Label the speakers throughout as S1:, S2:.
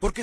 S1: Porque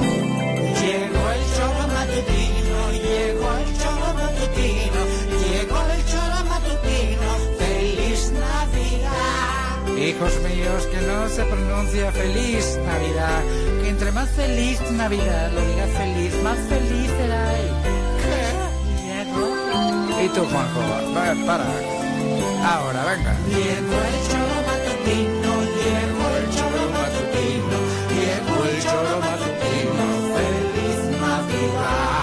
S2: Llegó el choro matutino, llegó el choro matutino, llegó el choro matutino, feliz Navidad.
S3: Hijos míos, que no se pronuncia feliz Navidad. Que entre más feliz Navidad lo diga feliz, más feliz será. Y tú, Juanjo, va, para. Ahora, venga.
S2: Llegó el choro matutino, llegó el choro matutino, llegó el choro matutino, feliz Navidad.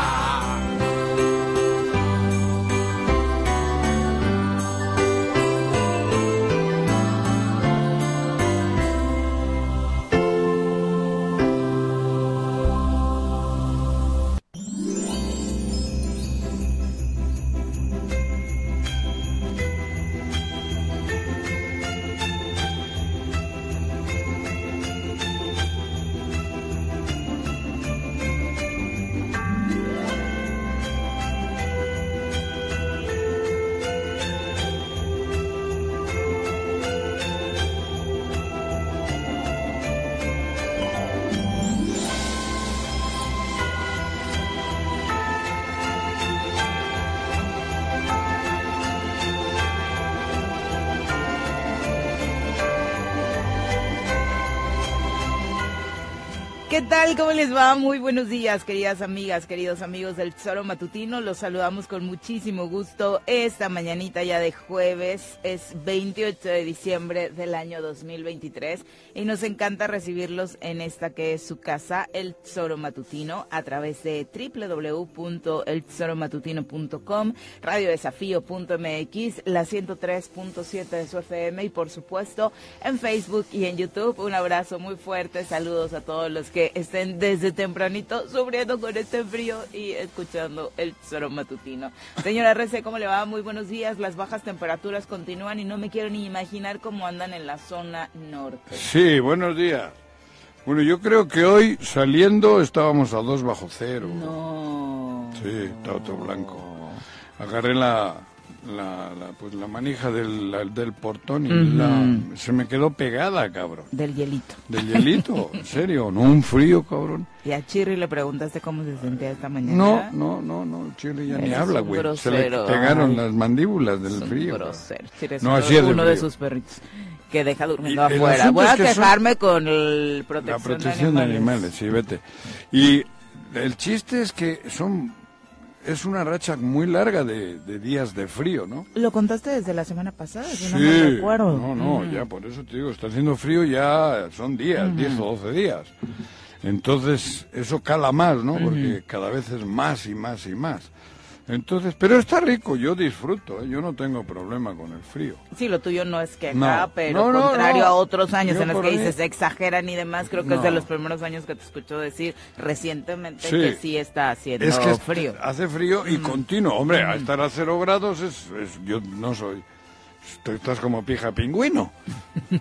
S4: ¿Qué tal? ¿Cómo les va? Muy buenos días, queridas amigas, queridos amigos del Tesoro Matutino. Los saludamos con muchísimo gusto esta mañanita ya de jueves. Es 28 de diciembre del año 2023 y nos encanta recibirlos en esta que es su casa, el Tesoro Matutino, a través de www.eltesoromatutino.com, radiodesafío.mx, la 103.7 de su FM y por supuesto en Facebook y en YouTube. Un abrazo muy fuerte, saludos a todos los que estén desde tempranito sufriendo con este frío y escuchando el tesoro matutino. Señora Rece, ¿cómo le va? Muy buenos días. Las bajas temperaturas continúan y no me quiero ni imaginar cómo andan en la zona norte.
S5: Sí, buenos días. Bueno, yo creo que hoy saliendo estábamos a 2 bajo cero.
S4: No.
S5: Sí, está todo blanco. Agarré la, la, la, pues, la manija del, la- del portón y la- se me quedó pegada, cabrón.
S4: Del hielito.
S5: Del hielito, en serio, no un frío, cabrón.
S4: Y a Chirri le preguntaste cómo se sentía esta mañana.
S5: No, no, no, no, Chile ya ni
S4: Eres
S5: habla,
S4: un
S5: güey.
S4: grosero.
S5: Se le pegaron
S4: Ay.
S5: las mandíbulas del
S4: Es un
S5: frío.
S4: grosero.
S5: cabrón.
S4: Chirri es
S5: No,
S4: uno-
S5: así es de
S4: uno de
S5: frío.
S4: sus perritos que deja durmiendo
S5: Y el
S4: afuera.
S5: asunto
S4: Voy
S5: es
S4: a
S5: que son-
S4: quejarme con el
S5: La
S4: protección,
S5: protección de animales, sí, vete. Y el chiste es que son es una racha muy larga de, de días de frío, ¿no?
S4: Lo contaste desde la semana pasada, si no me
S5: Sí,
S4: recuerdo. Mm.
S5: no, no, ya por eso te digo, está haciendo frío ya son días, 10 o 12 días. Entonces, eso cala más, ¿no? Porque cada vez es más y más y más. Entonces, pero está rico, yo disfruto, ¿eh? yo no tengo problema con el frío.
S4: Sí, lo tuyo no es que
S5: No.
S4: acá, pero
S5: No, no,
S4: contrario
S5: no.
S4: a otros años
S5: Yo
S4: en los
S5: por
S4: que
S5: mí-
S4: dices se exageran y demás, creo que es de
S5: No.
S4: los primeros años que te escucho decir recientemente
S5: Sí.
S4: que sí está haciendo
S5: Es que
S4: frío. Mm.
S5: hace frío y continuo. Hombre, a estar a cero grados es, es- yo no soy. Tú estás como pija pingüino.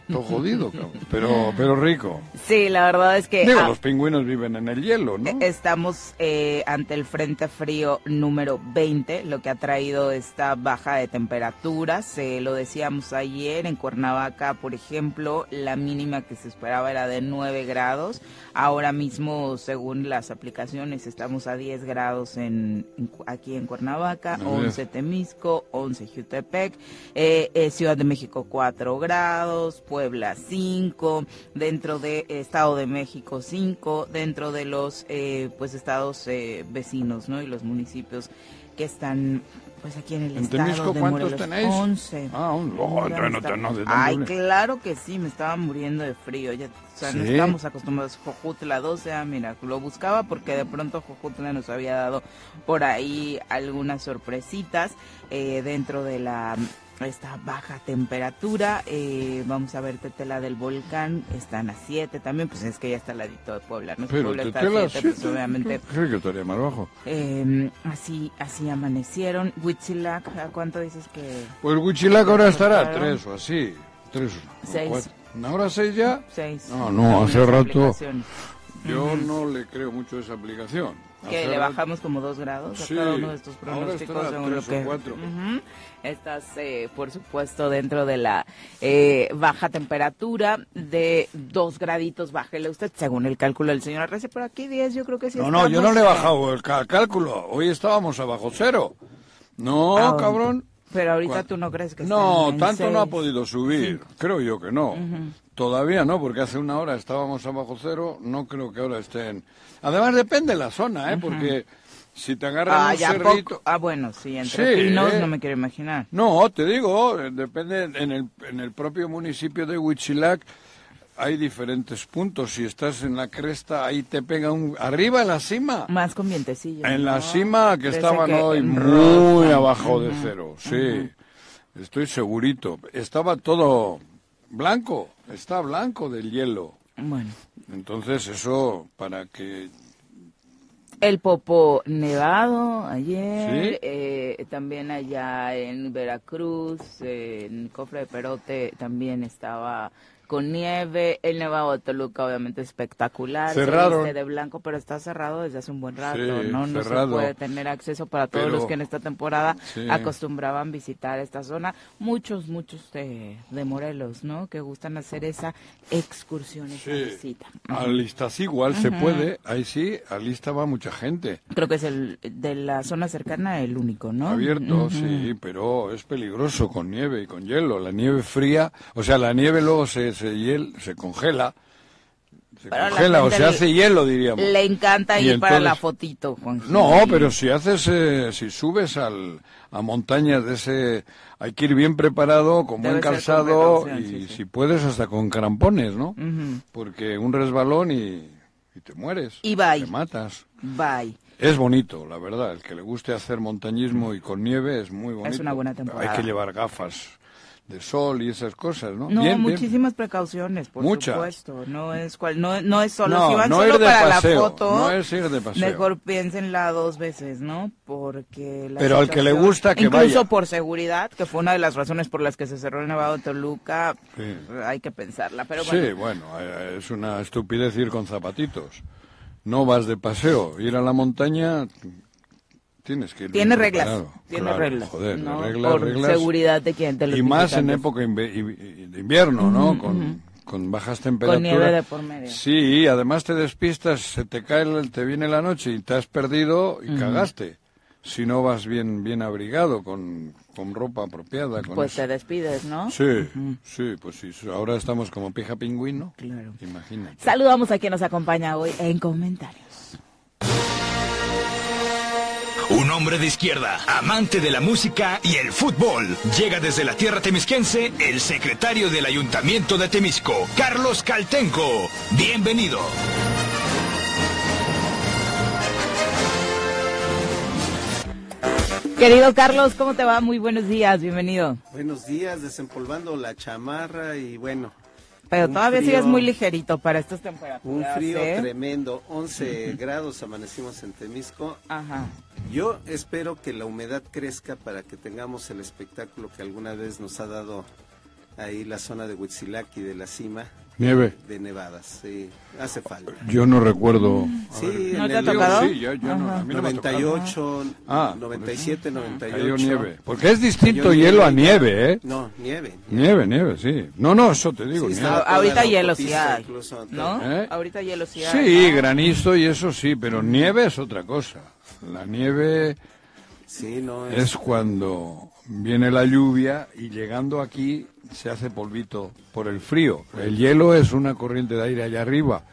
S5: Todo jodido, cabrón. Pero, pero rico.
S4: Sí, la verdad es que
S5: Digo,
S4: ah,
S5: los pingüinos viven en el hielo, ¿no?
S4: eh, estamos eh, ante el Frente Frío número 20, lo que ha traído esta baja de temperaturas. Eh, lo decíamos ayer, en Cuernavaca, por ejemplo, la mínima que se esperaba era de 9 grados. Ahora mismo, según las aplicaciones, estamos a 10 grados en, en Cu- aquí en Cuernavaca,
S5: Así es.
S4: 11 Temisco, 11 Jutepec, eh, eh, Ciudad de México 4 grados, Puebla 5, dentro de eh, Estado de México 5, dentro de los eh, pues estados eh, vecinos, ¿no? Y los municipios que están pues aquí en el
S5: ¿En
S4: estado
S5: Temisco
S4: de
S5: cuántos
S4: Morelos.
S5: tenéis?
S4: 11.
S5: Ah, un- oh,
S4: Nunca
S5: entonces no
S4: está-
S5: te- no, de tanto
S4: Ay,
S5: frío.
S4: claro que sí, me estaba muriendo de frío. Ya, o sea, no
S5: ¿Sí?
S4: estamos acostumbrados. Jojutla 12, ah, mira, lo buscaba porque de pronto Jojutla nos había dado por ahí algunas sorpresitas eh, dentro de la esta baja temperatura. Eh, vamos a ver Tetela del Volcán, están a 7 también, pues es que ya está al ladito de Puebla, ¿no?
S5: Pero
S4: Puebla
S5: te
S4: está
S5: telas,
S4: siete, pues
S5: siete.
S4: obviamente...
S5: Creo que estaría más bajo.
S4: Eh, así, así amanecieron. Huitzilac, ¿a cuánto dices que
S5: Pues Huichilac ahora estará
S4: Claro.
S5: tres o así. Tres o
S4: Seis.
S5: cuatro. ¿No ahora seis ya?
S4: seis?
S5: No, no, hace
S4: Algunas
S5: rato.
S4: aplicaciones.
S5: Yo no le creo mucho a esa aplicación.
S4: Que
S5: Hace
S4: le
S5: rato-
S4: bajamos como dos grados
S5: Sí,
S4: a cada uno de estos
S5: ahora
S4: pronósticos
S5: estará
S4: según lo
S5: tres o
S4: que.
S5: cuatro.
S4: Ujú. Estás, eh, por supuesto, dentro de la eh, baja temperatura de dos graditos. Bájele usted, según el cálculo del señor Arrece, pero aquí 10 yo creo que sí
S5: No, no, yo no
S4: estamos,
S5: le he
S4: eh,
S5: bajado el ca- cálculo. Hoy estábamos abajo cero. No,
S4: Ah,
S5: cabrón.
S4: Pero ahorita
S5: ¿Cuál?
S4: tú no crees que
S5: No,
S4: estén en
S5: tanto no ha
S4: seis.
S5: podido subir. Creo yo que no. Todavía no, porque hace una hora estábamos abajo cero. No creo que ahora estén. Además, depende de la zona, ¿eh? Porque si te agarran
S4: Ah,
S5: un
S4: ya
S5: cerrito.
S4: poco. Ah, bueno, sí, entre
S5: Sí,
S4: pinos
S5: ¿eh?
S4: no me quiero imaginar.
S5: No, te digo, eh, depende en el, en el propio municipio de Huichilac hay diferentes puntos. Si estás en la cresta, ahí te pega un arriba en la cima.
S4: Más con vientecillo.
S5: En la
S4: ¿no?
S5: cima que
S4: Desde
S5: estaban
S4: que
S5: hoy
S4: en
S5: muy
S4: Rosa.
S5: abajo de cero. Sí, estoy segurito. Estaba todo blanco, está blanco del hielo.
S4: Bueno,
S5: Entonces eso para que
S4: el Popo nevado ayer,
S5: Sí.
S4: eh, también allá en Veracruz, eh, en Cofre de Perote también estaba con nieve, el nevado de Toluca obviamente espectacular, se
S5: Cerraron.
S4: viste de blanco, pero está cerrado desde hace un buen rato,
S5: Sí,
S4: ¿no? No
S5: cerrado.
S4: se puede tener acceso para todos
S5: Pero-
S4: los que en esta temporada
S5: Sí.
S4: acostumbraban visitar esta zona, muchos, muchos de, de Morelos, ¿no? Que gustan hacer esa excursión, esa visita.
S5: al igual se puede, ahí sí, al Ista va mucha gente.
S4: Creo que es el de la zona cercana el único, ¿no?
S5: Abierto, sí, pero es peligroso con nieve y con hielo. La nieve fría, o sea, la nieve luego se, se, hiel- se congela. Se
S4: Pero a la
S5: congela o
S4: gente
S5: se
S4: le-
S5: hace hielo, diríamos.
S4: Le encanta
S5: Y
S4: ir para
S5: entonces-
S4: la fotito, Juan. Gil.
S5: No, pero si haces, eh, si subes al, a montañas de ese, hay que ir bien preparado, con
S4: Debe
S5: buen
S4: ser con
S5: calzado y
S4: precaución, sí, sí.
S5: si puedes hasta con crampones, ¿no?
S4: Ujú.
S5: Porque un resbalón y, y te mueres,
S4: Y bye.
S5: te matas.
S4: Bye.
S5: Es bonito, la verdad. El que le guste hacer montañismo y con nieve es muy bonito.
S4: una buena
S5: Pero
S4: temporada.
S5: Hay que llevar gafas de sol y esas cosas, ¿no?
S4: No,
S5: Bien, bien.
S4: muchísimas precauciones, por
S5: Muchas.
S4: supuesto. No es cual, no, no es solo
S5: No,
S4: si van
S5: no
S4: solo
S5: ir de
S4: para la
S5: paseo,
S4: foto.
S5: no es ir de paseo.
S4: Mejor piénsenla dos veces, ¿no? Porque la
S5: Pero al que le
S4: situación-
S5: gusta, que
S4: incluso
S5: vaya.
S4: por seguridad, que fue una de las razones por las que se cerró el Nevado de Toluca, pues,
S5: Sí.
S4: hay que pensarla. Pero bueno,
S5: Sí, bueno, eh, es una estupidez ir con zapatitos. No vas de paseo. Ir a la montaña tienes que ir.
S4: Tiene
S5: bien
S4: reglas,
S5: preparado.
S4: tiene
S5: Claro,
S4: reglas.
S5: Joder,
S4: ¿no?
S5: reglas,
S4: Por
S5: reglas.
S4: seguridad de quien de los
S5: Y más en
S4: visitantes.
S5: época inve- i- de invierno, ¿no? Con, con bajas temperaturas.
S4: nieve de por medio.
S5: Sí, y además te despistas, se te cae, el- te viene la noche y te has perdido y cagaste. Si no vas bien, bien abrigado, con, con ropa apropiada. Con
S4: Pues
S5: eso.
S4: te despides, ¿no?
S5: Sí, sí, pues sí. Ahora estamos como pija pingüino.
S4: Claro.
S5: Imagínate.
S4: Saludamos a quien nos acompaña hoy en comentarios.
S1: Un hombre de izquierda, amante de la música y el fútbol. Llega desde la tierra temisquense el secretario del Ayuntamiento de Temisco, Carlos Caltenco. Bienvenido.
S4: Querido Carlos, ¿cómo te va? Muy buenos días, bienvenido.
S6: Buenos días, desempolvando la chamarra y bueno,
S4: Pero
S6: Un
S4: todavía
S6: frío.
S4: sigues muy ligerito para estas temperaturas.
S6: un frío
S4: ¿eh?
S6: tremendo, 11 grados amanecimos en Temisco.
S4: Ajá.
S6: Yo espero que la humedad crezca para que tengamos el espectáculo que alguna vez nos ha dado ahí la zona de Huitzilac y de la cima
S5: Nieve.
S6: de nevadas, sí, hace falta.
S5: Yo no recuerdo.
S6: Sí,
S4: ¿No
S6: en
S4: te ha
S6: el
S4: tocado?
S5: Sí, yo, yo no, a mí no me ha tocado.
S6: 98,
S5: Ah, por
S6: 97,
S5: Cayó
S6: 98.
S5: nieve. Porque es distinto
S6: Cayó
S5: hielo a
S6: nieve.
S5: nieve, ¿eh?
S6: No, nieve.
S5: Nieve, nieve, sí. No, no, eso te digo.
S6: Sí,
S5: nieve.
S6: estaba
S4: A-
S6: toda
S4: ahorita
S6: la
S4: hielo sí
S6: autopista,
S4: hay,
S6: incluso,
S4: ¿no?
S5: ¿Eh?
S4: Ahorita hielo sí hay.
S5: Sí,
S4: ¿no?
S5: granizo y eso sí, pero nieve es otra cosa. La nieve
S6: Sí, no, es-
S5: es cuando viene la lluvia y llegando aquí se hace polvito por el frío. El hielo es una corriente de aire allá arriba,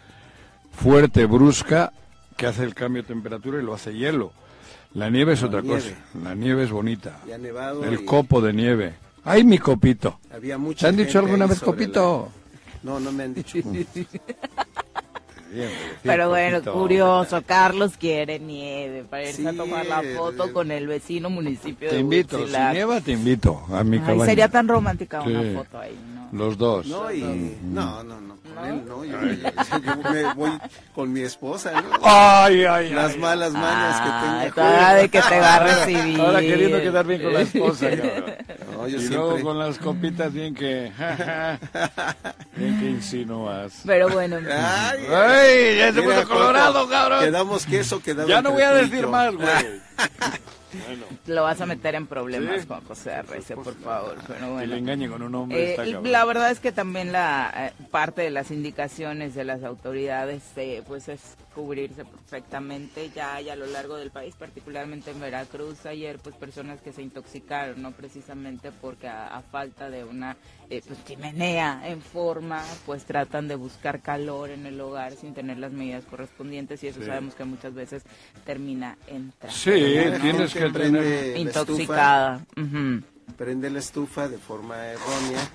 S5: fuerte, brusca, que hace el cambio de temperatura y lo hace hielo. La nieve es
S6: La
S5: otra
S6: nieve.
S5: cosa. La nieve es bonita.
S6: Ya ha nevado
S5: El
S6: y-
S5: copo de nieve. ¡Ay, mi copito!
S6: Había mucha
S5: ¿Te han dicho
S6: gente
S5: alguna
S6: ahí
S5: vez
S6: sobre
S5: copito?
S6: la- No, no me han dicho.
S5: Bien,
S4: Pero
S5: bien,
S4: bueno,
S5: copito.
S4: curioso, Carlos quiere nieve para irse a
S6: Sí,
S4: tomar la foto
S6: eh,
S4: con el vecino municipio
S5: Te
S4: de
S5: invito, si
S4: Huitzilac.
S5: nieva te invito a mi
S4: Ay,
S5: cabaña.
S4: sería tan romántica
S5: Sí.
S4: una foto ahí, ¿no?
S5: Los dos.
S6: No, y- no, no, no, con él no. Yo, yo- yo me voy con mi esposa, ¿no?
S5: ¡Ay, ay, ay!
S6: Las malas mañas
S4: Ay,
S6: que
S4: toda
S6: tenga.
S4: Ah, de que te va a recibir.
S5: Ahora queriendo quedar bien con la esposa, cabrón.
S6: No, yo
S5: y
S6: siempre-
S5: luego con las copitas bien que... bien que insinúas.
S4: Pero bueno,
S5: Ah,
S6: Ay,
S5: ¡Ay, ya se
S6: mira,
S5: puso colorado,
S6: Coco,
S5: cabrón!
S6: Quedamos que eso quedaba
S5: Ya no voy a decir
S6: entrecito.
S5: más, güey.
S4: lo vas a meter en problemas,
S5: Sí.
S4: Juan José Arrece, por favor. Pero
S5: Que le
S4: bueno.
S5: engañe con un hombre
S4: Eh,
S5: está cabrón.
S4: la verdad es que también la eh, parte de las indicaciones de las autoridades eh, pues es cubrirse perfectamente ya hay a lo largo del país, particularmente en Veracruz ayer pues personas que se intoxicaron, no precisamente porque a, a falta de una eh, pues, chimenea en forma pues tratan de buscar calor en el hogar sin tener las medidas correspondientes y eso
S5: Sí.
S4: sabemos que muchas veces termina en tráfico.
S5: Sí,
S6: Gente
S5: tienes que
S6: prende
S5: tener...
S6: la
S4: Intoxicada. ujú.
S6: estufa, prende la estufa de forma errónea.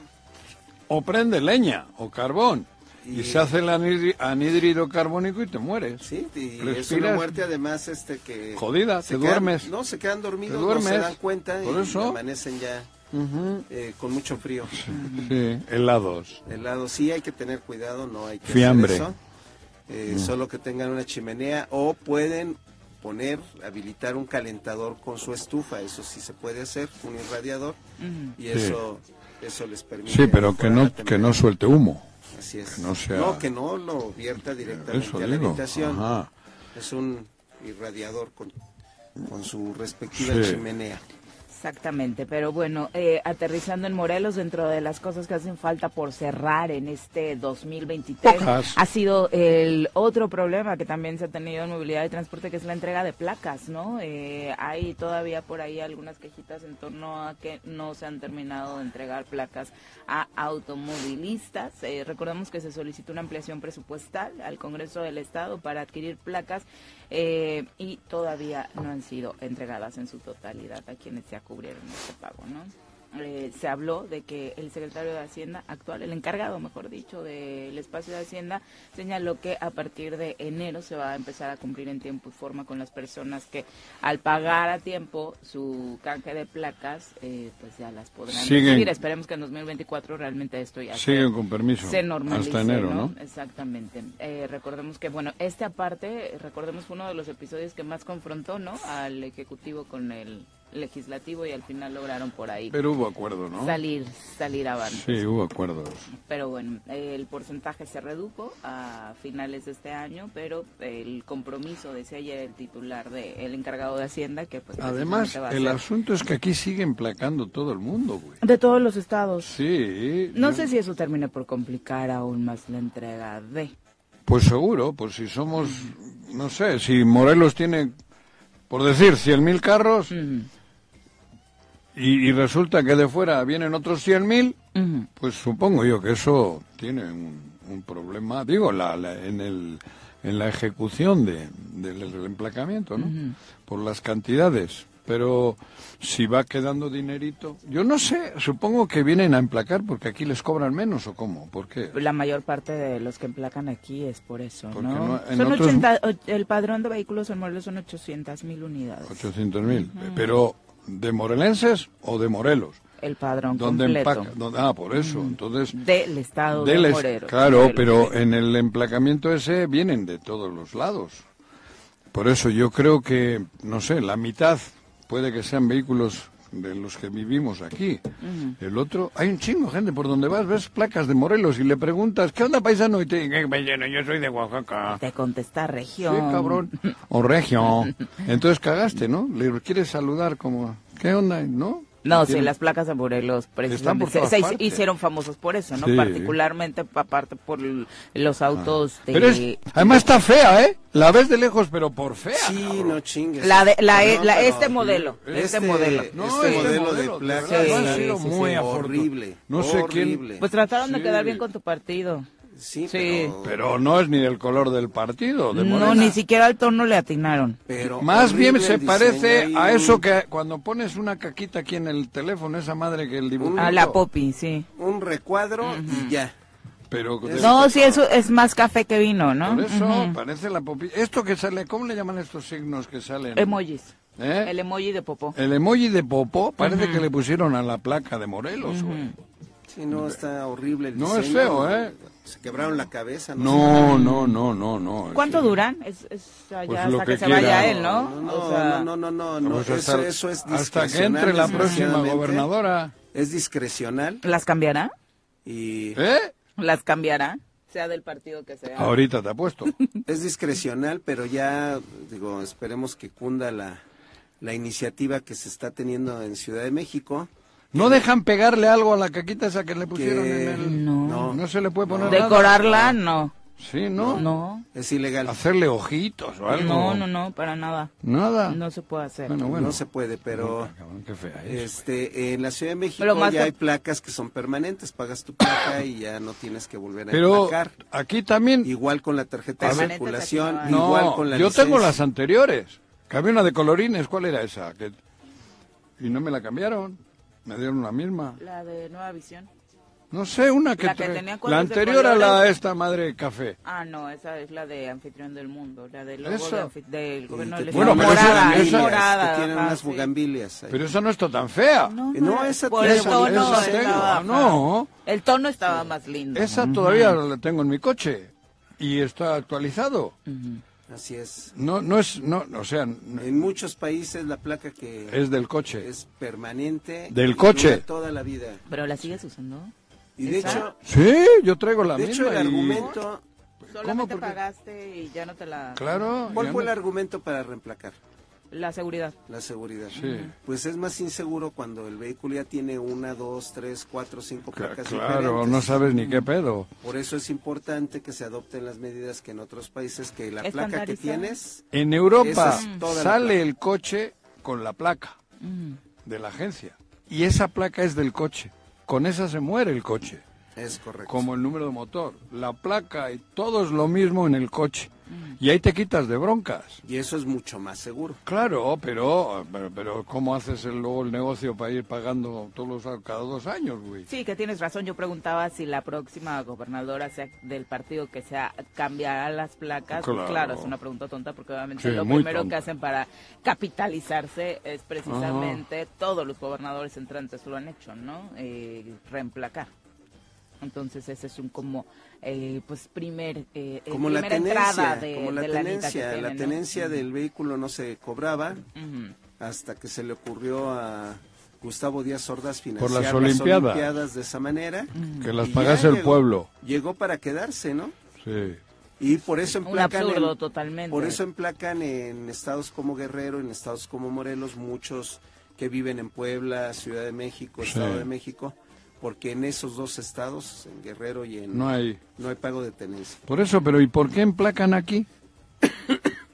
S5: O prende leña o carbón. Y
S6: Y-
S5: se hace el anhidri- anhídrido carbónico y te mueres.
S6: Sí, y es
S5: Respiras.
S6: una muerte además este que...
S5: Jodida,
S6: se
S5: te
S6: quedan-
S5: duermes.
S6: No, se quedan dormidos,
S5: Te duermes.
S6: no se dan cuenta
S5: Por
S6: y
S5: eso.
S6: amanecen ya
S5: Ujú.
S6: eh, con mucho frío.
S5: Sí, helados.
S6: Helado, sí hay que tener cuidado, no hay que hacer
S5: Fiambre. Mm.
S6: eso. Eh, Solo que tengan una chimenea o pueden poner, habilitar un calentador con su estufa, eso sí se puede hacer, un irradiador, y eso eso les permite.
S5: Sí, pero que
S6: mejorar la
S5: no, que no
S6: temperatura.
S5: suelte humo.
S6: Así es.
S5: que no sea-
S6: que no lo vierta directamente
S5: Eso
S6: a la
S5: digo.
S6: habitación.
S5: Ajá.
S6: Es un irradiador con, con su respectiva
S5: Sí.
S6: chimenea.
S4: Exactamente, pero bueno, eh, aterrizando en Morelos, dentro de las cosas que hacen falta por cerrar en este 2023,
S5: Pocas.
S4: ha sido el otro problema que también se ha tenido en movilidad y transporte, que es la entrega de placas, ¿no? Eh, hay todavía por ahí algunas quejitas en torno a que no se han terminado de entregar placas a automovilistas. Eh, recordemos que se solicitó una ampliación presupuestal al Congreso del Estado para adquirir placas eh, y todavía no han sido entregadas en su totalidad a quienes ya cubrieron este pago, ¿no? eh, se habló de que el secretario de Hacienda actual, el encargado, mejor dicho, del espacio de Hacienda, señaló que a partir de enero se va a empezar a cumplir en tiempo y forma con las personas que al pagar a tiempo su canje de placas, eh, pues ya las podrán
S5: Siguen.
S4: recibir. Esperemos que en 2024 realmente esto ya se-
S5: Siguen con permiso.
S4: se normalice,
S5: hasta enero, ¿no?
S4: Exactamente. Eh, recordemos que, bueno, este aparte, recordemos fue uno de los episodios que más confrontó, ¿no? Al Ejecutivo con el Legislativo y al final lograron por ahí
S5: Pero hubo acuerdo, ¿no?
S4: salir, salir avante.
S5: Sí, hubo acuerdos.
S4: Pero bueno, eh, el porcentaje se redujo a finales de este año, pero el compromiso, decía ayer el titular de el encargado de Hacienda, que pues
S5: Además,
S4: precisamente va a
S5: el
S4: ser
S5: asunto es que aquí siguen placando todo el mundo, güey.
S4: de todos los estados.
S5: Sí.
S4: No
S5: yo-
S4: sé si eso termine por complicar aún más la entrega de...
S5: Pues seguro, pues si somos, no sé, si Morelos tiene, por decir, 100.000 carros y, y resulta que de fuera vienen otros 100.000,
S4: Ujú.
S5: pues supongo yo que eso tiene un, un problema, digo, la, la- en, el, en la ejecución de, del, del emplacamiento, ¿no? Por las cantidades. Pero si va quedando dinerito, yo no sé, supongo que vienen a emplacar porque aquí les cobran menos o cómo, ¿por qué?
S4: La mayor parte de los que emplacan aquí es por eso,
S5: Porque
S4: ¿no?
S5: no- en
S4: son
S5: otros-
S4: 80 och- el padrón de vehículos en Morelos son 800 mil unidades.
S5: 800.000. Pero de morelenses o de Morelos.
S4: El padrón
S5: Donde
S4: completo
S5: empaca. donde- ah, por eso. Entonces.
S4: del estado
S5: del
S4: de
S5: es-
S4: Morelos.
S5: claro,
S4: Morelos,
S5: pero
S4: sí.
S5: en el emplacamiento ese vienen de todos los lados. Por eso yo creo que, no sé, la mitad puede que sean vehículos de los que vivimos aquí. El otro, hay un chingo, gente, por donde vas, ves placas de Morelos y le preguntas, ¿qué onda paisano? Y te dicen, yo soy de Oaxaca.
S4: Te contesta región.
S5: Ah. Sí, cabrón. O regio. Entonces cagaste, ¿no? Le quieres saludar como, ¿qué onda? ¿No?
S4: No, sí,
S5: Tiene-
S4: las placas de Morelos
S5: Están por
S4: precisamente se,
S5: todas
S4: se
S5: partes.
S4: hicieron famosos por eso, ¿no?
S5: Sí. Ah.
S4: Particularmente aparte por l- los autos de...
S5: Pero es- además está fea, ¿eh? La ves de lejos, pero por fea.
S6: Sí,
S5: cabrón.
S6: no chingues.
S4: La de- la-
S6: No,
S4: la-
S6: pero-
S4: este modelo, este modelo.
S6: Este,
S5: No,
S6: modelo, de
S5: modelo,
S6: placa
S5: verdad,
S4: Sí,
S5: ha
S6: está
S5: sido
S4: sí,
S5: muy afortun-
S6: horrible.
S5: No sé
S6: horrible.
S4: Pues trataron
S5: Sí.
S4: de quedar bien con tu partido.
S5: quién.
S4: Sí.
S6: Sí, pero,
S5: Pero no es ni del color del partido. De
S4: No,
S5: Morena.
S4: ni siquiera al torno le atinaron.
S6: pero
S5: Más bien
S6: horrible
S5: se
S6: el
S5: parece
S6: diseño,
S5: a
S6: hay un-
S5: eso que cuando pones una caquita aquí en el teléfono, esa madre que el dibujo.
S4: A la popi, sí.
S6: Un recuadro y ya.
S5: Pero de-
S4: No, sí, eso es más café que vino, ¿no?
S5: por eso parece la popi. Esto que sale, ¿cómo le llaman estos signos que salen?
S4: Emojis.
S5: ¿Eh?
S4: El emoji de popó.
S5: El emoji de Popó parece que le pusieron a la placa de Morelos, güey.
S6: Sí, no, está horrible el
S5: No, es
S6: diseño.
S5: feo, ¿eh?
S6: Se quebraron la cabeza.
S5: No, no, no, no, no.
S4: ¿Cuánto
S5: Sí.
S4: duran? Es, es allá
S5: Pues lo
S4: hasta que,
S5: que
S4: se
S5: quiera.
S4: vaya él,
S6: No,
S4: ¿no?
S6: no, no,
S4: O sea,
S6: no, no, no, no,
S5: Pues
S6: eso, eso es
S5: hasta
S6: discrecional.
S5: que entre la próxima
S6: desgraciadamente.
S5: gobernadora.
S6: Es discrecional
S4: ¿Las cambiará?
S6: y
S5: ¿Eh?
S4: ¿Las cambiará? Sea del partido que sea.
S5: Ahorita te apuesto.
S6: es discrecional, pero ya, digo, esperemos que cunda la, la iniciativa que se está teniendo en Ciudad de México.
S5: ¿No dejan pegarle algo a la caquita esa que le pusieron
S6: Que-
S5: en el.?
S6: No.
S5: No se le puede poner nada.
S4: ¿Decorarla? No.
S5: Sí, ¿no?
S4: No.
S6: Es ilegal.
S5: Hacerle ojitos o algo.
S4: No, no, no, para nada.
S5: Nada.
S4: No se puede hacer.
S5: Bueno, bueno.
S6: No se puede, pero
S5: Cabrón, qué fea es.
S6: este en la Ciudad de México
S4: Pero más
S6: ya
S4: que-
S6: hay placas que son permanentes, pagas tu placa y ya no tienes que volver a
S5: Pero
S6: emplacar.
S5: aquí también.
S6: Igual con la tarjeta
S5: A
S6: de
S5: ver.
S6: circulación,
S4: Permanentes aquí
S5: No,
S6: igual con la
S5: yo tengo las
S6: licencia.
S5: anteriores. Que había una de colorines, ¿cuál era esa? Que- Y no me la cambiaron. Me dieron la misma.
S4: La de Nueva Visión.
S5: No sé, una que...
S4: La que
S5: tra-
S4: tenía
S5: la
S4: cuadros de
S5: anterior a la
S4: colores.
S5: esta madre café.
S4: Ah, no, esa es la de Anfitrión del Mundo, la del logo
S5: Eso.
S4: de anfi- del gobierno
S6: Y te
S4: del
S5: Bueno,
S4: Estado.
S5: pero esa-
S4: morada, es
S5: esa-
S4: morada.
S6: que tienen
S4: ajá,
S6: unas
S4: sí.
S6: bugambilias. ahí.
S5: Pero esa no está tan fea.
S4: No,
S6: Eh,
S4: no,
S6: no, esa
S4: por
S6: tiene
S4: el tono
S5: bonita. Esa
S4: estaba-
S5: tengo, no.
S4: El tono estaba más lindo.
S5: Esa todavía la tengo en mi coche. Y está actualizado.
S6: Así es.
S5: No, no es... No, o sea, n-
S6: En muchos países la placa que
S5: es del coche.
S6: es permanente.
S5: Del
S6: y
S5: coche.
S6: dura Toda la vida.
S4: Pero la sigues usando.
S6: Y de
S4: ¿Esa?
S6: hecho,
S5: Sí, yo traigo la
S6: de
S5: misma.
S6: hecho el
S5: y-
S6: argumento,
S4: Solamente
S5: ¿Por qué?
S4: pagaste y ya no te la.
S5: Claro.
S6: ¿cuál
S5: ya
S6: fue el
S5: no-
S6: argumento para reemplacar?
S4: La seguridad.
S6: La seguridad.
S5: Sí.
S6: Pues es más inseguro cuando el vehículo ya tiene una, dos, tres, cuatro, cinco
S5: Cla-
S6: placas
S5: Claro,
S6: diferentes.
S5: no sabes ni qué pedo.
S6: Por eso es importante que se adopten las medidas que en otros países que la placa que
S4: Estandarizar.
S6: tienes
S5: En Europa
S6: Esa es toda la Mm.
S5: sale
S6: placa.
S5: el coche con la placa de la agencia. Y esa placa es del coche. Con esa se muere el coche.
S6: es correcto.
S5: Como el número de motor, la placa y todo es lo mismo en el coche.
S6: Mm.
S5: Y ahí te quitas de broncas.
S6: Y eso es mucho más seguro.
S5: Claro, pero, pero, pero ¿cómo haces el, luego el negocio para ir pagando todos los, cada dos años, güey?
S4: Sí, que tienes razón. Yo preguntaba si la próxima gobernadora sea del partido que sea cambiará las placas. Pues
S5: Claro.
S4: Claro, es una pregunta tonta porque obviamente
S5: Sí,
S4: lo
S5: muy
S4: primero
S5: tonta.
S4: que hacen para capitalizarse es precisamente todos los gobernadores entrantes lo han hecho, ¿no? Eh, reemplacar. Entonces ese es un como eh, pues primer eh, eh,
S6: Como la
S4: primera
S6: tenencia,
S4: entrada de,
S6: como la
S4: de lanita que
S6: tenencia, la
S4: tienen, ¿no?
S6: tenencia del vehículo no se cobraba
S4: Ujú.
S6: hasta que se le ocurrió a Gustavo Díaz Ordaz financiar
S5: Por las Olimpiadas.
S6: Olimpiadas de esa manera.
S5: Que las
S6: Y
S5: pagase
S6: ya
S5: el
S6: llegó-
S5: pueblo.
S6: Llegó para quedarse, ¿no?
S5: Sí.
S6: Y por eso
S4: Un
S6: emplacan
S4: absurdo
S6: en-
S4: totalmente.
S6: por eso emplacan en estados como Guerrero, en estados como Morelos muchos que viven en Puebla, Ciudad de México,
S5: Sí.
S6: Estado de México, porque en esos dos estados, en Guerrero y en
S5: No hay.
S6: no hay pago de tenencia.
S5: Por eso, pero ¿y por qué emplacan aquí?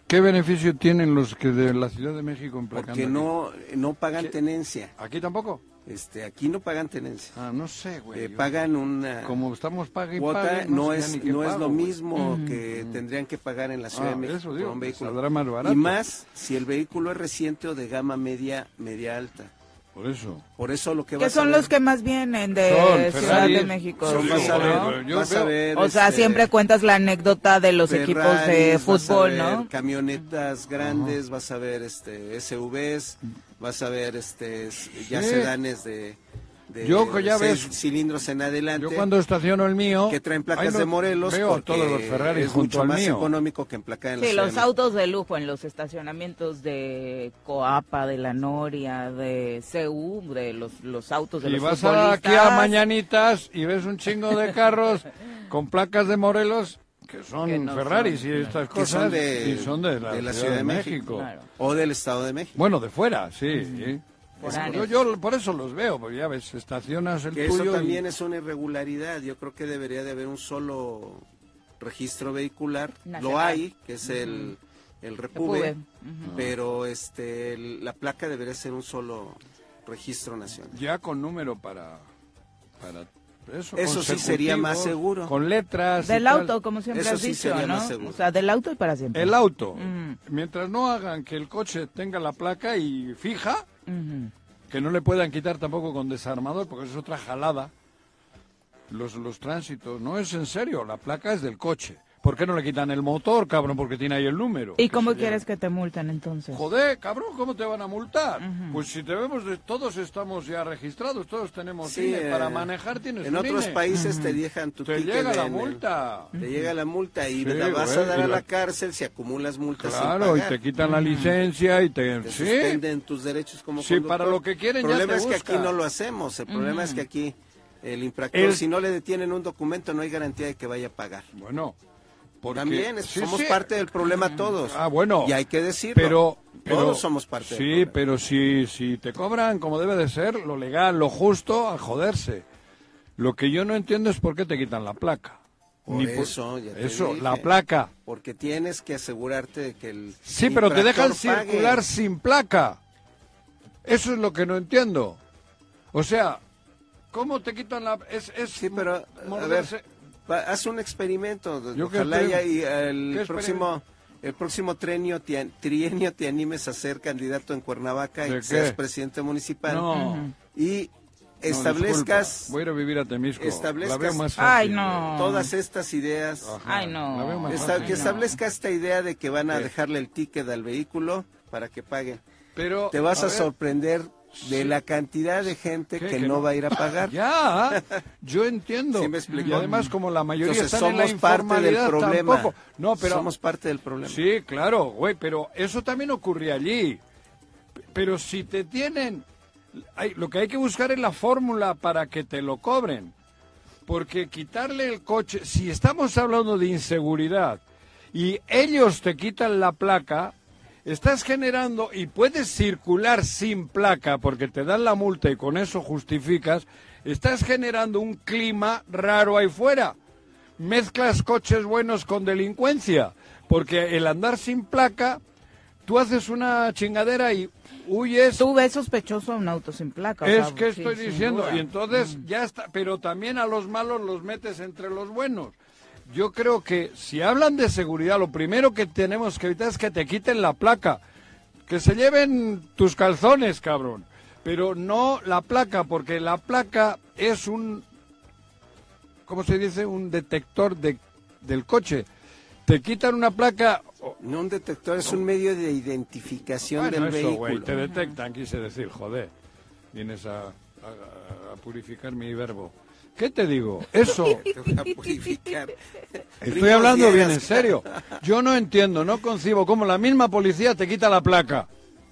S5: ¿Qué beneficio tienen los que de la Ciudad de México emplacan
S6: Porque
S5: aquí?
S6: no no pagan
S5: ¿Qué?
S6: tenencia.
S5: ¿Aquí tampoco?
S6: Este, aquí no pagan tenencia.
S5: Ah, no sé, güey.
S6: Eh, pagan una
S5: Como estamos pague y
S6: cuota,
S5: pague,
S6: no,
S5: sé ya
S6: es
S5: ni qué
S6: no es
S5: pago,
S6: lo
S5: güey.
S6: mismo que tendrían que pagar en la Ciudad
S5: Ah,
S6: de México
S5: eso
S6: por
S5: digo,
S6: un
S5: que
S6: vehículo.
S5: saldrá más barato.
S6: Y más si el vehículo es reciente o de gama media media alta.
S5: Por eso.
S6: Por eso lo que
S4: que
S6: vas a
S4: son
S6: ver-
S4: los que más vienen de
S5: Son
S4: Ciudad de
S5: Ferraris,
S4: México.
S6: Son
S5: Sí,
S6: vas a
S5: joder,
S4: ¿no?
S5: pero
S6: ver,
S5: yo
S6: vas a
S5: veo-
S6: ver,
S4: O sea,
S6: este,
S4: siempre cuentas la anécdota de los equipos de
S6: Ferraris, vas a
S4: fútbol,
S6: ver
S4: ¿no?
S6: Camionetas grandes, vas a ver este SUVs, vas a ver este s- ya
S5: Sí.
S6: sedanes de, de
S5: Yo que ya
S6: seis
S5: ves-
S6: cilindros en adelante.
S5: Yo cuando estaciono el mío...
S6: que traen
S5: ahí
S6: placas
S5: lo-
S6: de Morelos
S5: Veo a
S6: porque
S5: todos los Ferraris
S6: es
S5: junto
S6: mucho
S5: al
S6: más
S5: mío.
S6: económico que emplacar en la
S4: Sí,
S6: Ciudad
S4: los
S6: de México.
S4: autos de lujo en los estacionamientos de Coapa, de La Noria, de CU, de los, los autos de
S5: Y
S4: los
S5: vas a-
S4: futbolistas.
S5: aquí a Mañanitas y ves un chingo de carros con placas de Morelos que son
S4: Que no
S5: Ferraris
S4: son,
S5: y estas
S6: que
S5: cosas.
S6: son de,
S5: y son de la, Ciudad, de México.
S4: Claro.
S6: o del Estado de México.
S5: Bueno, de fuera, sí. sí. Yo,
S4: Mm. Foráneos.
S5: yo por eso los veo, porque ya ves, estacionas el
S6: Que
S5: tuyo
S6: eso
S5: y-
S6: también es una irregularidad. Yo creo que debería de haber un solo registro vehicular. Lo
S4: Nacional.
S6: hay, que es el, el Repube,
S4: Repube,
S6: pero este el- la placa debería ser un solo registro nacional.
S5: ya con número para para Eso,
S6: Eso sí sería
S5: consecutivos,
S6: más seguro.
S5: Con letras. y
S4: Del
S5: tal.
S4: auto, como siempre
S6: Eso
S4: has
S6: sí
S4: dicho,
S6: sería
S4: ¿no?
S6: más seguro.
S4: O sea, del auto y para siempre.
S5: El auto.
S4: Ujú.
S5: Mientras no hagan que el coche tenga la placa y fija,
S4: Mm-hmm.
S5: que no le puedan quitar tampoco con desarmador, porque es otra jalada. Los, los tránsitos, no es en serio, la placa es del coche. ¿Por qué no le quitan el motor, cabrón? Porque tiene ahí el número.
S4: ¿Y cómo
S5: se llama.
S4: quieres que te multen entonces?
S5: Joder, cabrón, ¿cómo te van a multar? Pues si te vemos, de- todos estamos ya registrados, todos tenemos
S6: Sí,
S5: INE.
S6: eh,
S5: Para manejar tienes
S6: En
S5: un
S6: otros
S5: INE.
S6: países te dejan tu
S5: Te
S6: ticket
S5: llega la
S6: en el-
S5: multa.
S6: Te llega la multa y
S5: Sí,
S6: la vas a
S5: güey,
S6: dar
S5: y
S6: a
S5: la-
S6: la cárcel si acumulas multas sin
S5: Claro, y
S6: pagar. Mm.
S5: te quitan la licencia y te...
S6: Te
S5: sí,
S6: suspenden tus derechos como
S5: Sí, para lo que quieren
S6: El
S5: ya
S6: problema
S5: te
S6: es que aquí
S5: buscan.
S6: no lo hacemos. El problema es que aquí el infractor,
S5: El-
S6: si no le detienen un documento, no hay garantía de que vaya a pagar.
S5: Bueno, porque
S6: También es-
S5: sí,
S6: somos
S5: sí.
S6: parte del problema todos.
S5: Ah, bueno.
S6: Y hay que decirlo.
S5: Pero, pero
S6: todos somos parte del
S5: Sí,
S6: problema.
S5: pero si, si te cobran como debe de ser, lo legal, lo justo, a joderse. Lo que yo no entiendo es por qué te quitan la placa.
S6: Por
S5: Ni por-
S6: eso, ya te
S5: eso,
S6: dije.
S5: la placa.
S6: Porque tienes que asegurarte de que el.
S5: Sí, pero te dejan
S6: infractor pague.
S5: circular sin placa. Eso es lo que no entiendo. O sea, ¿cómo te quitan la es es
S6: Sí, pero. A
S5: morderse-
S6: ver, va- haz un experimento.
S5: Yo qué
S6: Ojalá y
S5: espero-
S6: ahí
S5: ¿Qué
S6: el
S5: espero?
S6: próximo. El próximo trienio te, trienio te animes a ser candidato en Cuernavaca
S5: ¿De
S6: y
S5: qué?
S6: seas presidente municipal.
S5: No. no,
S6: Y
S5: disculpa.
S6: establezcas
S5: Voy a ir a vivir a Temisco. La
S6: establezcas-
S5: veo más
S4: Ay,
S5: fácil.
S4: no.
S6: todas estas ideas.
S4: Ay, no.
S5: La veo más
S6: Esta-
S5: fácil.
S6: que establezca esta idea de que van a
S5: Sí.
S6: dejarle el ticket al vehículo para que pague.
S5: Pero
S6: Te vas a,
S5: ver,
S6: sorprender de la cantidad de gente
S5: ¿Qué?
S6: que,
S5: Que
S6: no
S5: no.
S6: va a ir a pagar.
S5: Ya, ¿ah? yo entiendo.
S6: ¿Sí me explico?
S5: Y además como la mayoría
S6: Entonces
S5: están en la
S6: somos parte del
S5: informalidad,
S6: problema.
S5: tampoco. No, pero
S6: somos parte del problema.
S5: Sí, claro, güey, pero eso también ocurre allí. P- Pero si te tienen... hay- lo que hay que buscar es la fórmula para que te lo cobren. Porque quitarle el coche, si estamos hablando de inseguridad y ellos te quitan la placa, estás generando y puedes circular sin placa porque te dan la multa y con eso justificas, estás generando un clima raro ahí fuera mezclas coches buenos con delincuencia, porque el andar sin placa, tú haces una chingadera y huyes.
S4: Tú ves sospechoso a un auto sin placa. o
S5: es
S4: sea, pues,
S5: que
S4: sí,
S5: estoy
S4: sin
S5: diciendo,
S4: duda. Mm.
S5: y entonces ya está, pero también a los malos los metes entre los buenos. Yo creo que si hablan de seguridad, lo primero que tenemos que evitar es que te quiten la placa, que se lleven tus calzones, cabrón, pero no la placa, porque la placa es un ¿cómo se dice? Un detector de, del coche. Te quitan una placa. oh,
S6: No un detector, es un medio de identificación
S5: bueno,
S6: del
S5: eso, güey,
S6: vehículo.
S5: te detectan, quise decir, joder. Vienes a, a- a purificar mi verbo. ¿Qué te digo? Eso.
S6: Te voy a purificar.
S5: Estoy
S6: Ricos
S5: hablando bien en
S6: días.
S5: serio. Yo no entiendo, no concibo cómo la misma policía te quita la placa.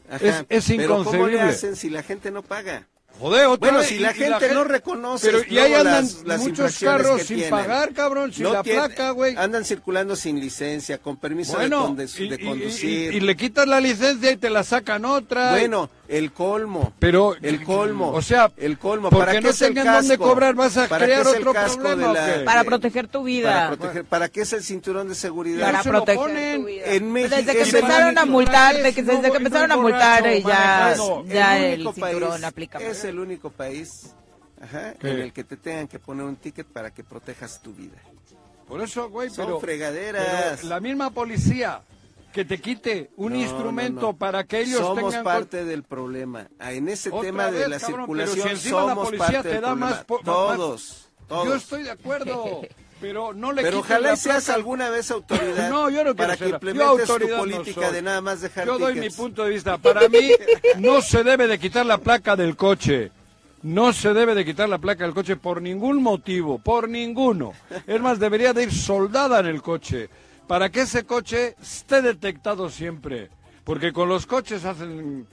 S6: Ajá,
S5: Es, es
S6: Pero ¿cómo le
S5: inconcebible.
S6: hacen si la gente no paga?
S5: Joder, otra
S6: Bueno,
S5: vez,
S6: si
S5: y-
S6: la
S5: y
S6: gente no reconoce
S5: Pero, y ahí
S6: luego
S5: andan
S6: las- las
S5: muchos
S6: infracciones
S5: carros
S6: que
S5: sin
S6: tienen.
S5: pagar, cabrón, sin
S6: No
S5: la
S6: tiene-
S5: placa, güey.
S6: Andan circulando sin licencia, con permiso de,
S5: Bueno,
S6: conde-
S5: y-
S6: de
S5: y- y-
S6: conducir.
S5: Y, le quitas la licencia y te la sacan otra.
S6: Bueno, el colmo.
S5: Pero-
S6: el colmo.
S5: o sea,
S6: el colmo.
S5: porque
S6: ¿Para qué
S5: no
S6: es el
S5: tengan dónde
S6: casco?
S5: cobrar, vas a
S6: ¿Para qué
S5: crear
S6: es el
S5: otro
S6: casco
S5: problema,
S6: de
S5: ¿o qué?
S6: la-
S4: Para proteger tu vida.
S6: Para, proteger- ¿para qué es el cinturón de seguridad?
S4: Para
S5: Eso lo
S4: proteger
S5: ponen
S4: tu vida.
S6: en México-
S4: Desde que
S6: Ese
S4: empezaron a
S5: manejo-
S4: multar, de que-
S5: no,
S4: desde que
S5: no
S4: empezaron a
S5: borracho,
S4: multar, eh, ya,
S5: manejando.
S4: ya
S6: el
S4: el
S6: único
S4: cinturón
S6: país-
S4: aplica.
S6: Es el único país ajá,
S5: ¿Qué?
S6: en el que te tengan que poner un ticket para que protejas tu vida.
S5: Por eso, güey,
S6: Son
S5: pero,
S6: fregaderas.
S5: pero la misma policía que te quite un
S6: No,
S5: instrumento
S6: no, no.
S5: para que ellos
S6: somos
S5: tengan...
S6: parte del problema. Ah, En ese
S5: Otra
S6: tema de
S5: vez,
S6: la
S5: cabrón, pero si
S6: circulación
S5: encima la
S6: somos
S5: policía
S6: parte
S5: te
S6: del
S5: da
S6: problema.
S5: más po- más-
S6: todos, todos.
S5: Yo estoy de acuerdo, pero no le
S6: Pero
S5: quiten la
S6: ojalá y seas
S5: placa.
S6: alguna vez autoridad
S5: No, yo no quiero
S6: para que
S5: ser- yo
S6: implementes tu
S5: autoridad no
S6: política
S5: soy.
S6: de nada más dejar
S5: Yo doy mi
S6: tickets.
S5: punto de vista. Para mí no se debe de quitar la placa del coche. No se debe de quitar la placa del coche por ningún motivo, por ninguno. Es más, debería de ir soldada en el coche para que ese coche esté detectado siempre. Porque con los coches hacen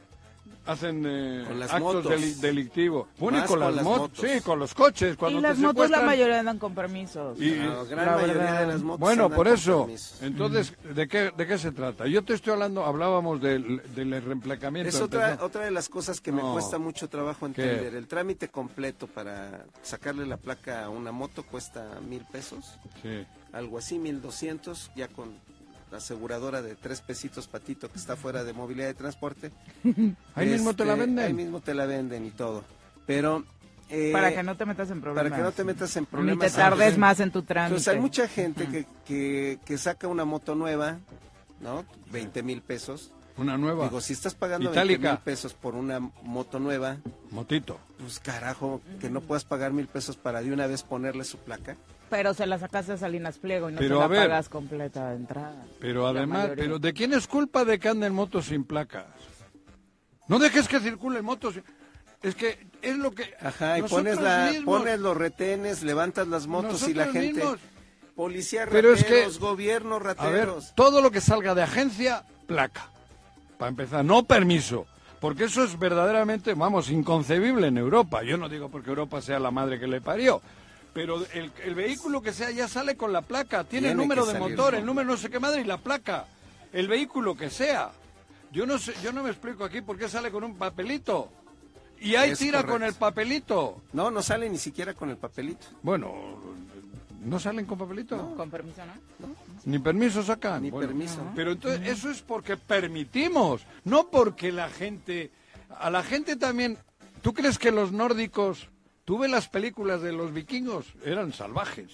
S5: hacen eh,
S6: Con las
S5: actos
S6: motos.
S5: deli- delictivos. Bueno, y
S6: Más
S5: con,
S6: con
S5: las,
S6: las
S5: motos.
S6: motos.
S5: Sí, con los coches. Cuando
S4: Y
S5: te
S4: las motos la
S5: secuestran-
S4: mayoría andan con permisos.
S5: y-
S6: La gran
S4: La
S6: mayoría
S4: verdad.
S6: de las motos
S5: bueno,
S6: andan
S5: por
S6: con
S5: eso.
S6: permisos.
S5: Entonces, ¿de qué, ¿de qué se trata? Yo te estoy hablando, hablábamos del, del reemplacamiento.
S6: Es otra,
S5: empezó-
S6: otra de las cosas que me
S5: No.
S6: cuesta mucho trabajo
S5: ¿Qué?
S6: entender. El trámite completo para sacarle la placa a una moto cuesta mil pesos,
S5: Sí.
S6: algo así, mil doscientos, ya con la aseguradora de tres pesitos patito que está fuera de movilidad de transporte.
S5: Ahí mismo te la
S6: Este,
S5: venden.
S6: Ahí mismo te la venden y todo. Pero eh,
S4: para que no te metas en problemas.
S6: para que no te metas en
S4: Ni
S6: problemas.
S4: te tardes
S6: antes.
S4: más en tu trámite.
S6: Entonces hay mucha gente que, que, que saca una moto nueva, ¿no? 20 mil pesos.
S5: Una nueva.
S6: Digo, si estás pagando
S5: Itálica.
S6: 20 mil pesos por una moto nueva,
S5: Motito.
S6: pues carajo, que no puedas pagar mil pesos para de una vez ponerle su placa.
S4: Pero se la sacaste a Salinas Pliego y no
S5: Pero
S4: te la
S5: a ver.
S4: pagas completa de entrada.
S5: Pero
S4: La
S5: además,
S4: mayoría.
S5: pero ¿de quién es culpa de que anden motos sin placas? No dejes que circulen motos. sin- Es que es lo que.
S6: Ajá, y
S5: nosotros
S6: pones, la,
S5: mismos-
S6: pones los retenes, levantas las motos y la
S5: Nosotros
S6: gente...
S5: mismos.
S6: Policía
S5: Pero
S6: rateros,
S5: es que-
S6: gobierno
S5: A ver,
S6: rateros.
S5: todo lo que salga de agencia, placa. Para empezar, no permiso. Porque eso es verdaderamente, vamos, inconcebible en Europa. Yo no digo porque Europa sea la madre que le parió. Pero el, el vehículo que sea ya sale con la placa. Tiene, el
S6: Tiene
S5: número
S6: que
S5: de
S6: salir,
S5: motor,
S6: ¿no?
S5: el número no sé qué madre y la placa. El vehículo que sea. Yo no, sé, yo no me explico aquí por qué sale con un papelito. Y ahí
S6: Es
S5: tira con
S6: correcto.
S5: el papelito.
S6: No, no sale ni siquiera con el papelito.
S5: Bueno, ¿no salen con papelito?
S4: Con permiso, ¿no?
S5: Ni permiso sacan.
S6: Ni permiso.
S5: Pero entonces eso es porque permitimos, no porque la gente... A la gente también... ¿Tú crees que los nórdicos... Tú ves las películas de los vikingos, eran salvajes.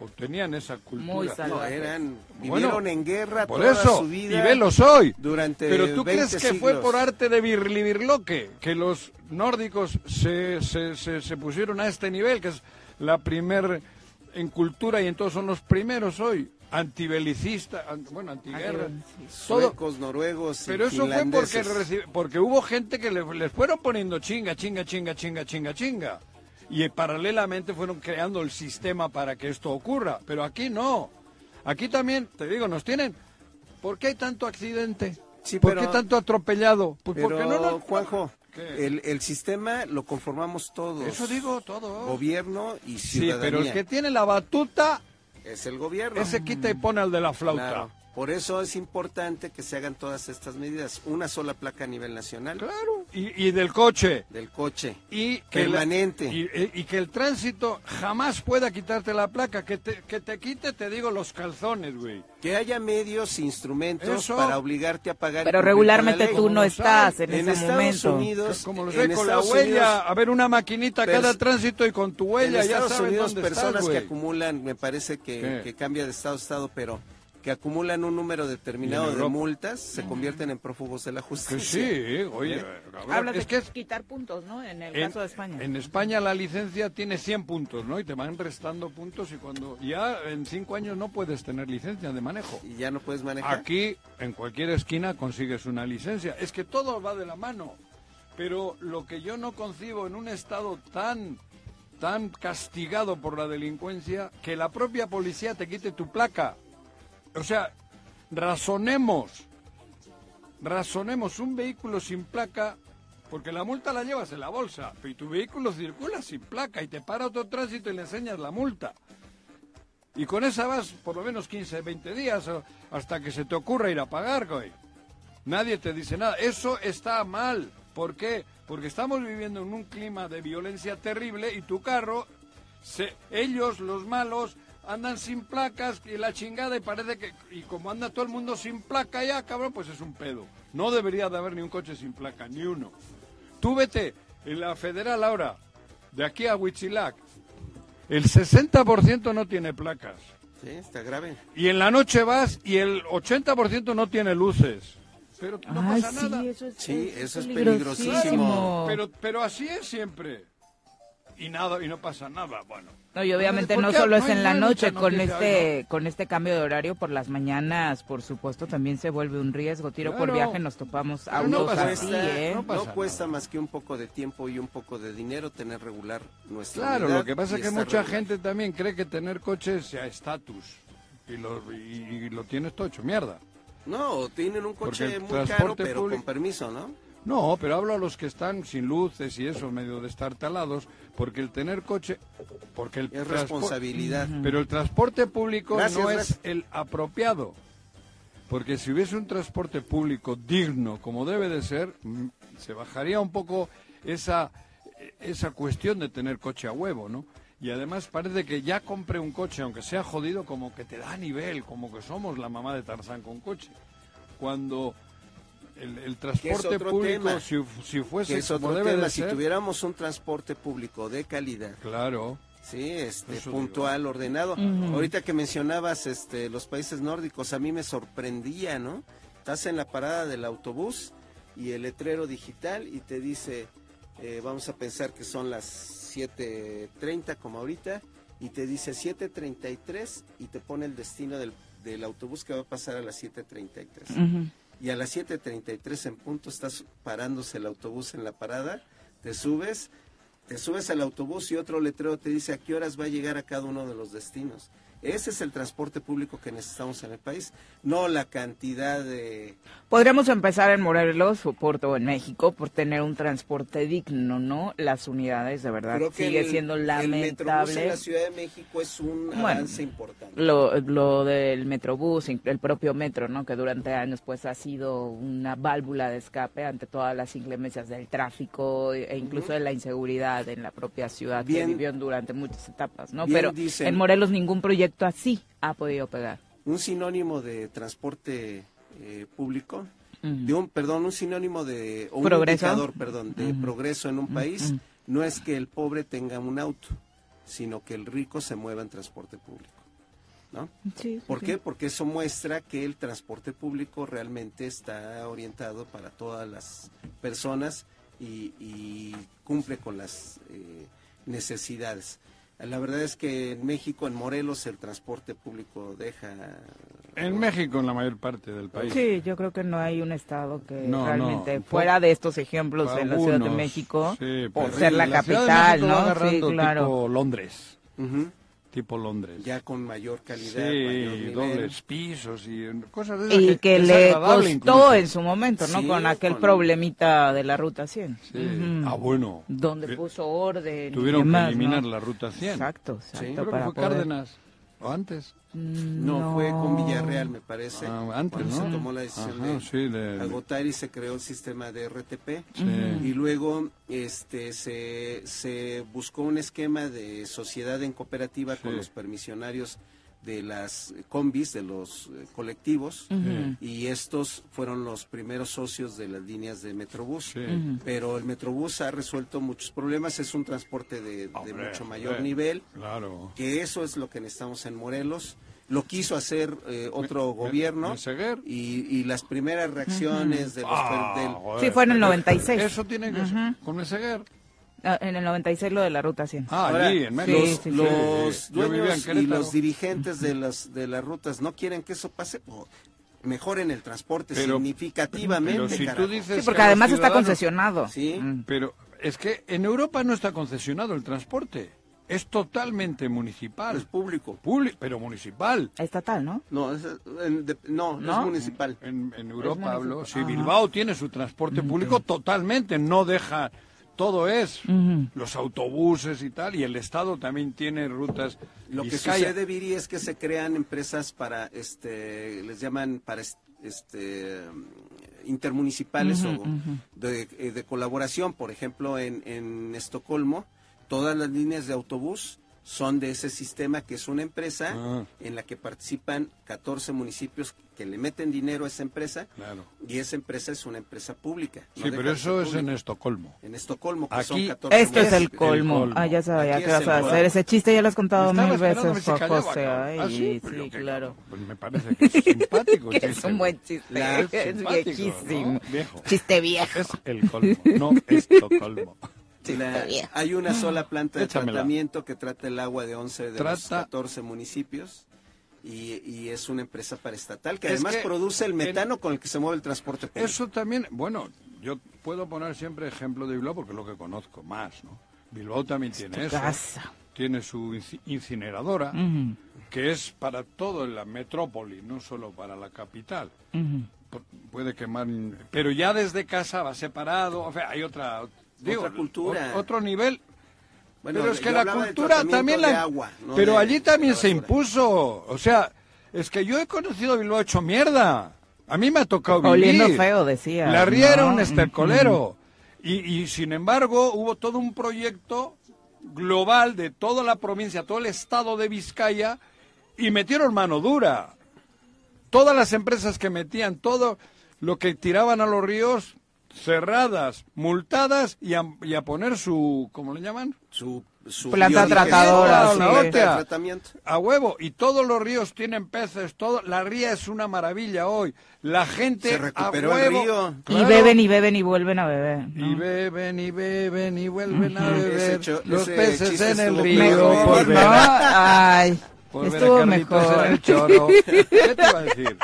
S5: O tenían esa cultura.
S4: Muy salvajes.
S6: No, eran,
S5: Bueno,
S6: vivieron en guerra
S5: Por
S6: toda
S5: eso,
S6: su vida.
S5: y velos hoy.
S6: Durante
S5: Pero
S6: 20
S5: tú crees que fue
S6: siglos.
S5: por arte de birlibirloque que los nórdicos se, se, se, se pusieron a este nivel, que es la primer en cultura y entonces son los primeros hoy. Antibelicistas, an- bueno, antiguerra. Todo,
S6: Suecos, noruegos, y
S5: pero eso fue porque,
S6: finlandeses.
S5: reci- porque hubo gente que le- les fueron poniendo chinga, chinga, chinga, chinga, chinga, chinga. Y eh, paralelamente fueron creando el sistema para que esto ocurra. Pero aquí no. Aquí también, te digo, nos tienen. ¿Por qué hay tanto accidente?
S6: Sí,
S5: ¿Por
S6: pero-
S5: qué tanto atropellado? Pues
S6: Pero,
S5: porque no nos-
S6: Juanjo,
S5: ¿Qué?
S6: el, el sistema lo conformamos todos.
S5: Eso digo todo.
S6: Gobierno y
S5: sí,
S6: ciudadanía.
S5: pero el que tiene la batuta,
S6: Es el gobierno.
S5: ese quita y pone al de la flauta.
S6: Claro. Por eso es importante que se hagan todas estas medidas. Una sola placa a nivel nacional
S5: Claro. Y, y del coche.
S6: del coche.
S5: y que la-
S6: Permanente.
S5: y, y que el tránsito jamás pueda quitarte la placa. Que te, que te quite, te digo, los calzones, güey.
S6: Que haya medios e instrumentos
S5: Eso.
S6: para obligarte a pagar. y
S4: Pero
S6: cumplir con la
S4: regularmente
S6: ley.
S4: tú no
S5: los
S4: estás
S5: hay.
S4: en,
S6: en
S4: ese
S6: Estados
S4: momento.
S6: Unidos,
S5: Como los
S6: en
S5: ve, con la
S6: Estados
S5: huella.
S6: Unidos-
S5: a ver, una maquinita
S6: Pers-
S5: cada tránsito y con tu huella
S6: en
S5: Pues ya
S6: Estados
S5: sabes
S6: Unidos
S5: dónde
S6: personas
S5: estás,
S6: que
S5: güey.
S6: acumulan, me parece que,
S5: ¿Qué?
S6: que cambia de estado a estado, pero que acumulan un número
S5: Y
S6: determinado
S5: en
S6: de
S5: Europa.
S6: multas, se convierten en prófugos de la
S5: Que
S6: justicia.
S5: Pues sí, eh, oye, cabrón,
S4: Hablas
S5: es
S4: de
S5: que es-
S4: quitar puntos, ¿no? En el
S5: en,
S4: caso de España.
S5: en España la licencia tiene 100 puntos, ¿no? Y te van restando puntos y cuando ya en 5 años no puedes tener licencia de manejo.
S6: Y ya no puedes manejar.
S5: Aquí, en cualquier esquina, consigues una licencia. Es que todo va de la mano. Pero lo que yo no concibo en un estado tan, tan castigado por la delincuencia, que la propia policía te quite tu placa. O sea, razonemos. Razonemos un vehículo sin placa, porque la multa la llevas en la bolsa, y tu vehículo circula sin placa y te para otro tránsito y le enseñas la multa. Y con esa vas por lo menos 15, 20 días o- hasta que se te ocurra ir a pagar, güey. Nadie te dice nada. Eso está mal. ¿Por qué? Porque estamos viviendo en un clima de violencia terrible y tu carro, se- ellos, los malos, andan sin placas y la chingada y parece que... Y como anda todo el mundo sin placa ya, cabrón, pues es un pedo. No debería de haber ni un coche sin placa, ni uno. Tú vete en la federal ahora, de aquí a Huitzilac, el 60% no tiene placas.
S6: Sí, está grave.
S5: Y en la noche vas y el 80% no tiene luces. Pero no
S4: Ay,
S5: pasa nada.
S4: sí, eso es,
S6: Sí, eso Pues es
S5: Claro,
S6: peligrosísimo.
S5: Pero, pero así es siempre. Y nada, y no pasa nada. Bueno.
S4: No, y obviamente
S5: ¿Por
S4: no
S5: qué?
S4: solo es
S5: hay-
S4: en la
S5: hay
S4: noche,
S5: mucha
S4: con
S5: noticia hoy,
S4: este con este cambio de horario por las mañanas, por supuesto, también se vuelve un riesgo. Tiro por
S5: Claro.
S4: viaje nos topamos
S5: Pero no
S4: autos
S5: pasa
S4: así,
S5: nada,
S4: ¿eh?
S5: no pasa
S6: no cuesta más que un poco de tiempo y un poco de dinero tener regular
S5: ¿no?
S6: nuestra
S5: Claro,
S6: unidad
S5: lo que pasa
S6: y
S5: es que
S6: estar
S5: mucha
S6: regular.
S5: gente también cree que tener coches sea estatus. Y lo, y- y lo tienes todo hecho mierda.
S6: No, tienen un
S5: Porque
S6: coche
S5: el
S6: muy caro,
S5: transporte
S6: pero con
S5: público-
S6: permiso, ¿no?
S5: No, pero hablo a los que están sin luces y eso, medio de estar talados, porque el tener coche, porque el
S6: Es
S5: transpor-
S6: responsabilidad.
S5: Pero el transporte público
S6: Gracias,
S5: no
S6: gracias.
S5: es el apropiado, porque si hubiese un transporte público digno, como debe de ser, mm, se bajaría un poco esa esa cuestión de tener coche a huevo, ¿no? Y además parece que ya compré un coche, aunque sea jodido, como que te da nivel, como que somos la mamá de Tarzán con coche. Cuando el, el
S6: Que es
S5: transporte
S6: otro
S5: público,
S6: tema.
S5: si, si fuese
S6: Que es
S5: Pues como
S6: otro
S5: debe
S6: tema.
S5: de
S6: Si
S5: ser,
S6: tuviéramos un transporte público de calidad,
S5: claro,
S6: sí, este,
S5: Eso
S6: puntual, ordenado. Ahorita que mencionabas este, los países nórdicos, a mí me sorprendía, ¿no? Estás en la parada del autobús y el letrero digital y te dice, eh, vamos a pensar que son las 7.30 como ahorita, y te dice 7.33 y te pone el destino del, del autobús que va a pasar a las 7.33 y a las 7.33 en punto estás parándose el autobús en la parada, te subes, te subes al autobús y otro letrero te dice a qué horas va a llegar a cada uno de los destinos. Ese es el transporte público que necesitamos en el país, no la cantidad de...
S4: Podríamos empezar en Morelos o Porto en México por tener un transporte digno, ¿no? Las unidades, de verdad,
S6: Creo que
S4: Ah, sigue
S6: el-
S4: siendo
S6: El Metrobús en
S4: lamentable.
S6: la Ciudad de México es un
S4: Bueno.
S6: avance importante.
S4: Lo, lo del Metrobús, in- el propio metro, ¿no? Que durante años pues ha sido una válvula de escape ante todas las inclemencias del tráfico e e incluso de la inseguridad en la propia ciudad que
S6: Bien.
S4: vivió durante muchas etapas, ¿no?
S6: Bien
S4: Pero
S6: dicen.
S4: en Morelos ningún proyecto así ha podido pegar.
S6: Un sinónimo de transporte eh, público,
S4: Ujú.
S6: de un, perdón, un sinónimo de... o un
S4: Progreso.
S6: indicador, perdón, de progreso en un país no es que el pobre tenga un auto, sino que el rico se mueva en transporte público. ¿no? ¿Por qué? Porque eso muestra que el transporte público realmente está orientado para todas las personas y, y cumple con las eh, necesidades. La verdad es que en México, en Morelos, el transporte público deja...
S5: en México en la mayor parte del país.
S4: Sí, yo creo que no hay un estado que
S5: No, no,
S4: realmente,
S5: po-
S4: fuera de estos ejemplos en la Ciudad de
S5: Algunos,
S4: México,
S5: sí,
S4: por
S5: pero
S4: ser la,
S5: Ciudad de
S4: capital,
S5: México va
S4: ¿no? Sí,
S5: agarrando
S4: claro.
S5: Tipo Londres,
S6: Ujú.
S5: tipo Londres.
S6: Ya con mayor calidad, mayor
S5: Sí,
S6: nivel.
S5: dobles pisos y cosas de esas
S4: Y que
S5: es
S4: le costó
S5: agradable incluso.
S4: en su momento, ¿no?
S6: Sí,
S4: con aquel
S6: con-
S4: problemita de la Ruta 100,
S5: Sí. Ah, bueno.
S4: donde
S5: Eh,
S4: puso orden. y
S5: Tuvieron
S4: demás,
S5: que eliminar
S4: ¿no?
S5: la ruta 100.
S4: Exacto,
S5: Sí,
S4: exacto.
S5: creo que
S4: para
S5: fue
S4: poder-
S5: Cárdenas. O antes.
S4: Mm,
S6: No, fue con Villarreal, me parece.
S5: Ah, antes,
S6: cuando
S5: ¿no?
S6: se tomó la decisión
S5: Ajá,
S6: de
S5: sí, de-
S6: agotar y se creó el sistema de RTP.
S5: Sí.
S6: Y luego este se, se buscó un esquema de sociedad en cooperativa con
S5: Sí.
S6: los permisionarios de las combis, de los eh, colectivos. Y estos fueron los primeros socios de las líneas de Metrobús.
S5: Sí. Ujú.
S6: Pero el Metrobús ha resuelto muchos problemas. Es un transporte de, de
S5: Hombre,
S6: mucho mayor
S5: hombre.
S6: nivel
S5: Claro.
S6: que eso es lo que necesitamos en Morelos. Lo quiso hacer eh, otro
S5: Me- me-
S6: gobierno
S5: Meseguer.
S6: y, y las primeras reacciones de los
S5: Ah,
S6: per- del-
S5: joder.
S4: Sí, fue en el 96.
S5: Eso tiene que ser. Con Meseguer.
S4: Ah, En el 96 lo de la Ruta 100.
S5: Ah,
S6: Ahora,
S5: allí, en México.
S6: los,
S4: sí,
S6: los
S5: sí. Yo vivía en
S6: dueños y
S5: Querétaro.
S6: los dirigentes de las de las rutas no quieren que eso pase. o mejoren el transporte
S5: Pero-
S6: significativamente.
S5: pero si tú
S6: carajo.
S5: dices-
S4: sí,
S5: es
S4: porque
S5: que los
S4: además está
S5: ciudadanos-
S4: concesionado.
S6: Sí.
S4: Mm.
S5: Pero es que en Europa no está concesionado el transporte. Es totalmente
S6: Es
S5: municipal.
S6: público.
S5: Publi- pero municipal.
S4: Estatal, ¿no?
S6: No, es, en- de- no,
S4: ¿No?
S6: es municipal.
S5: En, en Europa hablo.
S4: municipal.
S5: Sí,
S4: Ajá.
S5: Bilbao tiene su transporte público totalmente. No deja. Todo es los autobuses y tal. Y el Estado también tiene rutas.
S6: Lo que
S5: Vizcaya.
S6: sucede, Viri, es que se crean empresas para, este, les llaman para, es- este, mm, intermunicipales o de, eh, de colaboración. Por ejemplo, en, en Estocolmo, todas las líneas de autobús son de ese sistema que es una empresa
S5: Ah.
S6: en la que participan 14 municipios que le meten dinero a esa empresa
S5: Claro.
S6: y esa empresa es una empresa pública. no
S5: Sí,
S6: deja
S5: pero
S6: de ser
S5: eso es en
S6: pública.
S5: Estocolmo.
S6: en Estocolmo, que son
S5: Aquí-
S6: 14
S4: Esto este es el
S6: municipios.
S4: colmo.
S5: colmo.
S4: Ah, ya sabía
S6: Aquí
S4: que
S6: es
S4: vas
S6: el
S4: a
S6: colmo.
S4: hacer ese chiste, ya lo has contado
S5: Estaba
S4: mil
S5: esperando a
S4: veces,
S5: ver si
S4: Juan
S5: callaba,
S4: José.
S5: cabrón.
S4: Ay,
S5: ¿Ah, sí?
S4: sí,
S5: Pues yo qué-
S4: claro.
S5: pues me parece que es simpático.
S4: Que es
S5: chiste,
S4: un
S5: güey.
S4: buen chiste,
S5: Claro,
S4: es
S5: simpático,
S4: viejísimo.
S5: ¿no? Viejo.
S4: Chiste viejo.
S5: Es el colmo, no Estocolmo.
S6: La- hay una sola planta de
S5: Échamela.
S6: tratamiento que trata el agua de 11 de los
S5: Trata-
S6: 14 municipios y, y es una empresa paraestatal que
S5: Es
S6: además
S5: que
S6: produce el
S5: en-
S6: metano con el que se mueve el transporte público.
S5: Eso también, bueno, yo puedo poner siempre ejemplo de Bilbao porque es lo que conozco más, ¿no? Bilbao también tiene eso.
S4: casa.
S5: Tiene su inci- incineradora, que es para todo en la metrópoli, no solo para la capital. Pu- Puede quemar, pero ya desde casa va separado, o sea, hay otra, digo,
S6: Otra cultura.
S5: o- otro nivel.
S6: Bueno,
S5: pero es que
S6: yo
S5: la
S6: hablaba del
S5: cultura
S6: tratamiento
S5: también la...
S6: de agua, no
S5: pero
S6: de-
S5: allí también
S6: de la
S5: se
S6: basura.
S5: impuso. O sea, es que yo he conocido a Bilbao hecho mierda. A mí me ha tocado vivir.
S4: Oliendo feo, decía,
S5: La ría era
S4: ¿no?
S5: un estercolero. y, y, sin embargo hubo todo un proyecto global de toda la provincia, todo el estado de Vizcaya y metieron mano dura. Todas las empresas que metían todo lo que tiraban a los ríos cerradas, multadas y a, y a poner su, ¿cómo le llaman?
S6: Su, su
S3: Planta
S6: biodigestor,
S3: tratadora,
S6: su
S3: sí.
S6: planta de
S5: Hostia.
S6: tratamiento.
S5: A huevo, y todos los ríos tienen peces, todo, la ría es una maravilla hoy. La gente
S6: Se recuperó
S5: a
S6: el
S5: huevo,
S6: río.
S5: Claro.
S4: Y beben y beben y vuelven a beber. ¿no?
S5: Y beben y beben y vuelven a
S6: Ese
S5: beber
S6: cho-
S5: los
S6: ese
S5: peces
S6: chiste
S5: en el
S6: estuvo
S5: río.
S6: mejor, ¿no?
S5: por ver-
S3: ¿No? Ay,
S5: por ver a
S4: estuvo
S5: Carlitos
S4: mejor.
S5: en el choro. ¿Qué te iba a decir?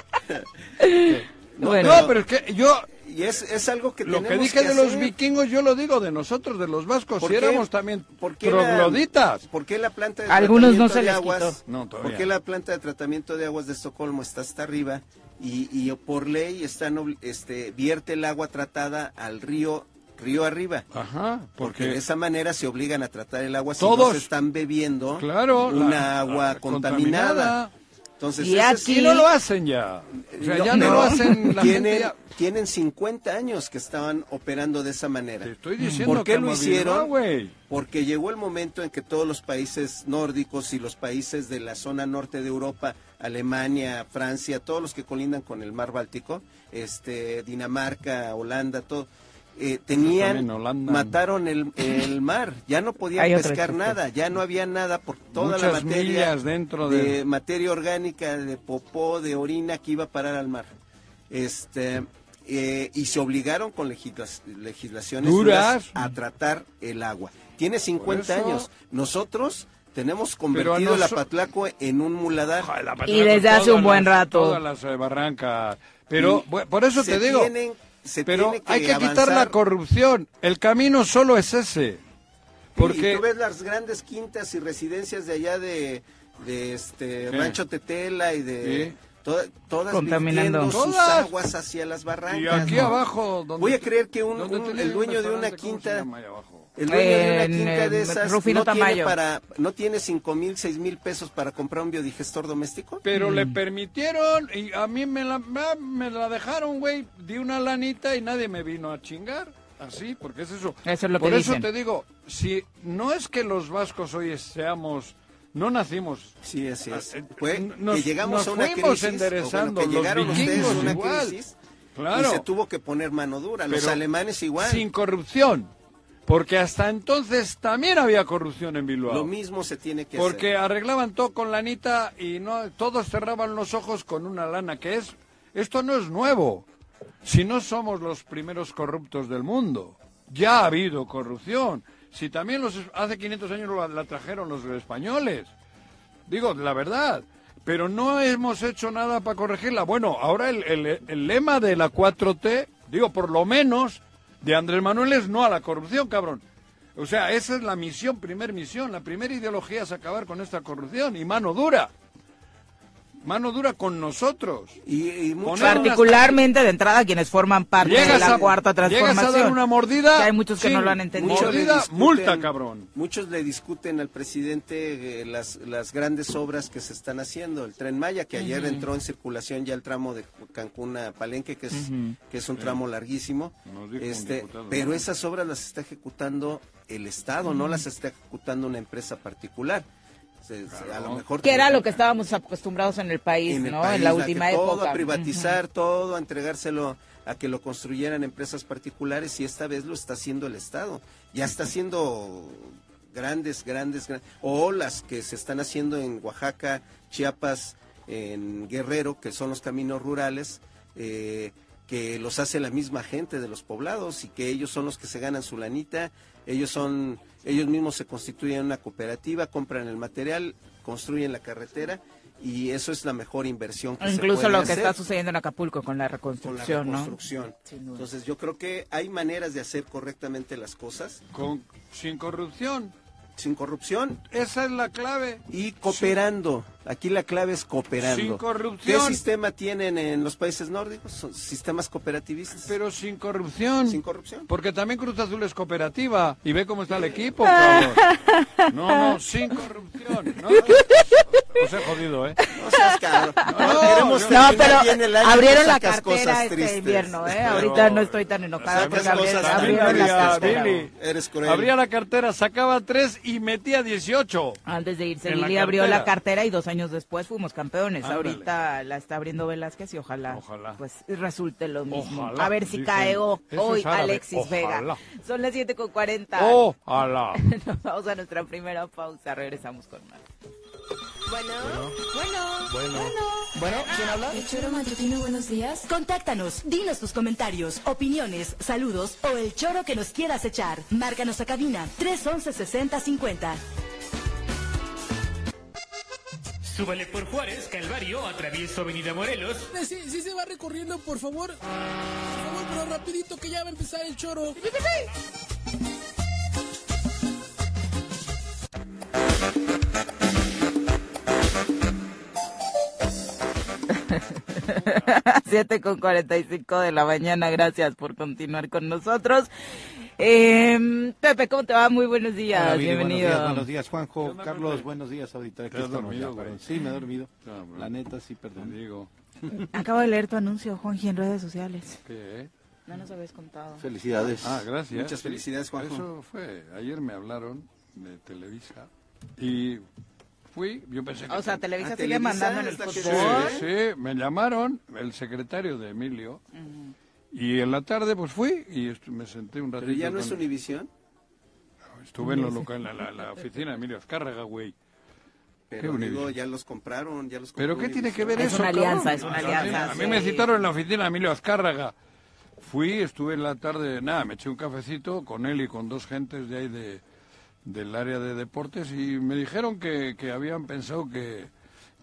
S4: bueno,
S5: No, pero es que yo
S6: Y es, es algo que
S5: lo que
S6: tenemos
S5: dije de los
S6: hacer.
S5: vikingos yo lo digo de nosotros, de los vascos, si
S6: qué-
S5: éramos también
S6: por qué la-
S5: trogloditas.
S6: ¿Por qué la planta de
S4: Algunos no
S6: tratamiento
S4: se
S6: de
S4: les
S6: aguas?
S5: quitó. No, todavía.
S6: ¿Por qué la planta de tratamiento de aguas de Estocolmo está hasta arriba y, y por ley están obli- este vierte el agua tratada al río río arriba?
S5: Ah, Ajá,
S6: Porque de
S5: porque
S6: esa manera se obligan a tratar el agua si no
S5: Todos.
S6: se están bebiendo
S5: Claro, la-
S6: una
S5: la-
S6: agua contaminada.
S5: contaminada.
S6: Entonces,
S4: Y
S6: ese es-
S5: aquí no lo hacen ya. O sea, ya no, lo hacen la
S6: tienen,
S5: gente ya.
S6: tienen 50 años que estaban operando de esa manera.
S5: Te estoy diciendo
S6: ¿Por qué
S5: que
S6: lo
S5: movilidad,
S6: hicieron?
S5: güey.
S6: Porque llegó el momento en que todos los países nórdicos y los países de la zona norte de Europa, Alemania, Francia, todos los que colindan con el mar Báltico, este, Dinamarca, Holanda, todo, eh, tenían,
S5: también Holanda.
S6: mataron el, el mar, ya no podían
S4: Hay otro
S6: pescar
S4: chiste.
S6: nada, ya no había nada por toda la
S5: Muchas
S6: materia
S5: millas dentro
S6: de...
S5: de-
S6: materia orgánica, de popó, de orina que iba a parar al mar. Este eh, y se obligaron con legislas- legislaciones
S5: Duras.
S6: duras a tratar el agua. Tiene 50
S5: Por eso-
S6: años. Nosotros tenemos
S5: Pero a
S6: convertido el
S5: noso-
S6: Apatlaco en un muladar.
S5: Joder, la
S4: Y
S5: patraca,
S4: desde hace
S5: todas
S4: un buen
S5: las-
S4: rato.
S5: Todas las eh, barrancas. Pero bueno, por eso
S6: Se
S5: te digo.
S6: tienen- se
S5: pero
S6: tiene
S5: hay que quitar
S6: avanzar.
S5: la corrupción. El camino solo es ese.
S6: Y
S5: Porque
S6: tú ves las grandes quintas y residencias de allá de, de este
S5: Sí.
S6: Rancho Tetela y de
S5: Sí.
S6: toda- todas
S4: Contaminando.
S6: vertiendo sus
S5: Todas.
S6: aguas hacia las barrancas.
S5: y aquí
S6: ¿no?
S5: abajo. Donde,
S6: Voy a creer que un-
S5: donde
S6: un-
S5: tenía
S6: el dueño de una
S5: restaurante, ¿cómo se
S6: quinta
S5: llama ahí abajo?
S6: El dueño de una
S4: En,
S6: quinta de
S4: eh,
S6: esas
S4: Rufino
S6: no
S4: Tamayo.
S6: tiene para no tiene cinco mil seis mil pesos para comprar un biodigestor doméstico.
S5: Pero
S3: Mm.
S5: le permitieron y a mí me la, ma- me la dejaron, güey. Di una lanita y nadie me vino a chingar. Así, porque es eso.
S3: Eso es lo
S5: Por
S3: que
S5: eso
S3: dicen.
S5: te digo, si no es que los vascos hoy seamos, no nacimos
S6: Sí, así es.
S5: Ah, eh,
S6: Fue
S5: nos-
S6: que llegamos
S5: nos
S6: a una
S5: fuimos
S6: crisis, o
S5: enderezando,
S6: bueno, que
S5: los
S6: llegaron ustedes
S5: vikingos
S6: a una
S5: igual.
S6: crisis
S5: Claro.
S6: y se tuvo que poner mano dura. Los
S5: Pero
S6: alemanes igual.
S5: sin corrupción. Porque hasta entonces también había corrupción en Bilbao.
S6: Lo mismo se tiene que
S5: porque
S6: hacer.
S5: arreglaban todo con lanita y no todos cerraban los ojos con una lana que es esto no es nuevo. Si no somos los primeros corruptos del mundo, ya ha habido corrupción. Si también los es- hace 500 años la, la trajeron los españoles. Digo, la verdad. Pero no hemos hecho nada para corregirla. Bueno, ahora el, el- el lema de la 4T, digo, por lo menos, de Andrés Manuel es no a la corrupción, cabrón. O sea, esa es la misión, primer misión. La primera ideología es acabar con esta corrupción. Y mano dura. Mano dura con nosotros.
S6: Y, y mucho-
S5: Poner unas-
S3: particularmente de entrada quienes forman parte de
S5: Llegas
S3: la
S5: a-
S3: cuarta transformación.
S5: llegas a dar una mordida,
S3: Que hay muchos que
S5: sí,
S3: no lo han entendido.
S5: mucho
S6: muchos le
S5: mordida,
S6: discuten-
S5: multa, cabrón.
S6: Muchos le discuten al presidente eh, las, las grandes obras que se están haciendo. El tren Maya, que ayer entró en circulación ya el tramo de Cancún a Palenque, que es, que es un tramo larguísimo.
S5: Nos dijo un
S6: Este,
S5: diputado,
S6: pero
S5: ¿no?
S6: esas obras las está ejecutando el Estado, no las está ejecutando una empresa particular. Se- se- a lo mejor
S4: que era lo que estábamos acostumbrados en el país,
S6: en el
S4: ¿no?
S6: país,
S4: en la
S6: a que
S4: última
S6: todo
S4: época.
S6: a privatizar, todo a entregárselo a que lo construyeran empresas particulares y esta vez lo está haciendo el Estado. Ya está haciendo grandes, grandes, gran- o las que se están haciendo en Oaxaca, Chiapas, en Guerrero, que son los caminos rurales, eh, que los hace la misma gente de los poblados y que ellos son los que se ganan su lanita, ellos son, ellos mismos se constituyen una cooperativa, compran el material, construyen la carretera y eso es la mejor inversión que se
S3: Ah, Incluso
S6: puede
S3: lo que
S6: hacer
S3: está sucediendo en Acapulco con la
S6: con la
S3: reconstrucción, ¿no?
S6: reconstrucción. Entonces yo creo que hay maneras de hacer correctamente las cosas
S5: Con- sin corrupción.
S6: sin corrupción
S5: Esa es la clave.
S6: y cooperando. Aquí la clave es cooperando.
S5: Sin corrupción.
S6: ¿Qué sistema tienen en los países nórdicos? Son sistemas cooperativistas.
S5: Pero Mm. sin corrupción.
S6: Sin corrupción.
S5: Porque también Cruz Azul es cooperativa.
S4: Ah.
S5: Y ve cómo está el equipo, cabrón. No, no, sin corrupción. ¿no? os he jodido, ¿eh?
S6: No seas cabrón.
S5: No,
S6: queremos
S5: no,
S6: terminar
S4: No, pero
S6: bien el año y
S4: abrieron
S6: no
S4: la
S6: sacas
S4: cartera
S6: cosas
S4: este
S6: tristes.
S4: invierno, ¿eh?
S6: Pero
S4: Ahorita no estoy tan enojada
S6: sacas
S4: porque
S6: cosas
S4: abrieron,
S6: tan
S4: abrieron la
S6: tristes,
S4: cartera.
S6: cabrón.
S5: Billy.
S6: Eres cruel.
S5: Abría la cartera, sacaba tres y metía 18.
S4: Antes de irse,
S5: En la
S4: Lili abrió la
S5: cartera.
S4: cartera y dos años después fuimos campeones.
S5: Ándale.
S4: Ahorita la está abriendo Velázquez y ojalá,
S5: Ojalá.
S4: pues resulte lo mismo.
S5: Ojalá,
S4: a ver si
S5: dicen.
S4: cae o-
S5: Eso
S4: hoy
S5: es árabe.
S4: Alexis
S5: Ojalá.
S4: Vega. Son las 7 con 40.
S5: ¡Oh, ala!
S4: Nos vamos a nuestra primera pausa. Regresamos con más.
S7: Bueno, ¿quién habla?
S8: El choro matutino, buenos días.
S7: Contáctanos, dinos tus comentarios, opiniones, saludos o el choro que nos quieras echar. Márcanos a cabina 311 6050.
S9: Súbale por Juárez, Calvario, atravieso Avenida Morelos.
S10: Sí, sí se va recorriendo, por favor. Por favor, pero rapidito que ya va a empezar el choro.
S4: Siete con 45 de la mañana. Gracias por continuar con nosotros. Em, Pepe, ¿cómo te va? Muy buenos días.
S11: Hola, Viri,
S4: Bienvenido.
S11: Buenos días, buenos días, Juanjo.
S5: onda,
S11: Carlos,
S5: Pepe?
S11: buenos días, ahorita. Aquí
S5: ¿Te has
S11: estamos
S5: dormido,
S11: ya,
S5: güey?
S11: Juan. Sí, me he dormido.
S5: No, bro.
S11: La neta, sí, perdón.
S5: Digo,
S4: Acabo de leer tu anuncio, Juanji, en redes sociales.
S5: ¿qué? eh?
S4: No nos habías contado.
S11: Felicidades.
S5: Ah, gracias.
S6: Muchas felicidades, Juanjo.
S5: Eso fue. Ayer me hablaron de Televisa y fui. Yo pensé que.
S4: O sea, Televisa
S6: Ah,
S4: sigue
S6: Televisa
S4: mandando en el
S6: es la que
S5: Sí,
S4: fútbol.
S5: sí, me llamaron el secretario de Emilio y en la tarde pues fui y estu- me senté un ratito.
S6: Pero ya no es
S5: con-
S6: Univisión.
S5: Estuve en, lo local, en la, la- la oficina de Emilio Azcárraga, güey.
S6: Pero
S5: Qué
S6: digo,
S5: Univisión.
S6: ya los compraron, ya los
S5: ¿Pero
S6: compró
S5: qué tiene que
S6: Univisión.
S5: ver
S4: Es
S5: eso?
S4: una
S5: cabrón?
S4: alianza, es una
S5: A mí-
S4: alianza,
S5: A mí me
S4: sí.
S5: citaron en la oficina de Emilio Azcárraga. Fui, estuve en la tarde, nada, me eché un cafecito con él y con dos gentes de ahí de, del área de deportes y me dijeron que, que habían pensado que,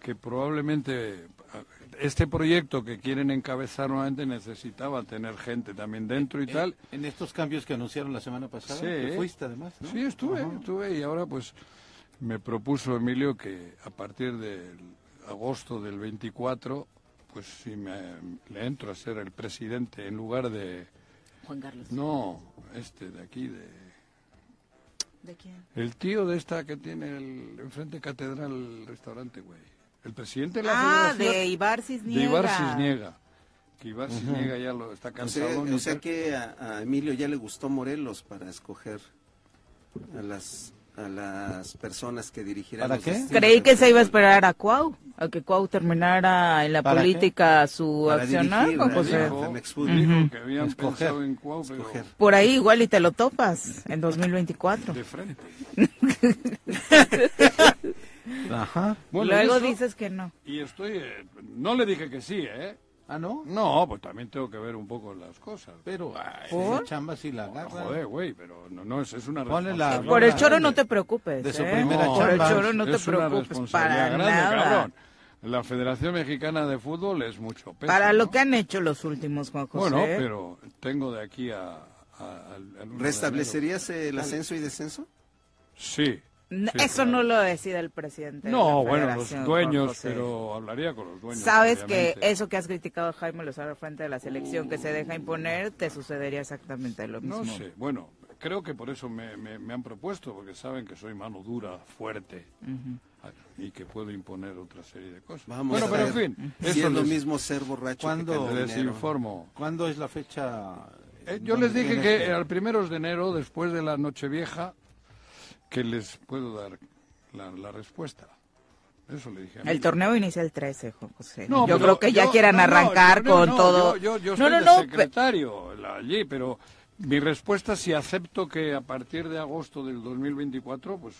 S5: que probablemente ah, este proyecto que quieren encabezar nuevamente necesitaba tener gente también dentro y tal.
S11: En, en estos cambios que anunciaron la semana pasada,
S5: Sí.
S11: que fuiste además, ¿no?
S5: Sí, estuve,
S11: Ajá.
S5: estuve y ahora pues me propuso Emilio que a partir de agosto del 24, pues si me, le entro a ser el presidente en lugar de...
S4: Juan Carlos.
S5: No, este de aquí, de...
S4: ¿De quién?
S5: El tío de esta que tiene el, enfrente de Catedral el restaurante, güey. El presidente de la
S4: Ah, de
S5: federación
S4: Ibar Cisniega.
S5: de Ibar Cisniega. Que Ibar Cisniega ya lo está
S6: O sea,
S5: cansado.
S6: o sea que a, a Emilio ya le gustó Morelos para escoger a las a las personas que dirigirán.
S11: ¿Para
S6: los
S11: qué?
S6: destinos.
S4: Creí que se iba a esperar a Cuau, a que Cuau terminara en la
S11: ¿Para qué?
S4: política su
S6: Para
S4: accionar.
S6: dirigir,
S4: Juan
S6: para
S4: José.
S6: dirigir. Femex
S5: Dijo que habían
S11: Escoger.
S5: pensado en Cuau, pero
S6: Escoger.
S4: Por ahí igual y te lo topas en 2024.
S5: de frente.
S11: Ajá.
S5: Bueno,
S4: Luego
S5: y eso-
S4: dices que no.
S5: Y estoy... eh, no le dije que sí, ¿eh?
S11: Ah, ¿no?
S5: No, pues también tengo que ver un poco las cosas.
S11: Pero, ay,
S4: ¿Por?
S11: esa chamba si la agarra.
S5: Joder, güey, pero no, no es, es una
S11: Ponle la-
S5: responsabilidad.
S4: Por el
S11: no,
S4: choro
S11: grande.
S4: no te preocupes.
S11: De su
S4: ¿eh?
S11: primera
S4: Por el
S11: chamba.
S4: choro no te
S5: es una
S4: preocupes para
S5: responsabilidad grande,
S4: nada.
S5: cabrón. La Federación Mexicana de Fútbol es mucho peso.
S4: Para lo
S5: ¿no?
S4: que han hecho ¿eh? los últimos, Juan José.
S5: Bueno, pero tengo de aquí a... a- al- al uno de
S6: ¿Restablecerías el ascenso y descenso?
S5: enero. Sí.
S4: N-
S5: sí,
S4: Eso
S5: claro.
S4: no lo decide el presidente. de
S5: No,
S4: la
S5: bueno,
S4: federación,
S5: los
S4: Juan
S5: dueños,
S4: José.
S5: pero hablaría con los dueños.
S4: Sabes que
S5: obviamente.
S4: eso que has criticado a Jaime Lozano al frente de la selección que se deja imponer, te sucedería exactamente lo mismo.
S5: No sé, bueno, creo que por eso me, me- me han propuesto, porque saben que soy mano dura, fuerte, y que puedo imponer otra serie de cosas.
S6: Vamos
S5: bueno,
S6: a
S5: pero en
S6: ver.
S5: fin,
S6: Si
S5: eso
S6: es lo
S5: les,
S6: mismo ser borracho
S11: ¿Cuándo?
S6: que tener
S5: les
S6: dinero.
S5: informo.
S11: ¿Cuándo es la fecha?
S5: Eh,
S11: en
S5: yo
S11: donde
S5: les dije
S11: tienes
S5: que al primeros de enero, después de la Nochevieja, que les puedo dar la, la respuesta. Eso le dije a
S4: El
S5: Emilio.
S4: torneo inicia el 13, Juan José.
S5: No,
S4: yo creo
S5: pero
S4: que ya
S5: yo-
S4: quieran
S5: no, no,
S4: arrancar
S5: yo no,
S4: con
S5: no,
S4: todo.
S5: Yo, yo, yo
S4: no,
S5: soy
S4: no,
S5: de
S4: no. pe-
S5: secretario la- allí, pero mi respuesta si acepto que a partir de agosto del 2024, pues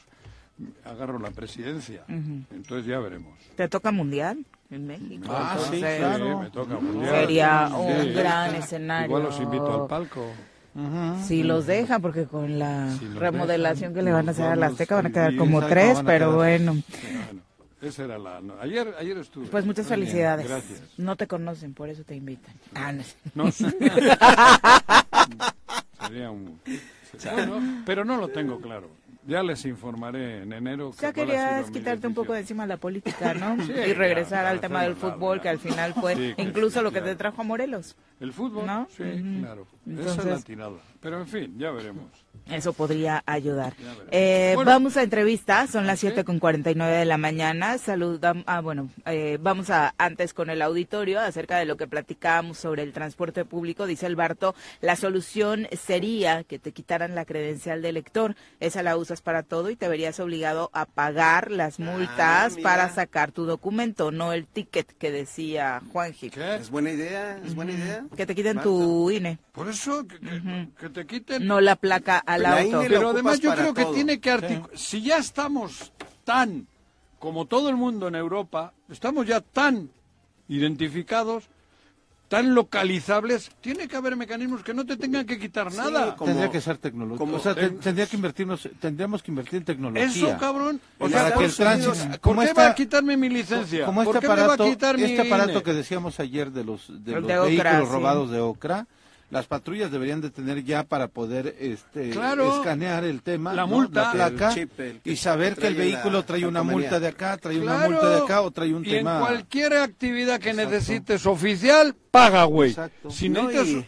S5: agarro la presidencia. Entonces ya veremos.
S4: Te toca mundial en México.
S11: Ah, sí,
S4: entonces,
S11: claro.
S5: me toca mundial.
S4: Sería
S5: Sí.
S4: un gran escenario.
S5: Igual los invito al palco.
S4: Si los dejan, porque con la
S5: Si los
S4: remodelación
S5: dejan,
S4: que le van a
S5: nos
S4: hacer a la
S5: vamos
S4: Azteca van a
S5: a
S4: quedar
S5: vivir,
S4: como
S11: ¿sabes cómo
S4: tres,
S11: van a
S4: pero
S11: quedar?
S4: bueno.
S5: Bueno, esa era la... no- Ayer, ayer estuve.
S4: Pues muchas
S5: Muy bien,
S4: felicidades.
S5: Gracias.
S4: No te conocen, por eso te invitan. Ah, no.
S5: No sé. Sería un... Bueno, pero no lo tengo claro. Ya les informaré en enero.
S4: O sea,
S5: cuál ha sido
S4: querías
S5: mi
S4: quitarte un poco de
S5: decisión.
S4: encima la política, ¿no?
S5: Sí,
S4: y regresar
S5: claro,
S4: al tema del
S5: claro,
S4: fútbol,
S5: claro.
S4: que al final fue
S5: Sí, que
S4: incluso
S5: sí,
S4: lo que te
S5: claro.
S4: trajo a Morelos.
S5: El fútbol,
S4: ¿No?
S5: sí,
S4: Ujú.
S5: claro. Esa es la
S4: Entonces-
S5: tirada. Pero en fin, ya veremos.
S4: Eso podría ayudar.
S5: Ya veremos.
S4: Eh,
S5: Bueno.
S4: vamos a entrevistas, son las 7 con 49 de la mañana. Saludam, ah, bueno, eh, vamos a antes con el auditorio acerca de lo que platicábamos sobre el transporte público. Dice el Barto, la solución sería que te quitaran la credencial de elector. Esa la usas para todo y te verías obligado a pagar las
S11: Ah,
S4: multas
S6: mira.
S4: para sacar tu documento, no el ticket que decía Juanji.
S6: Es buena idea, es buena idea.
S4: Que te quiten tu INE.
S5: Por eso, que, que- que te quiten.
S4: No la placa
S11: Pues
S4: al
S5: Pero
S4: auto.
S5: Pero además yo creo que tiene que articular. Si ya estamos tan, como todo el mundo en Europa, estamos ya tan identificados, tan localizables, tiene que haber mecanismos que no te tengan que quitar nada.
S11: tendría que ser tecnología.
S5: como-
S11: o sea, te-
S5: eh,
S11: tendría que invertirnos, tendríamos que invertir en tecnología.
S5: Eso, cabrón. O
S11: Para
S5: sea,
S11: que el
S5: Estados Unidos,
S11: tránsito-
S5: ¿por
S11: como
S5: qué
S11: esta-
S5: va a quitarme mi licencia?
S11: Como este
S5: ¿Por qué me va
S11: aparato,
S5: a quitar mi E?
S11: este aparato
S5: INE?
S11: que decíamos ayer de los, de
S5: El
S11: los
S5: de Ocra,
S11: vehículos
S5: sí.
S11: robados de Ocra, las patrullas deberían de tener ya para poder este,
S5: Claro.
S11: escanear el tema,
S5: La
S11: ¿no?
S5: multa.
S11: la placa,
S5: El chip, el que
S11: y saber que el
S5: trae la
S11: vehículo trae una
S5: calcomanía.
S11: multa de acá, trae una
S5: Claro.
S11: multa de acá o trae un
S5: y
S11: tema.
S5: en cualquier actividad que necesites oficial, paga, güey.
S6: Exacto.
S5: Si
S6: No,
S5: necesitas...
S6: y-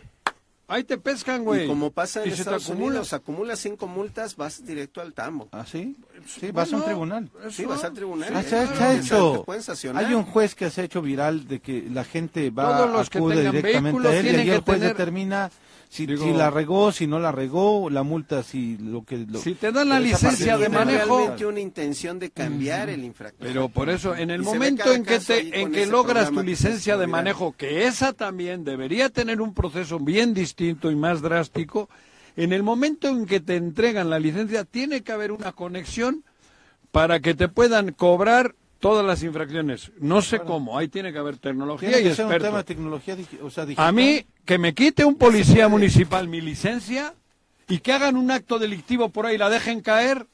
S5: Ahí te pescan, güey.
S6: Y como pasa en
S5: Y se te
S6: Estados
S5: acumula.
S6: Unidos, acumulas cinco multas, vas directo al tambo.
S11: ¿Ah, sí? Sí, vas a un tribunal.
S6: Sí, vas al tribunal.
S11: Ah,
S6: Eh,
S11: se ha- se ha
S6: te-
S11: hecho.
S6: Te pueden sancionar.
S11: Hay un juez que se ha hecho viral de que la gente va
S6: Todos los que
S11: acude
S6: tengan
S11: directamente
S6: vehículos
S11: a él y
S6: tienen
S11: ahí
S6: que
S11: el juez
S6: tener-
S11: determina si,
S5: Digo-
S11: si la regó, si no la regó, la multa, si lo que... lo-
S5: Si te dan la
S11: Esa parte
S5: licencia
S11: no
S5: de
S11: me-
S5: manejo-
S6: Realmente una intención de cambiar el infractor.
S5: Pero por e- eso, en el
S6: Y se ve
S5: momento
S6: cada
S5: en que,
S6: caso ahí
S5: te, en
S6: con
S5: que
S6: ese
S5: logras tu
S6: programa que
S5: licencia
S6: se
S5: de
S6: viral.
S5: manejo, que esa también debería tener un proceso bien distinto y más drástico, en el momento en que te entregan la licencia, tiene que haber una conexión para que te puedan cobrar todas las infracciones. No sé cómo, ahí tiene que haber tecnología
S11: Tiene
S5: y
S11: que ser un tema de
S5: expertos.
S11: tecnología digi- o sea, digital.
S5: A mí, que me quite un policía municipal mi licencia y que hagan un acto delictivo por ahí y la dejen caer,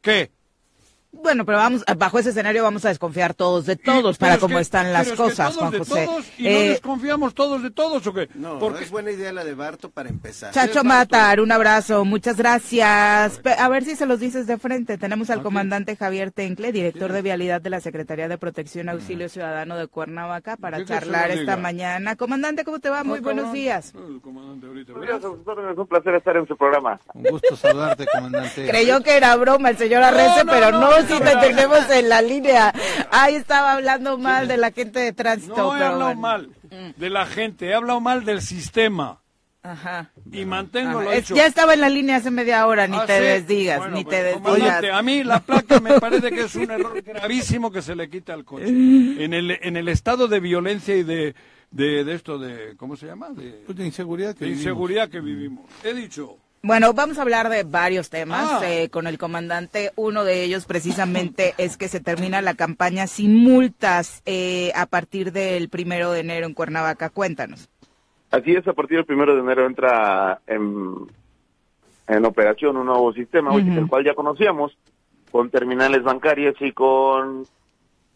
S5: ¿qué?
S4: Bueno, pero vamos, bajo ese escenario vamos a desconfiar todos de todos para
S5: Pero es
S4: cómo
S5: que-
S4: están las
S5: pero es que
S4: cosas,
S5: todos
S4: Juan
S5: de
S4: José.
S5: todos y no
S4: Eh,
S5: desconfiamos todos de todos o qué?
S6: No,
S5: Porque-
S6: no es buena idea la de Barto para empezar.
S4: Chacho Matar, un abrazo, muchas gracias. Pe- A ver si se los dices de frente. Tenemos al comandante Javier Tencle, director de Vialidad de la Secretaría de Protección Auxilio Ciudadano de Cuernavaca, para
S5: ¿Qué que se
S4: charlar
S5: lo
S4: esta
S5: diga?
S4: mañana. Comandante, ¿cómo te va? Muy
S5: Ah,
S4: buenos
S5: cabrón.
S4: días.
S5: El comandante ahorita,
S12: Gracias a ustedes, es un placer estar en su programa.
S11: Un gusto saludarte, comandante.
S4: Creyó que era broma el señor Arrece, pero no, si te tenemos en la línea. Ahí estaba hablando mal de la gente de tránsito.
S5: No he
S4: pero
S5: hablado
S4: bueno.
S5: mal de la gente, he hablado mal del sistema
S4: Ajá.
S5: y mantengo
S4: Ajá.
S5: lo
S4: Es-
S5: hecho.
S4: ya estaba en la línea hace media hora, ni
S5: Ah,
S4: te
S5: ¿sí?
S4: desdigas,
S5: Bueno,
S4: ni
S5: pues,
S4: te desdigas.
S5: comandante, A mí la placa me parece que es un error gravísimo que se le quita al coche. En el, en el estado de violencia y de, de, de esto de, ¿cómo se llama? De,
S11: Pues de inseguridad que
S5: de
S11: vivimos.
S5: inseguridad que vivimos. He dicho...
S4: Bueno, vamos a hablar de varios temas
S5: Ah.
S4: eh, con el comandante. Uno de ellos precisamente es que se termina la campaña sin multas eh, a partir del primero de enero en Cuernavaca. Cuéntanos.
S12: Así es, a partir del primero de enero entra en, en operación un nuevo sistema, oye,
S4: Ujú.
S12: el cual ya conocíamos, con terminales bancarias y con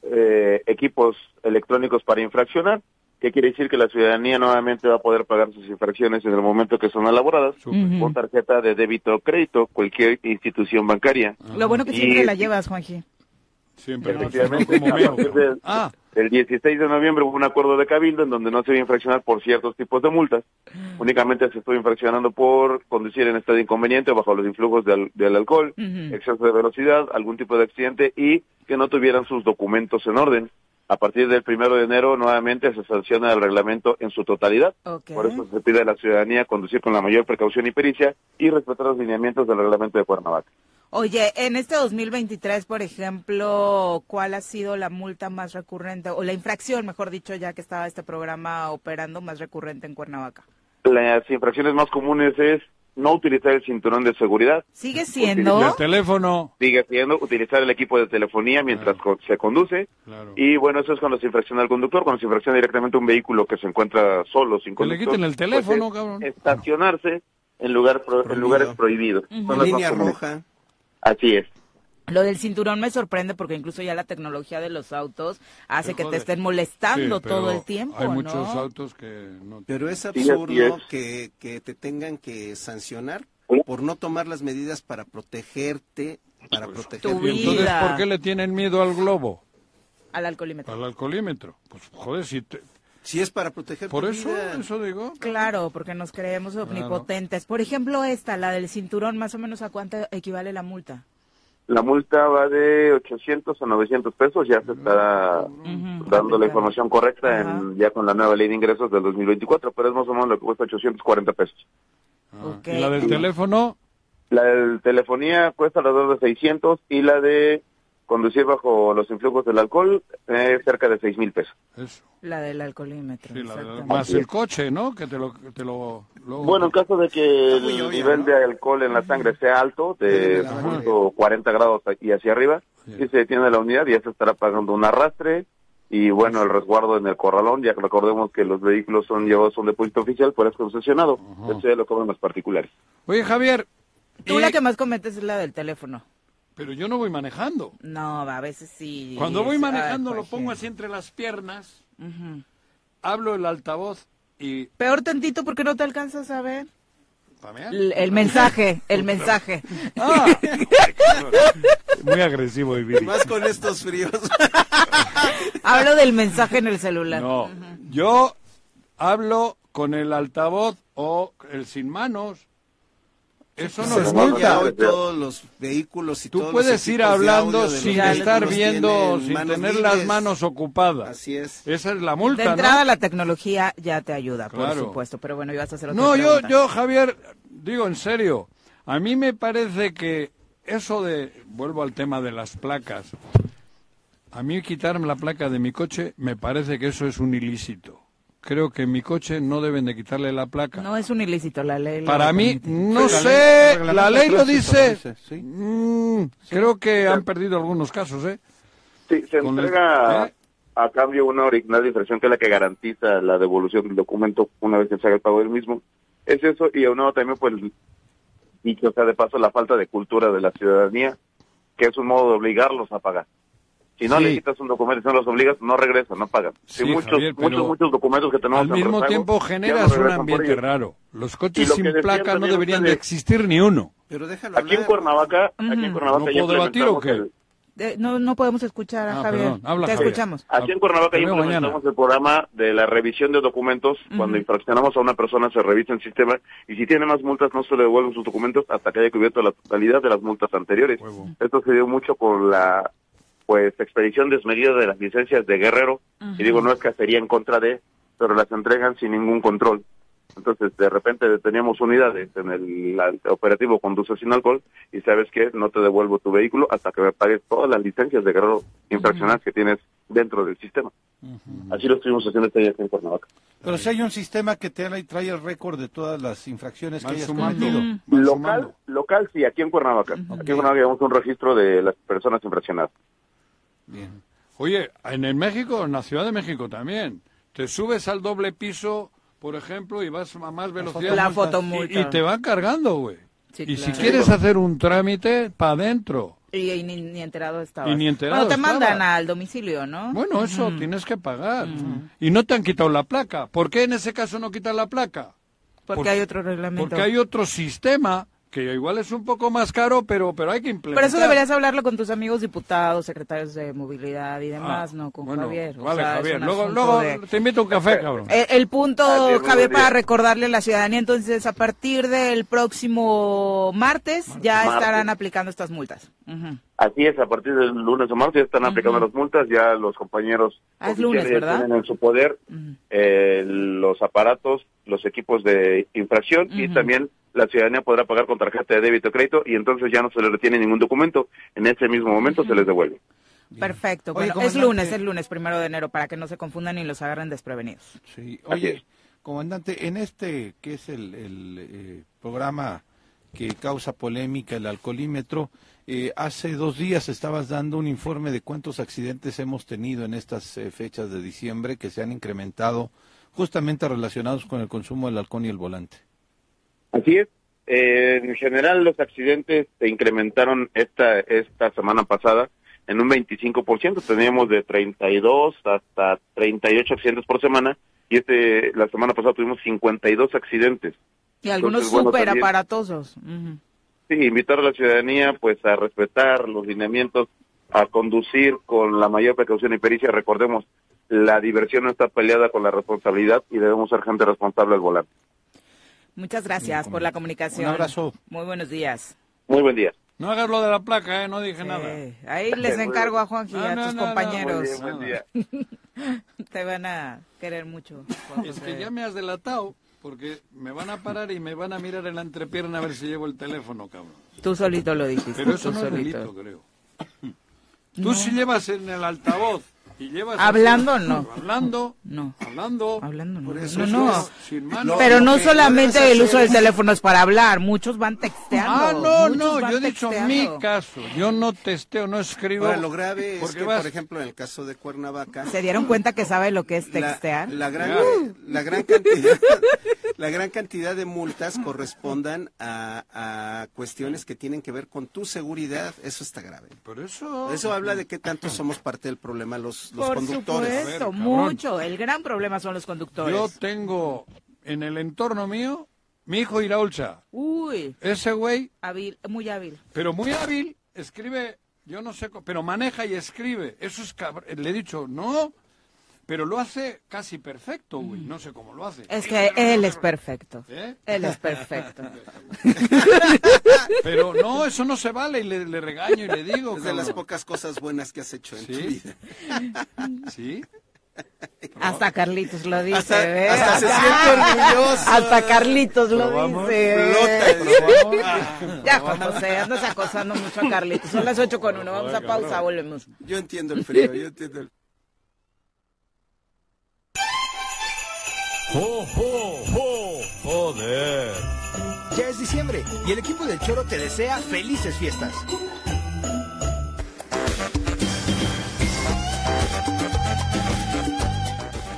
S12: eh, equipos electrónicos para infraccionar, que quiere decir que la ciudadanía nuevamente va a poder pagar sus infracciones en el momento que son elaboradas
S4: Ujú.
S12: con tarjeta de débito o crédito, cualquier institución bancaria.
S4: Lo bueno que
S12: Y
S4: siempre la llevas, Juanji.
S5: Siempre.
S12: Efectivamente, a partir del-
S4: Ah,
S12: del 16 de noviembre hubo un acuerdo de cabildo en donde no se iba a infraccionar por ciertos tipos de multas, únicamente se estuvo infraccionando por conducir en estado inconveniente o bajo los influjos del, del alcohol,
S13: Ujú.
S12: exceso de velocidad, algún tipo de accidente y que no tuvieran sus documentos en orden. A partir del primero de enero nuevamente se sanciona el reglamento en su totalidad. Por eso se pide a la ciudadanía conducir con la mayor precaución y pericia y respetar los lineamientos del reglamento de Cuernavaca.
S4: Oye, en este 2023, por ejemplo, ¿cuál ha sido la multa más recurrente o la infracción, mejor dicho, ya que estaba este programa operando más recurrente en Cuernavaca?
S12: Las infracciones más comunes es no utilizar el cinturón de seguridad,
S4: Sigue siendo.
S5: teléfono.
S12: Sigue siendo utilizar el equipo de telefonía mientras co- se conduce. Y bueno, eso es cuando se infracciona al conductor, cuando se infracciona directamente un vehículo que se encuentra solo, sin
S5: Que le
S12: conductor.
S5: quiten
S12: pues,
S5: el teléfono,
S12: es
S5: cabrón.
S12: Estacionarse en, lugar pro- en lugares prohibidos. Son las más
S6: Línea
S12: comunes.
S6: roja.
S12: Así es.
S4: Lo del cinturón me sorprende porque incluso ya la tecnología de los autos hace
S5: Te
S4: que te
S5: jode.
S4: estén molestando
S5: Sí, pero
S4: todo el tiempo,
S5: Hay
S4: ¿no?
S5: muchos autos que no.
S6: Pero es
S5: Sí, así
S6: absurdo
S5: es.
S6: que, que te tengan que sancionar por no tomar las medidas para protegerte, para proteger
S5: ¿Y entonces por qué le tienen miedo al globo?
S4: Al alcoholímetro.
S5: Al alcoholímetro. Pues joder, si te-
S6: Si es para proteger
S5: Por
S6: tu
S5: eso,
S6: vida.
S5: eso digo.
S4: Claro, porque nos creemos omnipotentes. Por ejemplo, esta, la del cinturón, más o menos a cuánto equivale la multa.
S12: La multa va de 800 a 900 pesos, ya se está dando la información correcta en, ya con la nueva ley de ingresos del 2024, pero es más o menos lo que cuesta 840 pesos.
S5: Ah. ¿Y la del teléfono?
S12: La de telefonía cuesta alrededor de 600 y la de conducir bajo los influjos del alcohol eh, cerca de 6 mil pesos.
S4: La del alcoholímetro. exactamente.
S5: Más el coche, ¿no? Que te lo... Te lo luego-
S12: Bueno, en caso de que el nivel de alcohol en la sangre sea alto, de punto 40 grados aquí hacia arriba, y se detiene la unidad y ya se estará pagando un arrastre y bueno, el resguardo en el corralón, ya que recordemos que los vehículos son llevados a un depósito oficial, pero es concesionado, eso ya lo cobran los particulares.
S5: Oye, Javier. eh,
S4: Tú la que más cometes es la del teléfono.
S5: Pero yo no voy manejando.
S4: No, a veces sí.
S5: Cuando voy
S4: es-
S5: manejando
S4: ay,
S5: lo
S4: pues,
S5: pongo
S4: sí.
S5: así entre las piernas,
S4: Ujú.
S5: hablo el altavoz y...
S4: Peor tantito porque no te alcanzas a ver.
S5: ¿Pamela?
S4: El, el mensaje, el mensaje. Ah.
S13: Muy agresivo y viril.
S6: Más con estos fríos.
S4: Hablo del mensaje en el celular.
S5: No, yo hablo con el altavoz o el sin manos. Eso no
S6: Se
S5: es
S6: escucha
S5: multa.
S6: hoy todos los vehículos y
S5: Tú
S6: todos los
S5: puedes ir
S6: equipos de
S5: hablando
S6: audio de los
S5: sin
S6: vehículos
S5: estar viendo,
S6: tienen
S5: sin
S6: manos
S5: tener
S6: libres.
S5: las manos ocupadas.
S6: Así es.
S5: Esa es la
S4: De
S5: multa,
S4: entrada
S5: ¿no?
S4: la tecnología ya te ayuda,
S5: Claro.
S4: Ah, por supuesto, pero bueno, ibas a hacer otra
S5: No, yo,
S4: pregunta.
S5: yo, Javier, digo en serio, a mí me parece que eso de, vuelvo al tema de las placas, a mí quitarme la placa de mi coche me parece que eso es un ilícito. Creo que en mi coche no deben de quitarle la placa.
S4: No es un ilícito la ley. lo
S5: Para mí,
S4: permite.
S5: no
S11: Sí, la
S5: sé,
S11: ley- el
S5: la ley lo
S11: reglamento de
S5: dice.
S11: tránsito lo dice, sí.
S5: Mm, Creo que han perdido algunos casos, ¿eh?
S12: Sí, se
S5: Con ¿Eh?
S12: entrega a cambio una original de infracción que es la que garantiza la devolución del documento una vez que se haga el pago del mismo. Es eso, y a uno también, pues, dicho sea de paso, la falta de cultura de la ciudadanía, que es un modo de obligarlos a pagar. Si no
S5: Sí.
S12: le quitas un documento y no los obligas, no regresan, no pagan. Sí,
S5: Sí,
S12: muchos,
S5: Javier, pero
S12: muchos, muchos documentos que tenemos
S5: Al
S12: en
S5: mismo
S12: rezago,
S5: tiempo
S12: ya no
S5: generas un
S12: regresan por
S5: ambiente
S12: ello.
S5: raro. Los
S12: Y
S5: coches
S12: lo que
S5: sin
S12: decían
S5: placa no
S12: también
S5: deberían de
S12: ustedes-
S5: existir ni uno.
S6: Pero déjalo
S12: Aquí en Cuernavaca, aquí en Cuernavaca
S5: ¿No
S12: ya
S5: puedo debatir o
S12: implementamos
S5: qué?
S12: el-
S4: Eh, no, no podemos escuchar a
S12: Ah,
S4: Javier.
S12: perdón. Habla,
S4: te
S12: Javier.
S4: escuchamos.
S12: Aquí en Cuernavaca
S5: Te
S12: ya
S5: veo
S12: implementamos el programa de la revisión de documentos. Cuando infraccionamos a una persona, se revisa el sistema y si tiene más multas, no se le devuelven sus documentos hasta que haya cubierto la totalidad de las multas anteriores. Esto se dio mucho con la pues expedición desmedida de las licencias de Guerrero. Y digo, no es que sería en contra de, pero las entregan sin ningún control. Entonces, de repente teníamos unidades en el, la- el operativo Conduce sin alcohol y sabes que no te devuelvo tu vehículo hasta que me pagues todas las licencias de grado infraccional que tienes dentro del sistema. Así lo estuvimos haciendo este día aquí en Cuernavaca.
S11: Pero si hay un sistema que te y trae el récord de todas las infracciones que hayas
S12: sumando.
S11: cometido.
S12: Mm. Local, local sí, aquí en Cuernavaca. Aquí en Cuernavaca llevamos un registro de las personas infraccionadas.
S5: Oye, en el México, en la Ciudad de México también, te subes al doble piso, por ejemplo, y vas a más velocidad.
S4: La
S5: Y-
S4: fotomulta.
S5: Y, te van cargando, güey.
S4: Sí,
S5: y si
S4: claro.
S5: quieres hacer un trámite, para adentro.
S4: Y, y ni, ni enterado estaba.
S5: Y ni enterado
S4: Bueno, te
S5: estaba.
S4: mandan al domicilio, ¿no?
S5: Bueno, eso tienes que pagar. Y no te han quitado la placa. ¿Por qué en ese caso no quitan la placa?
S4: Porque hay otro reglamento.
S5: Porque hay otro sistema que igual es un poco más caro, pero, pero hay que implementar.
S4: Pero eso deberías hablarlo con tus amigos diputados, secretarios de movilidad y demás,
S5: Ah,
S4: ¿no? Con
S5: bueno,
S4: Javier. O
S5: Vale,
S4: sea, es
S5: Javier.
S4: un
S5: Luego,
S4: asunto
S5: luego
S4: de-
S5: te invito a un café, cabrón.
S4: El, el punto,
S5: Así es, muy
S4: Javier,
S5: buen día.
S4: para recordarle a la ciudadanía, entonces, a partir del próximo martes, ya
S12: Martes.
S4: estarán aplicando estas multas. Ujú.
S12: Así es, a partir del lunes o marzo ya están aplicando las multas, ya los compañeros
S4: Ah, es
S12: oficiales
S4: lunes, ¿verdad?
S12: tienen en su poder eh, los aparatos, los equipos de infracción y también la ciudadanía podrá pagar con tarjeta de débito o crédito y entonces ya no se le retiene ningún documento, en ese mismo momento se les devuelve.
S4: eh, Perfecto.
S11: Oye,
S4: bueno, es
S11: comandante.
S4: lunes, es lunes, primero de enero, para que no se confundan y los agarren desprevenidos.
S11: Sí, oye, comandante, en este que es el, el, eh, programa que causa polémica, el alcoholímetro, eh, hace dos días estabas dando un informe de cuántos accidentes hemos tenido en estas eh, fechas de diciembre que se han incrementado justamente relacionados con el consumo del alcohol y el volante.
S12: Así es. Eh, en general, los accidentes se incrementaron esta esta semana pasada en un 25%. Teníamos de 32 hasta 38 accidentes por semana y este la semana pasada tuvimos 52 accidentes.
S4: Y algunos
S12: Entonces, bueno,
S4: súper
S12: también-
S4: aparatosos. Ujú.
S12: Sí, invitar a la ciudadanía pues a respetar los lineamientos, a conducir con la mayor precaución y pericia. Recordemos, la diversión no está peleada con la responsabilidad y debemos ser gente responsable al volante.
S4: Muchas gracias por la comunicación.
S11: Un abrazo.
S4: Muy buenos días.
S12: Muy buen día.
S5: No hagas lo de la placa, ¿eh? No dije nada.
S4: Ahí les encargo a Juanji y
S5: No,
S4: a
S5: no,
S4: tus
S5: no, no.
S4: compañeros.
S5: Buen día,
S14: Ah.
S4: Te van a querer mucho. Juan
S5: Es
S4: José.
S5: que ya me has delatado porque me van a parar y me van a mirar en la entrepierna a ver si llevo el teléfono, cabrón.
S4: Tú solito lo dijiste.
S5: Pero eso
S4: tú
S5: no es
S4: solito.
S5: delito, creo. Tú si llevas en el altavoz y llevas... así,
S4: Hablando, no.
S5: Hablando,
S4: no.
S5: Hablando.
S4: Hablando, no.
S5: Por eso
S4: No,
S5: es
S4: no.
S5: sin mano.
S4: Pero no
S5: Lo que
S4: solamente
S5: debes
S4: el uso
S5: hacer
S4: del teléfono es para hablar, muchos van texteando.
S5: Ah, no,
S4: muchos
S5: no,
S4: van
S5: yo he dicho
S4: texteando.
S5: mi caso. Yo no testeo, no escribo.
S6: Ahora, lo grave es
S5: Porque
S6: que,
S5: vas-
S6: por ejemplo, en el caso de Cuernavaca...
S4: ¿Se dieron cuenta que sabe lo que es
S6: La-
S4: textear?
S6: La, gran, la, gran cantidad, la gran cantidad de multas correspondan a, a cuestiones que tienen que ver con tu seguridad. Eso está grave.
S5: Por eso...
S6: Eso habla de que tanto somos parte del problema los, los
S4: Por
S6: conductores.
S4: supuesto, mucho. El gran problema son los conductores.
S5: Yo tengo en el entorno mío mi hijo Iraulza.
S4: Uy,
S5: Ese güey,
S4: hábil, muy hábil.
S5: pero muy hábil, escribe, yo no sé, co- pero maneja y escribe. Eso es cabrón. Le he dicho, no, pero lo hace casi perfecto, güey. No sé cómo lo hace.
S4: Es que él es perfecto.
S5: ¿Eh?
S4: Él es perfecto.
S5: Pero no, eso no se vale y le, le regaño y le digo.
S6: Es de las
S5: cabrón.
S6: pocas cosas buenas que has hecho en tu vida.
S5: ¿Sí?
S4: Hasta Carlitos lo dice.
S6: Hasta-
S4: ¿ve?
S6: hasta se siente orgulloso.
S4: Hasta Carlitos lo
S6: Probamos
S4: dice. ¿eh? ¿ve?
S5: Eh.
S6: Ah.
S4: Ya, Juan
S6: Probamos.
S4: José, andas acosando mucho a Carlitos. Son las 8 con 1. Vamos a pausa, volvemos.
S6: Yo entiendo el frío, yo entiendo el
S1: ¡Jo, jo, jo! ¡Joder! Ya es diciembre y el equipo del Choro te desea felices fiestas.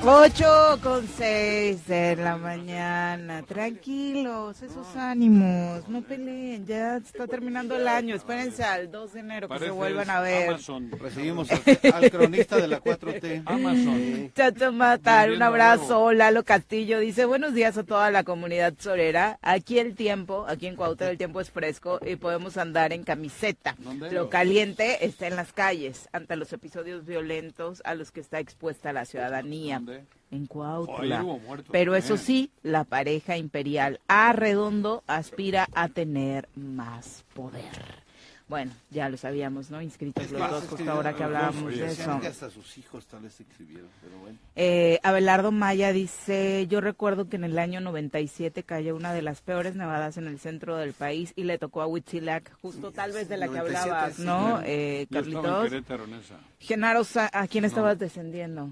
S4: Ocho con seis de la mañana. Tranquilos, esos ánimos. No peleen, ya está terminando el año. Espérense al 2 de enero que se
S11: Parece
S4: vuelvan a ver.
S5: Amazon.
S11: Recibimos al, al cronista de la 4T.
S5: Amazon.
S4: Chacho Matar, un abrazo. Lalo Castillo dice, buenos días a toda la comunidad sorera. Aquí el tiempo, aquí en Cuautla el tiempo es fresco y podemos andar en camiseta. Lo caliente está en las calles, ante los episodios violentos a los que está expuesta la ciudadanía. En Cuautla.
S2: Ahí hubo muertos
S4: Pero eso
S2: también.
S4: sí, la pareja imperial Arredondo aspira a tener más poder. Bueno, ya lo sabíamos, ¿no? Inscritos los dos, justo ahora que hablábamos de eso.
S11: Hasta sus hijos tal vez exhibieron, pero bueno.
S4: Eh, Abelardo Maya dice, yo recuerdo que en el año 97 cayó una de las peores nevadas en el centro del país y le tocó a Huitzilac, justo tal vez de la que
S11: 97,
S4: hablabas,
S11: sí,
S4: ¿no,
S11: claro.
S4: eh,
S5: Yo estaba en
S4: Carlitos?
S5: Querétaro en esa.
S4: Genaro, Sa- ¿a quién
S5: No.
S4: estabas descendiendo?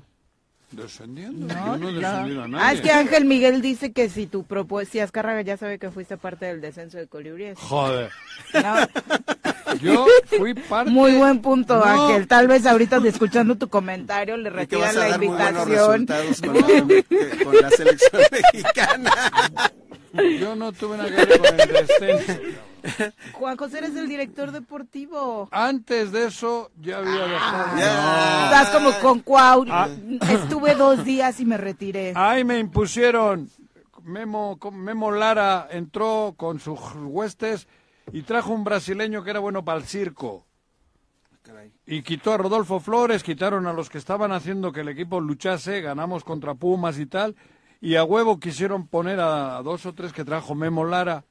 S5: ¿Descendiendo?
S4: No,
S5: Yo no he
S4: claro.
S5: descendido a nadie.
S4: Ah, es que Ángel Miguel dice que si tu propuesta, si Azcárraga ya sabe que fuiste parte del descenso de Colibríes.
S5: Joder.
S4: No.
S5: Yo fui parte...
S4: Muy buen punto,
S5: No.
S4: Ángel. Tal vez ahorita escuchando tu comentario le
S6: que
S4: retiran
S6: vas a
S4: la
S6: dar muy buenos
S4: invitación.
S6: resultados con la, con la selección mexicana.
S5: Yo no tuve nada que ver con el descenso.
S4: Juan José eres el director deportivo.
S5: Antes de eso ya había dejado.
S4: Estás como con Cuau.
S6: Ah.
S4: Estuve dos días y me retiré.
S5: Ahí me impusieron. Memo, Memo Lara entró con sus huestes y trajo un brasileño que era bueno para el circo. Y quitó a Rodolfo Flores, quitaron a los que estaban haciendo que el equipo luchase, ganamos contra Pumas y tal. Y a huevo quisieron poner a dos o tres que trajo Memo Lara.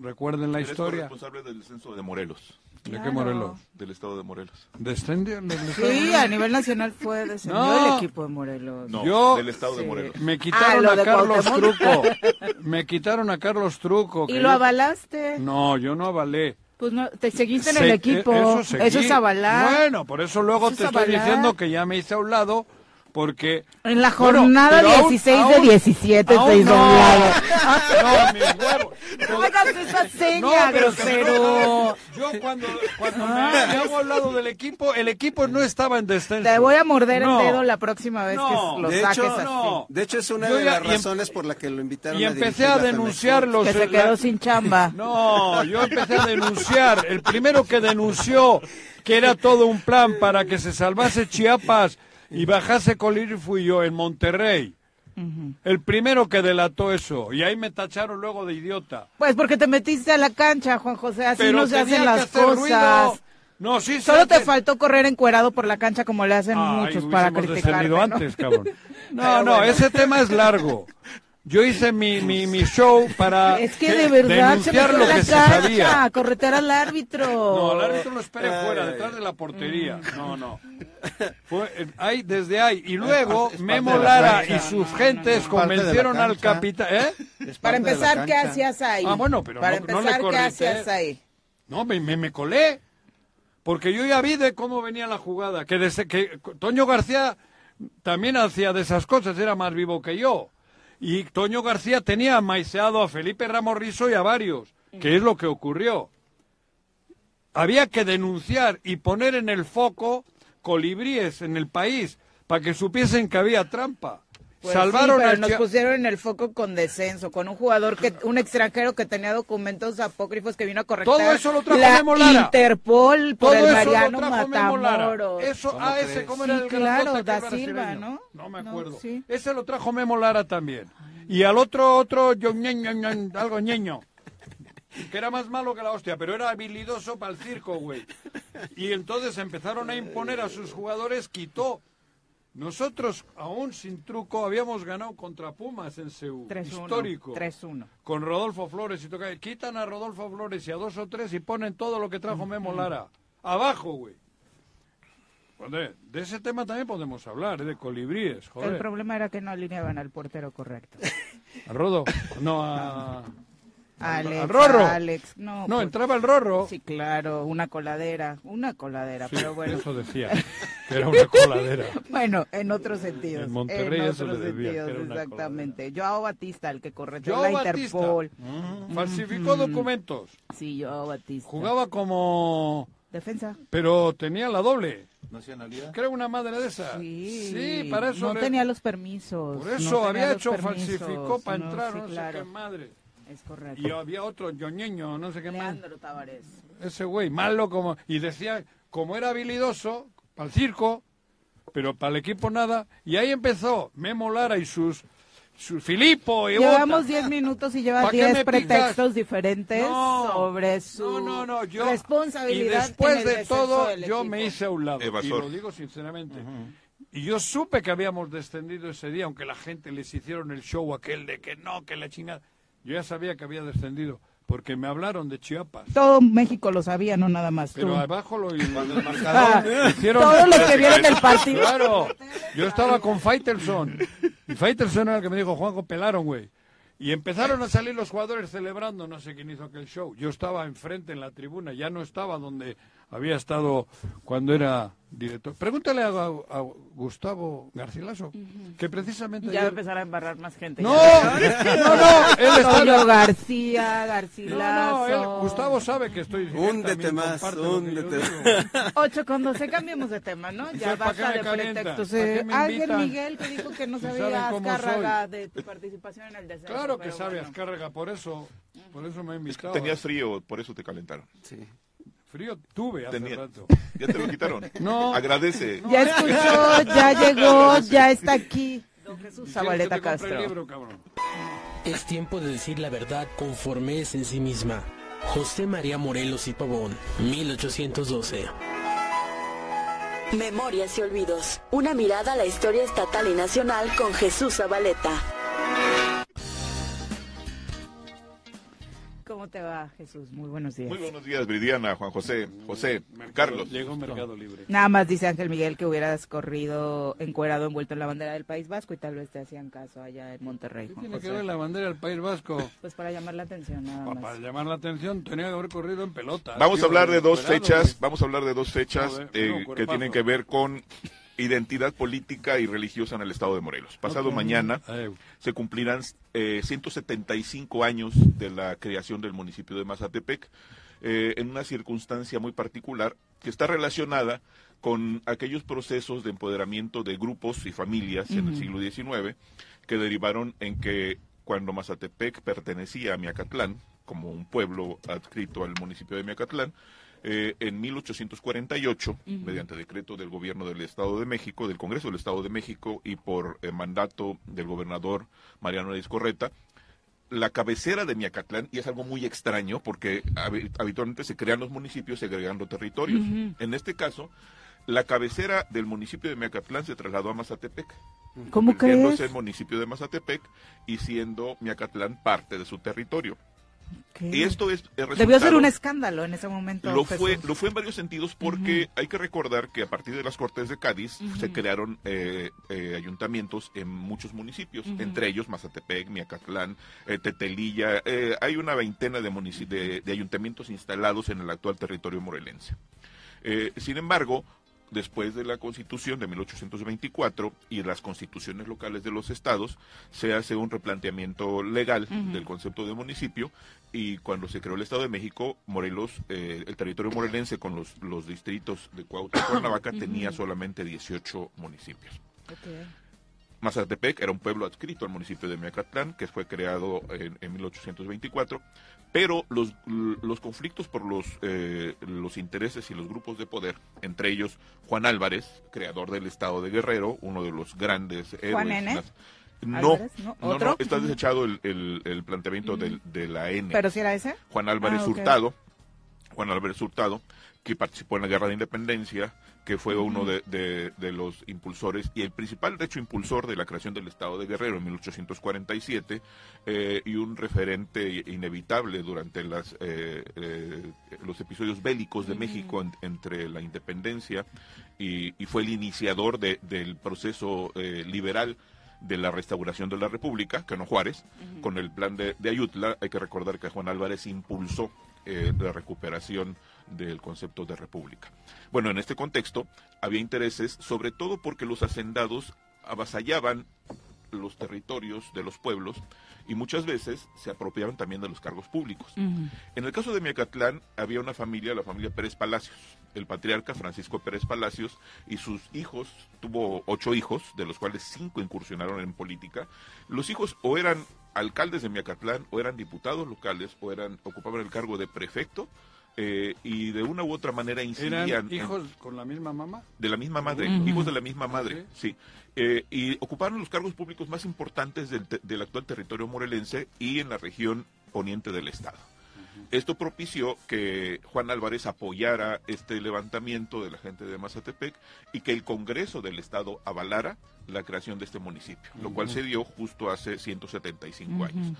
S5: Recuerden la
S15: Eres
S5: historia.
S15: responsable del censo de Morelos.
S5: ¿De qué Claro. Morelos?
S15: Del estado de Morelos.
S5: Descendió.
S4: Sí, a nivel nacional fue descendió
S5: No.
S4: el equipo de Morelos.
S15: No,
S5: Yo-
S15: del estado de Morelos.
S5: Me quitaron
S4: Ah, lo
S5: a
S4: de
S5: Carlos
S4: Cuauhtémoc.
S5: Truco. Me quitaron a Carlos Truco.
S4: ¿Y
S5: que
S4: lo
S5: yo-
S4: avalaste?
S5: No, yo no avalé.
S4: Pues no, te seguiste en
S5: Se-
S4: el
S5: eh,
S4: equipo. Eso,
S5: seguí.
S4: es avalar.
S5: Bueno, por eso luego
S4: Eso
S5: te
S4: es
S5: estoy
S4: avalar.
S5: diciendo que ya me hice a un lado, porque...
S4: En la
S5: Bueno,
S4: jornada
S5: pero aún-
S4: 16 de
S5: aún-
S4: 17
S5: aún
S4: se hizo
S5: no. Ah,
S4: un lado.
S5: No, mi huevo.
S4: No hagas esa seña,
S5: No, pero que
S4: grosero.
S5: no, Yo cuando, cuando me, me hago al lado del equipo, el equipo no estaba en descenso.
S4: Ah. Te voy a morder
S5: No.
S4: el dedo la próxima vez
S5: No,
S4: que lo
S5: de
S4: saques
S5: hecho,
S4: así.
S5: no.
S6: De hecho, es una
S5: Yo
S6: de
S5: ya-
S6: las
S5: y em-
S6: razones por la que lo invitaron
S5: y
S6: a
S5: empecé
S6: dirigir
S5: a
S6: la
S5: denunciar los...
S4: Que se quedó sin chamba.
S5: No, yo empecé a denunciar. El primero que denunció que era todo un plan para que se salvase Chiapas y bajase Colir fui yo en Monterrey. El primero que delató eso. Y ahí me tacharon luego de idiota.
S4: Pues porque te metiste a la cancha, Juan José, así
S5: Pero
S4: no se
S5: tenía
S4: hacen
S5: que
S4: las
S5: hacer
S4: cosas.
S5: ruido. No, sí,
S4: Solo
S5: salte.
S4: te faltó correr encuerado por la cancha como le hacen
S5: Ay,
S4: muchos
S5: hubiésemos
S4: para criticar.
S5: descendido antes, cabrón. No, no, ese tema es largo. Yo hice mi, mi, mi show para
S4: Es que de verdad se
S5: Ah, denunciar
S4: metió
S5: lo
S4: a la
S5: que se
S4: cancha,
S5: sabía.
S4: a corretear al árbitro.
S5: No, el árbitro lo esperé fuera, detrás de la portería. No, no. Fue, eh, ahí, desde ahí. Y luego
S11: parte- es
S5: Memo
S11: parte de la
S5: Lara
S11: cancha.
S5: y sus
S11: No, no,
S5: gentes
S11: no, no.
S5: convencieron
S11: Parte de la
S5: al
S11: cancha.
S5: capitán. ¿Eh?
S4: Para empezar, ¿qué hacías ahí?
S5: Ah, bueno, pero
S4: Para
S5: no- no le
S4: empezar,
S5: ¿eh?
S4: ¿qué
S5: correteé.
S4: hacías ahí?
S5: No, me, me, me colé. Porque yo ya vi de cómo venía la jugada. Que, desde, que Toño García también hacía de esas cosas, era más vivo que yo. Y Toño García tenía maiseado a Felipe Ramos Rizo y a varios, que es lo que ocurrió. Había que denunciar y poner en el foco colibríes en el país para que supiesen que había trampa.
S4: Pues
S5: Salvaron
S4: sí, pero
S5: al
S4: nos
S5: Chia-
S4: pusieron en el foco con descenso, con un jugador que un extranjero que tenía documentos apócrifos que vino a correctar.
S5: Todo eso lo trajo
S4: la
S5: Memo Lara.
S4: Interpol por
S5: Todo
S4: el
S5: eso lo
S4: Mariano
S5: trajo Memo Lara.
S4: Matamoros.
S5: Eso, ah, ese, ¿cómo era
S4: Sí,
S5: el
S4: claro,
S5: grandote que
S4: da
S5: era
S4: Silva,
S5: brasileño?
S4: ¿no?
S5: No me acuerdo. Ese lo trajo Memo Lara también. Y al otro, otro, yo, ñe, ñe, ñe, algo ñeño. Que era más malo que la hostia, pero era habilidoso para el circo, güey. Y entonces empezaron a imponer a sus jugadores, quitó. Nosotros, aún sin truco, habíamos ganado contra Pumas en Seúl.
S4: 3-1,
S5: Histórico.
S4: 3-1.
S5: Con Rodolfo Flores y toca. Quitan a Rodolfo Flores y a dos o tres y ponen todo lo que trajo Memo Lara. Abajo, güey. Joder, de ese tema también podemos hablar, ¿eh? de colibríes,
S4: El
S5: joder.
S4: problema era que no alineaban al portero correcto.
S5: A Rodo. No, a.
S4: Alex,
S5: al Rorro.
S4: Alex, no.
S5: No,
S4: por-
S5: entraba el Rorro.
S4: Sí, claro, una coladera, una coladera,
S5: Sí,
S4: pero bueno.
S5: Eso decía, que era una coladera.
S4: Bueno, en otros sentidos.
S5: En Monterrey
S4: en
S5: eso
S4: otros
S5: le debía, que era
S4: sentidos,
S5: una
S4: exactamente. Joao Batista, el que correteó
S5: Joao
S4: la
S5: Batista. Mm,
S4: Interpol. Mm.
S5: Falsificó documentos.
S4: Sí, Joao Batista.
S5: Jugaba como.
S4: Defensa.
S5: Pero tenía la doble.
S11: Nacionalidad.
S5: Creo una madre de esa.
S4: Sí,
S5: Sí, para eso.
S4: No
S5: le-
S4: tenía los permisos.
S5: Por
S4: no
S5: eso
S4: tenía
S5: había
S4: los
S5: hecho
S4: permisos,
S5: falsificó para
S4: no,
S5: entrar,
S4: sí,
S5: no
S4: claro.
S5: sé qué madre.
S4: Es correcto.
S5: Y había otro, ñoñeño, no sé qué más.
S4: Leandro Tavares.
S5: Ese güey, malo como. Y decía, como era habilidoso, para el circo, pero para el equipo nada. Y ahí empezó Memo Lara y sus. Su Filipo y
S4: Llevamos
S5: otra.
S4: 10 minutos y
S5: ¿Pa
S4: lleva
S5: qué
S4: 10
S5: me picas?
S4: pretextos diferentes
S5: No,
S4: sobre su
S5: no, no, yo-
S4: responsabilidad.
S5: Y
S4: en
S5: después
S4: el
S5: de
S4: descenso
S5: todo,
S4: del
S5: yo
S4: equipo.
S5: me hice a un lado. Y
S15: Evasor.
S5: lo digo sinceramente. Y yo supe que habíamos descendido ese día, aunque la gente les hicieron el show aquel de que no, que la chingada. Yo ya sabía que había descendido, porque me hablaron de Chiapas.
S4: Todo México lo sabía, no nada más
S5: Pero
S4: tú.
S5: abajo lo cuando el
S4: Ah, todos los que vieron el partido.
S5: este, Claro, yo estaba con Faitelson. Y Faitelson era el que me dijo, Juanjo, pelaron, güey. Y empezaron a salir los jugadores celebrando, no sé quién hizo aquel show. Yo estaba enfrente en la tribuna, ya no estaba donde había estado cuando era director. Pregúntale a, a Gustavo Garcilaso, que precisamente...
S4: Ya va a
S5: ayer-
S4: empezar a embarrar más gente.
S5: No, no, no, él está-
S4: Antonio García, Garcilaso.
S5: No, no, él- Gustavo sabe que estoy... Húndete más, húndete
S4: Ocho con doce, cambiemos de tema, ¿no? Ya
S5: ¿Sabes para qué
S4: basta
S5: me
S4: de
S5: calientan?
S4: pretextos.
S5: ¿Para
S4: eh.
S5: qué me
S4: Ángel
S5: invitan?
S4: Miguel que dijo que no
S15: Pues
S5: Si saben
S4: sabía
S5: cómo
S4: Azcárraga
S5: soy.
S4: de tu participación en el descenso.
S5: Claro que
S4: pero
S5: sabe
S4: bueno.
S5: Azcárraga, por eso, por eso me ha invitado.
S15: Tenías frío, por eso te calentaron.
S5: Frío tuve hace
S15: Tenía-
S5: rato.
S15: Ya te lo quitaron.
S5: No.
S15: Agradece.
S4: Ya escuchó, ya llegó, ya está aquí. Don Jesús Zabaleta Castro.
S16: Es tiempo de decir la verdad conforme es en sí misma. José María Morelos y Pavón, 1812.
S7: Memorias y olvidos. Una mirada a la historia estatal y nacional con Jesús Zabaleta.
S4: ¿Cómo te va, Jesús? Muy buenos días.
S15: Muy buenos días, Viridiana, Juan José, José, Carlos.
S5: Llegó Mercado Libre.
S4: Nada más dice Ángel Miguel que hubieras corrido encuerado envuelto en la bandera del País Vasco y tal vez te hacían caso allá en Monterrey. Juan
S5: Tiene que
S4: José.
S5: ver la bandera del País Vasco.
S4: Pues para llamar la atención, nada
S5: Pa-
S4: más.
S5: Pues Para llamar la atención tenía que haber corrido en pelota.
S15: Vamos a
S5: Tío,
S15: hablar de dos
S5: recuperado,
S15: fechas,
S5: güey.
S15: vamos a hablar de dos fechas
S5: Joder,
S15: eh,
S5: no,
S15: que
S5: cuerpazo.
S15: tienen que ver con identidad política y religiosa en el estado de Morelos. Pasado
S5: Ok.
S15: mañana
S5: Ay.
S15: se cumplirán eh, 175 años de la creación del municipio de Mazatepec eh, en una circunstancia muy particular que está relacionada con aquellos procesos de empoderamiento de grupos y familias en el
S17: Ujú.
S15: siglo XIX que derivaron en que cuando Mazatepec pertenecía a Miacatlán, como un pueblo adscrito al municipio de Miacatlán, eh, en 1848,
S17: Ujú.
S15: mediante decreto del gobierno del Estado de México, del Congreso del Estado de México y por eh, mandato del gobernador Mariano de Escorreta, la cabecera de Miacatlán, y es algo muy extraño porque habi- habitualmente se crean los municipios segregando territorios.
S4: Ujú.
S15: En este caso, la cabecera del municipio de Miacatlán se trasladó a Mazatepec.
S4: ¿Cómo
S15: convirtiéndose
S4: crees?
S15: el municipio de Mazatepec y siendo Miacatlán parte de su territorio. Y esto es el
S17: Debió ser
S15: resultado-
S17: un escándalo en ese momento.
S15: lo
S17: Jesús.
S15: fue, lo fue en varios sentidos porque hay que recordar que a partir de las Cortes de Cádiz se
S17: Ujú.
S15: crearon eh, eh, ayuntamientos en muchos municipios,
S17: Ujú.
S15: entre ellos Mazatepec, Miacatlán, eh, Tetelilla. eh, hay una veintena de, munici- de, de ayuntamientos instalados en el actual territorio morelense. Eh, sin embargo, después de la Constitución de 1824 y las constituciones locales de los estados, se hace un replanteamiento legal
S17: Ujú.
S15: del concepto de municipio y cuando se creó el Estado de México, Morelos, eh, el territorio morelense con los, los distritos de Cuautla y Cuernavaca
S17: Ujú.
S15: tenía solamente 18 municipios. Mazatepec era un pueblo adscrito al municipio de Miacatlán, que fue creado en, en 1824, pero los, los conflictos por los, eh, los intereses y los grupos de poder, entre ellos Juan Álvarez, creador del Estado de Guerrero, uno de los grandes héroes.
S17: N.
S15: nas- No,
S17: Álvarez, ¿no?
S15: no,
S17: ¿Otro?
S15: no, está desechado el, el- el planteamiento del- de la N.
S17: ¿Pero si era ese?
S15: Juan Álvarez
S17: Ah, ok.
S15: Hurtado, Juan Álvarez Hurtado, que participó en la Guerra de Independencia, que fue uno de, de- de los impulsores y el principal, de hecho, impulsor de la creación del Estado de Guerrero en 1847 eh, y un referente inevitable durante las, eh, eh, los episodios bélicos de México en- entre la independencia y, y fue el iniciador de- del proceso eh, liberal de la restauración de la República, que no Juárez, con el plan de, de Ayutla. Hay que recordar que Juan Álvarez impulsó eh, la recuperación del concepto de República. Bueno, en este contexto había intereses, sobre todo porque los hacendados avasallaban los territorios de los pueblos y muchas veces se apropiaban también de los cargos públicos. En el caso de Miacatlán había una familia, la familia Pérez Palacios, el patriarca Francisco Pérez Palacios y sus hijos, tuvo ocho hijos, de los cuales cinco incursionaron en política. Los hijos o eran alcaldes de Miacatlán, o eran diputados locales, o eran ocupaban el cargo de prefecto eh, y de una u otra manera incidían.
S5: ¿Eran
S15: en-
S5: hijos con la misma mamá?
S15: de la misma madre,
S5: Ujú.
S15: hijos de la misma madre, sí. Eh, y ocuparon los cargos públicos más importantes del, te- del actual territorio morelense y en la región poniente del estado. Esto propició que Juan Álvarez apoyara este levantamiento de la gente de Mazatepec y que el Congreso del Estado avalara la creación de este municipio, lo cual
S5: Ujú.
S15: se dio justo hace 175
S5: Ujú.
S15: años.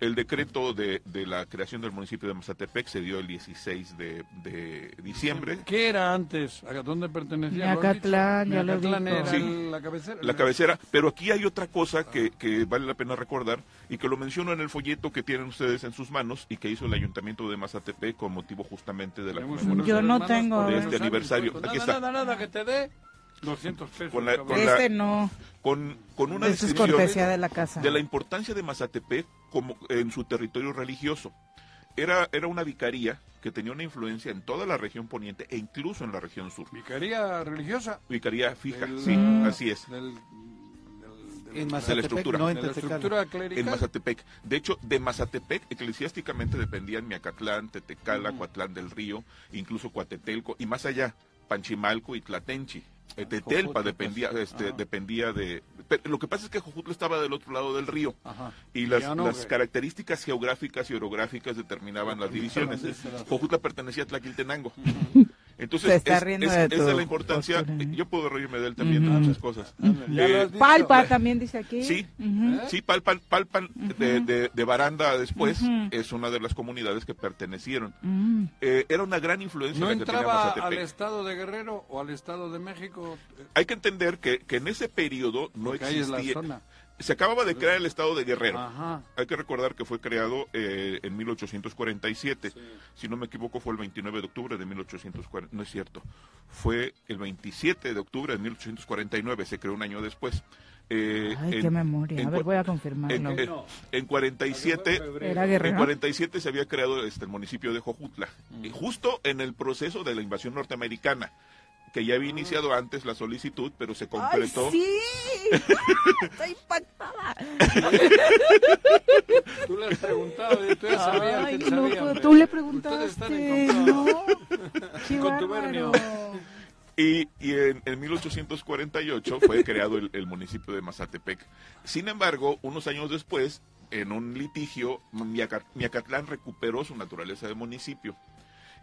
S15: El decreto de, de la creación del municipio de Mazatepec se dio el 16 de, de diciembre
S5: ¿Qué era antes? ¿A dónde pertenecía?
S17: Miacatlán,
S5: ¿Lo
S17: ya
S5: han
S17: lo
S5: dicho? Miacatlán
S17: dijo.
S5: era
S15: Sí.
S5: la cabecera.
S15: la cabecera. Pero aquí hay otra cosa que, que vale la pena recordar y que lo menciono en el folleto que tienen ustedes en sus manos y que hizo el ayuntamiento de Mazatepé con motivo justamente de la conmemoración
S17: Yo no tengo.
S15: de este aniversario.
S5: Nada,
S15: Aquí está.
S5: nada, nada, que te dé 200 pesos.
S15: Con la-
S5: cabrón.
S15: con la-
S17: Este no.
S15: con, con una
S17: Esto es
S15: descripción
S17: cortesía de la casa.
S15: de la importancia de Mazatepec como en su territorio religioso. Era, era una vicaría que tenía una influencia en toda la región poniente e incluso en la región sur.
S5: ¿Vicaría religiosa?
S15: Vicaría fija,
S5: Del-
S15: sí,
S5: Mm.
S15: así es.
S11: En
S15: de la
S11: Mazatepec,
S15: estructura.
S11: no en Tetecal.
S15: En Mazatepec. De hecho, de Mazatepec eclesiásticamente dependían Miacatlán, Tetecala, Coatlán del Río, incluso Coatetelco y más allá, Panchimalco y Tlatenchi. Eh, Tetelpa
S5: Ah, Jojutla,
S15: dependía,
S5: pues.
S15: este,
S5: Ajá.
S15: dependía de... pero lo que pasa es que Jojutla estaba del otro lado del río y las,
S5: Ya no, eh,
S15: las
S5: güey.
S15: características geográficas y orográficas determinaban las divisiones.
S5: de ese lado.
S15: Jojutla pertenecía a Tlaquiltenango. Entonces,
S17: Se está
S15: es,
S17: riendo
S15: es-
S17: de
S15: es de,
S17: tu eh.
S15: la importancia, eh, yo puedo reírme de él también, de
S17: Ujú.
S15: muchas cosas.
S17: Ya
S15: Eh,
S17: lo has dicho. Palpa también dice aquí.
S15: Sí,
S5: Ah.
S17: Ujú.
S15: sí, palpan, palpan de, de- de baranda después,
S17: Ujú.
S15: es una de las comunidades que pertenecieron.
S17: Mm.
S15: Eh, era una gran influencia
S5: ¿No
S15: la que tenía
S5: entraba al
S15: Mazatepec.
S5: estado de Guerrero o al estado de México?
S15: Hay que entender que, que en ese periodo no
S5: Porque ahí es la
S15: existía...
S5: zona. Ah.
S15: Se acababa de crear el estado de Guerrero.
S5: Ajá.
S15: Hay que recordar que fue creado eh, en 1847. Si no me equivoco, fue el 29 de octubre de 1840. No es cierto. Fue el 27 de octubre de 1849. Se creó un año después. Eh,
S17: Ay,
S15: en-
S17: qué memoria.
S15: en
S17: A ver,
S15: cua-
S17: voy a
S15: en,
S17: confirmarlo.
S15: en- eh, en 47
S17: Era Guerrero.
S15: en 47 se había creado este, el municipio de Jojutla, y justo en el proceso de la invasión norteamericana, que ya había iniciado antes la solicitud, pero se concretó.
S2: sí!
S4: Estoy impactada.
S5: Tú le has preguntado y tú ya sabías
S4: Ay, no,
S5: que sabía,
S4: tú-
S5: hombre.
S4: tú le
S5: Ustedes están
S4: preguntaste,
S5: en
S4: ¿no? Qué
S5: contubernio.
S15: Y, y en, en 1848 fue creado el, el municipio de Mazatepec. Sin embargo, unos años después en un litigio, Miaca- Miacatlán recuperó su naturaleza de municipio.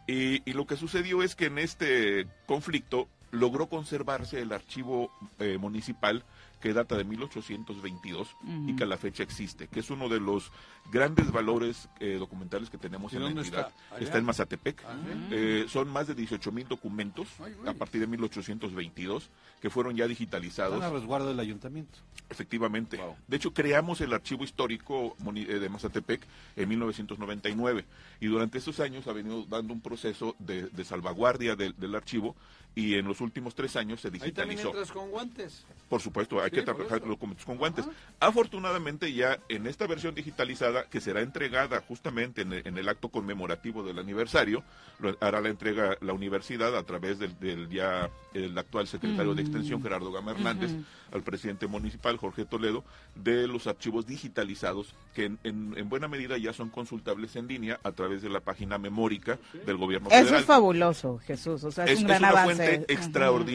S15: Y, y lo que sucedió es que en este conflicto logró conservarse el archivo eh, municipal que data de 1822 y
S11: Ujú.
S15: que a la fecha existe, que es uno de los grandes valores eh, documentales que tenemos
S11: ¿Y
S15: en la
S11: dónde
S15: entidad.
S11: está?
S15: Está,
S11: ¿Allá?
S15: en Mazatepec.
S11: Ah, sí.
S15: Eh, son más de 18 mil documentos a partir de 1822 que fueron ya digitalizados.
S11: Están a resguardo del ayuntamiento.
S15: Efectivamente. De hecho, creamos el Archivo Histórico moni- eh, de Mazatepec en 1999 y durante esos años ha venido dando un proceso de, de salvaguardia del, del archivo y en los últimos tres años se
S13: Ahí también
S15: digitalizó.
S13: entras con guantes.
S15: Por supuesto, hay
S13: Sí,
S15: que
S13: por
S15: trabajar
S13: eso.
S15: los documentos con guantes. Afortunadamente ya en esta versión digitalizada, que será entregada justamente en el, en el acto conmemorativo del aniversario, lo hará la entrega la universidad a través del, del ya el actual secretario de
S11: Mm.
S15: Extensión, Gerardo Gama Hernández,
S11: Ujú.
S15: al presidente municipal, Jorge Toledo, de los archivos digitalizados que en, en- en buena medida ya son consultables en línea a través de la página memórica del gobierno
S17: Eso
S15: federal
S17: es fabuloso, Jesús. O sea, es, un gran
S15: una
S17: avance.
S15: fuente
S17: Ujú.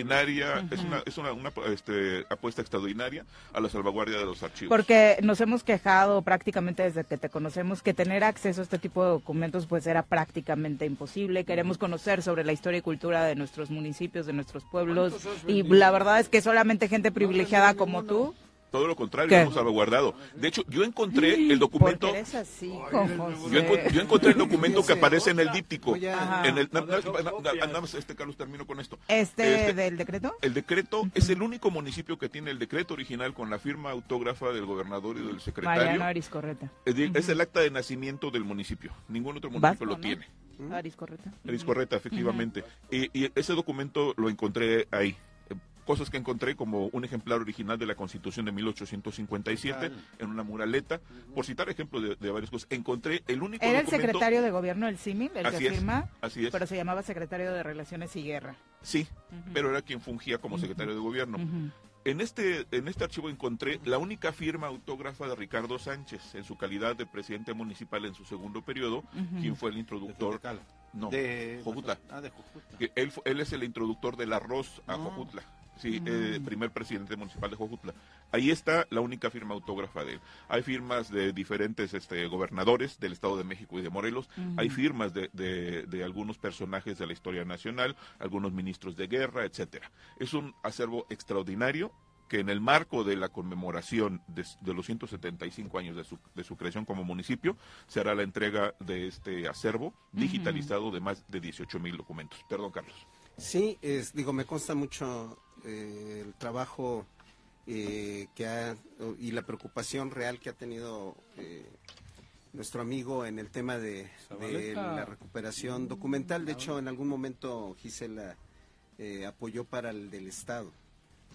S15: extraordinaria, es una, es una, una, este, apuesta extraordinaria a la salvaguardia de los archivos.
S17: Porque nos hemos quejado prácticamente desde que te conocemos que tener acceso a este tipo de documentos pues era prácticamente imposible. Queremos conocer sobre la historia y cultura de nuestros municipios, de nuestros pueblos
S15: ¿Cuántos has
S17: y
S15: vendido?
S17: la verdad es que solamente gente privilegiada como tú.
S15: Todo lo contrario,
S17: ¿Qué?
S15: lo hemos salvaguardado. De hecho, yo encontré el documento,
S17: Porque eres así, con José.
S15: yo, encon- yo encontré el documento que aparece en el díptico.
S17: Ajá.
S15: En el, na- na- na- na- nada más, este Carlos termino con esto.
S17: Este,
S15: Este,
S17: del decreto.
S15: El decreto es el único municipio que tiene el decreto original con la firma autógrafa del gobernador y del secretario.
S17: Mariano Aris Correta.
S15: Es, decir, es el acta de nacimiento del municipio. Ningún otro
S17: Vasco,
S15: municipio lo
S17: ¿no?
S15: tiene.
S17: Aris Correta.
S15: Es correcta, efectivamente. y, y ese documento lo encontré ahí. Eh, Cosas que encontré como un ejemplar original de la Constitución de 1857
S17: Tal.
S15: en una muraleta. Por citar ejemplos de, de varias cosas, encontré el único
S17: Era el
S15: documento...
S17: secretario de gobierno del CIMIL, el
S15: Así
S17: que
S15: es,
S17: firma,
S15: así es.
S17: pero se llamaba secretario de Relaciones y Guerra.
S15: Sí, pero era quien fungía como secretario de gobierno. En este, en este archivo encontré la única firma autógrafa de Ricardo Sánchez en su calidad de presidente municipal en su segundo periodo,
S11: Ujú.
S15: quien fue el introductor. no,
S11: De-
S15: Jojutla.
S11: Ah, de Jojutla.
S15: Que Él, fu- él es el introductor del arroz a
S11: Ah.
S15: Jojutla. Sí,
S11: Mm.
S15: eh, primer presidente municipal de Jojutla. Ahí está la única firma autógrafa de él. Hay firmas de diferentes este, gobernadores del Estado de México y de Morelos.
S11: Ujú.
S15: Hay firmas de, de- de algunos personajes de la historia nacional, algunos ministros de guerra, etcétera. Es un acervo extraordinario que en el marco de la conmemoración de, s- de los 175 años de su, de su creación como municipio, se hará la entrega de este acervo digitalizado de más de 18 mil documentos. Perdón, Carlos.
S6: Sí, es, digo, me consta mucho eh, el trabajo eh, que ha, y la preocupación real que ha tenido eh, nuestro amigo en el tema de, de
S11: Zabaleta.
S6: la recuperación documental. De hecho, en algún momento Gisela eh, apoyó para el del Estado.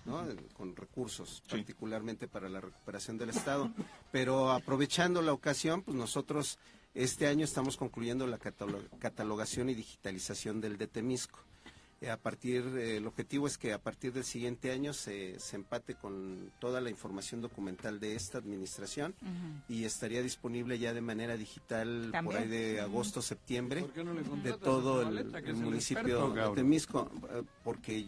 S6: ¿no? con recursos, particularmente para la recuperación del Estado. Pero aprovechando la ocasión, pues nosotros este año estamos concluyendo la catalo- catalogación y digitalización del Detemisco. Eh, A partir, eh, el objetivo es que a partir del siguiente año se, se empate con toda la información documental de esta administración y estaría disponible ya de manera digital por
S11: También.
S6: ahí de
S11: Ujú.
S6: agosto, septiembre
S11: ¿Por qué no le
S6: de
S11: contratas
S6: todo
S11: a
S6: el,
S11: Zabaleta, que
S6: el
S11: es el
S6: municipio
S11: experto,
S6: de
S11: cabrón?
S6: Temisco, eh, porque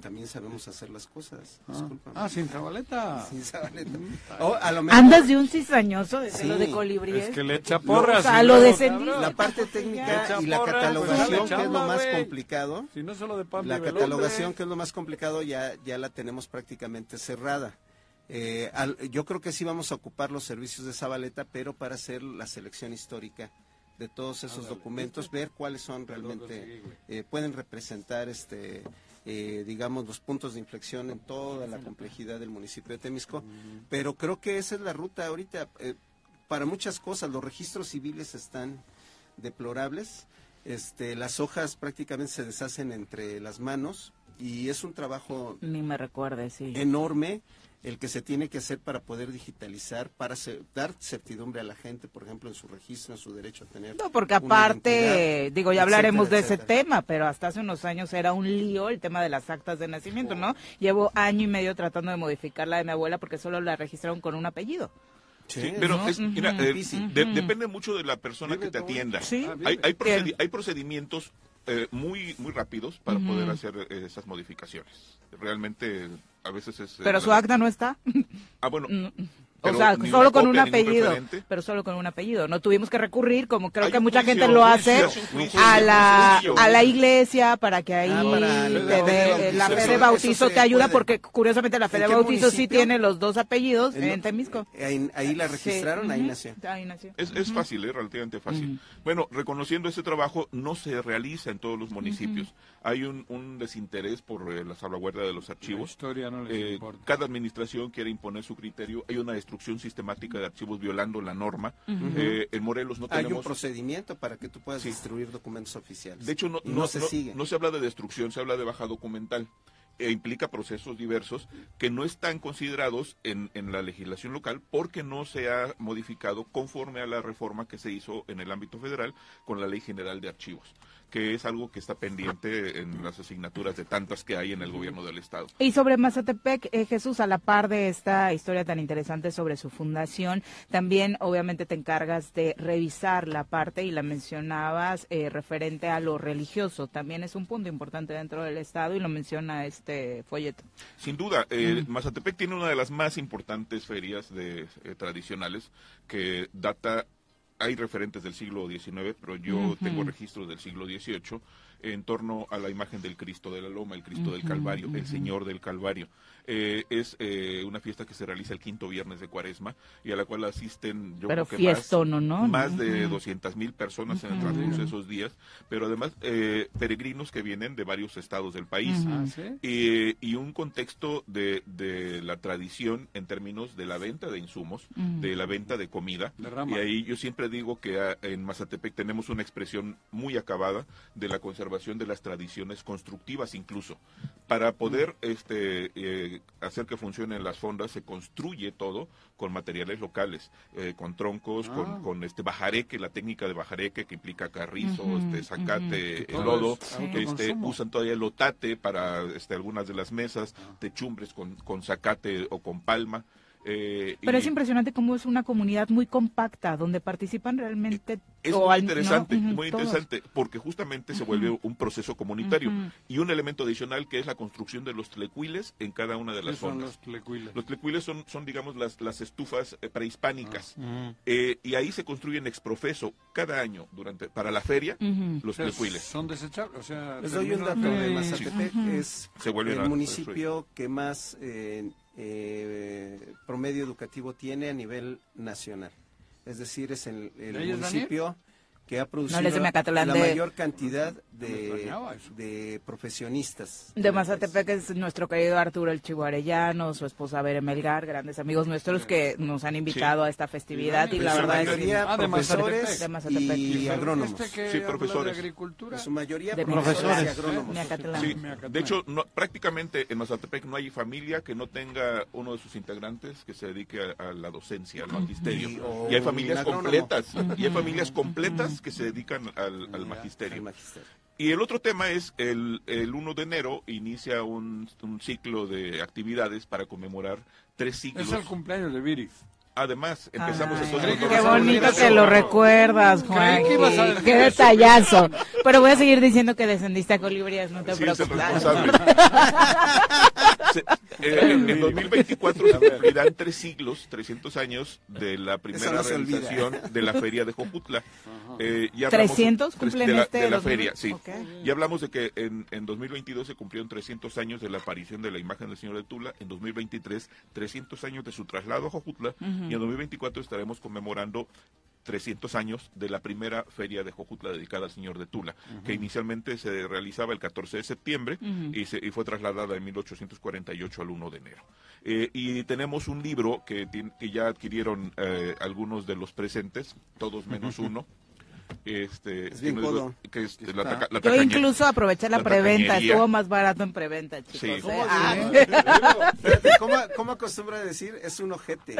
S6: también sabemos hacer las cosas. discúlpame.
S11: Ah, Mm. sin Zabaleta.
S6: Sin Zabaleta.
S11: O,
S6: a lo mejor-
S17: Andas de un cizañoso desde
S6: Sí.
S17: lo de colibrí.
S6: Es que
S11: le echa
S17: porras,
S11: O sea, y lo luego, descendí.
S6: La parte
S11: Le
S6: técnica
S11: echa
S6: y la
S11: porras,
S6: catalogación,
S11: pues, dale
S6: que es lo
S11: chamba,
S6: más
S11: güey.
S6: complicado.
S11: Si no solo de pan
S6: La
S11: vive el
S6: catalogación,
S11: hombre.
S6: que es lo más complicado, ya, ya la tenemos prácticamente cerrada. Eh, al- yo creo que sí vamos a ocupar los servicios de Zabaleta, pero para hacer la selección histórica de todos esos documentos, ver cuáles son realmente, eh, pueden representar este eh, digamos los puntos de inflexión en toda la complejidad del municipio de Temisco,
S11: Mm.
S6: pero creo que esa es la ruta ahorita eh, para muchas cosas, los registros civiles están deplorables. Este, las hojas prácticamente se deshacen entre las manos y es un trabajo
S4: Ni me recuerde, sí.
S6: Eh, enorme el que se tiene que hacer para poder digitalizar, para ce- dar certidumbre a la gente, por ejemplo, en su registro, en su derecho a tener.
S17: No, porque
S6: una
S17: aparte,
S6: identidad,
S17: digo, ya hablaremos de
S6: etcétera,
S17: ese
S6: etcétera.
S17: tema, pero hasta hace unos años era un lío el tema de las actas de nacimiento, ¿no? Llevo año y medio tratando de modificar la de mi abuela porque solo la registraron con un apellido.
S15: Sí, pero
S17: ¿no?
S15: es- mira,
S17: Ujú.
S15: eh,
S17: Difícil.
S15: de-
S17: Ujú.
S15: depende mucho de la persona que te atienda. Hay, hay procedi- hay procedimientos eh, muy muy rápidos para
S17: Ujú.
S15: poder hacer eh, esas modificaciones. Realmente eh, a veces es... eh,
S17: Pero su
S15: la-
S17: acta no está.
S15: Ah, bueno.
S4: Mm, o sea, solo con un apellido, pero solo con un apellido. No tuvimos que recurrir, como creo que mucha gente lo hace, a la a la iglesia Ah, para que ahí te dé eh, la fe de bautizo te ayuda porque curiosamente la fe de bautizo sí tiene los dos apellidos en Temisco.
S6: Ahí la registraron, ahí nació.
S15: Es, es fácil, es relativamente fácil. Bueno, reconociendo ese trabajo, no se realiza en todos los municipios. Hay un, un desinterés por eh, la salvaguarda de los archivos.
S5: historia no les
S15: Eh,
S5: importa.
S15: cada administración quiere imponer su criterio. Hay una destrucción sistemática de archivos violando la norma.
S6: Ujú.
S15: Eh, en Morelos no
S6: Hay
S15: tenemos...
S6: un procedimiento para que tú puedas distribuir documentos oficiales.
S15: De hecho, no,
S6: Y
S15: no,
S6: se
S15: no-
S6: sigue.
S15: no se habla de destrucción, se habla de baja documental. E implica procesos diversos que no están considerados en, en la legislación local porque no se ha modificado conforme a la reforma que se hizo en el ámbito federal con la Ley General de Archivos, que es algo que está pendiente en las asignaturas de tantas que hay en el gobierno del Estado.
S4: Y sobre Mazatepec, eh, Jesús, a la par de esta historia tan interesante sobre su fundación, también obviamente te encargas de revisar la parte y la mencionabas eh, referente a lo religioso. También es un punto importante dentro del Estado y lo menciona este folleto.
S15: Sin duda, eh, Mazatepec tiene una de las más importantes ferias de, eh, tradicionales que data, hay referentes del siglo XIX, pero yo
S12: Ujú.
S15: tengo registros del siglo XVIII en torno a la imagen del Cristo de la Loma, el Cristo del
S12: Ujú,
S15: Calvario, el
S12: ujú.
S15: Señor del Calvario. Eh, es eh, una fiesta que se realiza el quinto viernes de Cuaresma y a la cual asisten, yo
S4: Pero
S15: creo que
S4: fiestono,
S15: más,
S4: ¿no?
S15: más de
S4: Ujú.
S15: 200 mil personas en el
S4: Ujú.
S15: transcurso de esos días, pero además eh, peregrinos que vienen de varios estados del país
S12: Ujú. Ah, ¿sí?
S15: eh, y un contexto de, de la tradición en términos de la venta de insumos,
S12: Ujú.
S15: de la venta de comida.
S12: De rama.
S15: Y ahí yo siempre digo que ah, en Mazatepec tenemos una expresión muy acabada de la conservación de las tradiciones constructivas incluso. Para poder
S12: Mm.
S15: este, eh, hacer que funcionen las fondas se construye todo con materiales locales, eh, con troncos,
S12: Ah.
S15: con, con este bajareque, la técnica de bajareque que implica carrizo,
S12: Ujú,
S15: este,
S12: ujú.
S15: zacate,
S12: Que todo
S15: lodo,
S12: es
S15: este,
S12: autoconsumo.
S15: usan todavía el otate para este, algunas de las mesas,
S12: Ah.
S15: techumbres con, con zacate o con palma. eh,
S4: Pero
S15: y-
S4: es impresionante cómo es una comunidad muy compacta, donde participan realmente...
S15: es
S4: o
S15: muy
S4: al- ¿no?
S15: interesante,
S4: Ujú,
S15: muy
S4: todos.
S15: interesante, porque justamente se vuelve un proceso comunitario
S4: Ujú.
S15: y un elemento adicional que es la construcción de los tlecuiles en cada una de las
S5: ¿Qué son
S15: zonas.
S5: los tlecuiles?
S15: Los tlecuiles son, son digamos, las, las estufas eh, prehispánicas.
S5: Ah. Ujú.
S15: Eh, y ahí se construyen exprofeso cada año durante para la feria
S5: Ujú.
S15: los
S5: O sea,
S15: tlecuiles.
S5: Son desechables, o sea...
S6: Les doy un dato de Mazatepec. Es
S15: Se vuelven a-
S6: el municipio que más eh, eh, promedio educativo tiene a nivel nacional. Es decir, es el, el
S18: ¿De ellos,
S6: municipio que ha producido
S4: les llame a Catalán
S6: la
S4: de-
S6: mayor cantidad
S18: me
S6: de,
S18: extrañaba
S6: de profesionistas.
S4: De Mazatepec es nuestro querido Arturo el Chivo Arellano, su esposa Bere Melgar, grandes amigos nuestros que nos han invitado a esta festividad y la
S6: Pues, Su
S4: verdad es
S6: mayoría
S4: que Ah,
S6: profesores
S4: de Mazatepec. Este
S6: y agrónomos.
S5: Este
S15: Sí, profesores.
S6: En su mayoría
S4: De
S6: profesores y
S4: profesores.
S6: agrónomos.
S4: Miacatlán.
S15: Sí, de hecho, no- prácticamente en Mazatepec no hay familia que no tenga uno de sus integrantes que se dedique a, a la docencia, al magisterio.
S6: Y-
S15: Y,
S6: o
S15: hay
S6: un
S15: familias
S6: agrónomo.
S15: completas, y hay familias completas que se dedican al, al magisterio. Y el otro tema es, el, el 1 de enero inicia un, un ciclo de actividades para conmemorar tres siglos.
S5: Es el cumpleaños de Viri.
S15: Además, empezamos entonces...
S4: Qué bonito que lo recuerdas, Juan.
S5: Creí que ibas a decir
S4: Qué
S5: eso.
S4: detallazo. Pero voy a seguir diciendo que descendiste a colibríes, no te
S15: Sí, es el
S4: preocupes.
S15: responsable. Se- eh, en en 2024 se cumplirán tres siglos, 300 años de la primera
S12: no se olvida.
S15: realización de la feria de Joputla. Eh, ya
S4: 300
S15: tres-
S4: cumplen
S15: de la,
S4: este
S15: de la
S4: 2000.
S15: feria, sí.
S4: Ok.
S15: Ya hablamos de que en, en 2022 se cumplieron 300 años de la aparición de la imagen del Señor de Tula, en 2023 300 años de su traslado a Jojutla
S12: Ujú.
S15: y en 2024 estaremos conmemorando 300 años de la primera feria de Jojutla dedicada al Señor de Tula,
S12: Ujú.
S15: que inicialmente se realizaba el 14 de septiembre
S12: Ujú.
S15: y, se- y fue trasladada en 1848 al 1 de enero. Eh, y tenemos un libro que, ti- que ya adquirieron eh, algunos de los presentes, todos menos uno. Este,
S6: Es bien
S15: que no digo-
S6: codo.
S15: que es la, taca- la
S4: Yo
S15: tacañe-
S4: incluso aproveché la,
S15: la
S4: preventa,
S15: tacañería.
S4: estuvo más barato en preventa, chicos.
S15: Sí.
S4: ¿eh?
S15: ¿Cómo
S4: Ah,
S6: Fíjate, ¿Cómo, ¿Cómo acostumbra decir? Es un ojete.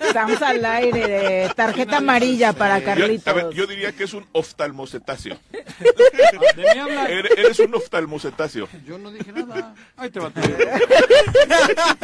S4: Estamos al aire de tarjeta amarilla para Carlitos.
S15: Yo, a ver, yo diría que es un oftalmocetáceo.
S5: De mí habla.
S15: Eres Er, eres un oftalmocetáceo.
S5: Yo no dije nada. Ahí te va a
S15: Eh,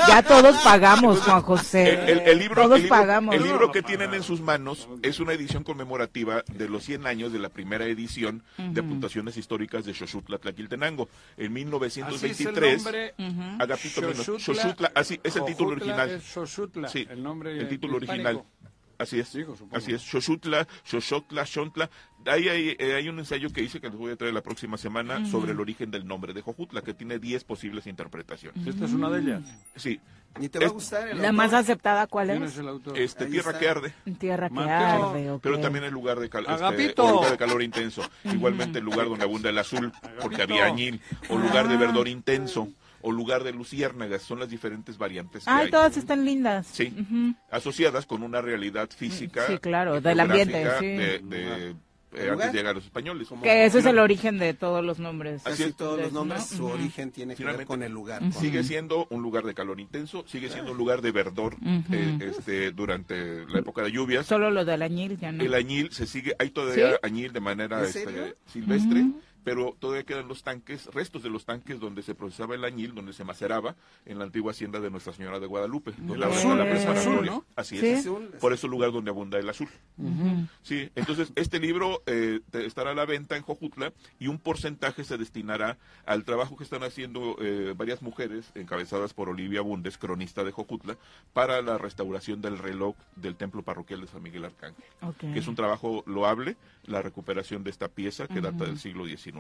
S4: Ya todos pagamos, Juan José.
S15: El, el- el libro,
S4: todos
S15: el libro-
S4: pagamos.
S15: el libro que tienen en sus manos es una edición conmemorativa de los 100 años de la primera edición de
S12: Ujú.
S15: apuntaciones históricas de Xochutla Tlaquiltenango. En
S12: Así es el
S15: 1923,
S12: nombre. Ujú.
S15: Agapito Mino-
S12: Xochutla.
S15: Xochutla, así, es el título
S5: Jojutla
S15: original.
S5: es Xochutla,
S15: Sí,
S5: el nombre
S15: el título
S5: hispánico.
S15: original. Así es. Así es. Xochutla, Xochotla, Xontla. Ahí hay, eh, hay un ensayo que hice que les voy a traer la próxima semana
S5: Ujú.
S15: sobre el origen del nombre de Jojutla, que tiene 10 posibles interpretaciones.
S5: ¿Esta es una de ellas?
S15: Sí.
S6: Ni te
S15: va a
S6: gustar
S4: La más aceptada, ¿cuál es?
S15: Este,
S4: Ahí
S15: tierra
S4: está.
S15: que arde.
S4: Tierra que
S15: Mateo.
S4: arde, ok.
S15: Pero también es lugar de, cal- este,
S4: Agapito.
S15: o lugar de calor intenso. Igualmente el lugar donde abunda el azul, porque había añil. O lugar de verdor intenso. O lugar de luciérnagas. Son las diferentes variantes que
S4: Ay,
S15: hay.
S4: todas están lindas.
S15: Sí.
S4: Ujú.
S15: Asociadas con una realidad física.
S4: Sí, claro,
S15: y
S4: del ambiente,
S15: geográfica
S4: sí.
S15: de- de, eh, antes
S6: Lugar.
S15: de llegar a los españoles.
S4: Que ese es el origen de todos los nombres.
S15: Así es.
S6: todos los nombres,
S4: ¿no?
S6: su
S4: Ujú.
S6: origen tiene que ver
S15: Finalmente,
S6: con el lugar.
S4: Ujú.
S15: Sigue siendo un lugar de calor intenso, sigue siendo un lugar de verdor
S4: Ujú.
S15: eh, este, durante la época de lluvias.
S4: Solo los del añil ya no.
S15: El añil se sigue, hay todavía
S4: ¿Sí?
S15: añil de manera
S4: ¿En
S15: este,
S4: serio?
S15: silvestre,
S4: Ujú.
S15: pero todavía quedan los tanques, restos de los tanques donde se procesaba el añil, donde se maceraba en la antigua hacienda de Nuestra Señora de Guadalupe. donde
S5: El
S15: ahora
S5: azul,
S15: está la
S5: el
S15: Plaza
S5: azul,
S15: Gloria.
S5: ¿no?
S15: Así
S5: Sí.
S15: es.
S5: Azul.
S15: Por eso el lugar donde abunda el azul.
S5: Ujú.
S15: Sí, entonces este libro eh, te- estará a la venta en Jojutla y un porcentaje se destinará al trabajo que están haciendo eh, varias mujeres, encabezadas por Olivia Bundes, cronista de Jojutla, para la restauración del reloj del templo parroquial de San Miguel Arcángel,
S4: Ok.
S15: que es un trabajo loable, la recuperación de esta pieza que data
S4: Ujú.
S15: del siglo XIX.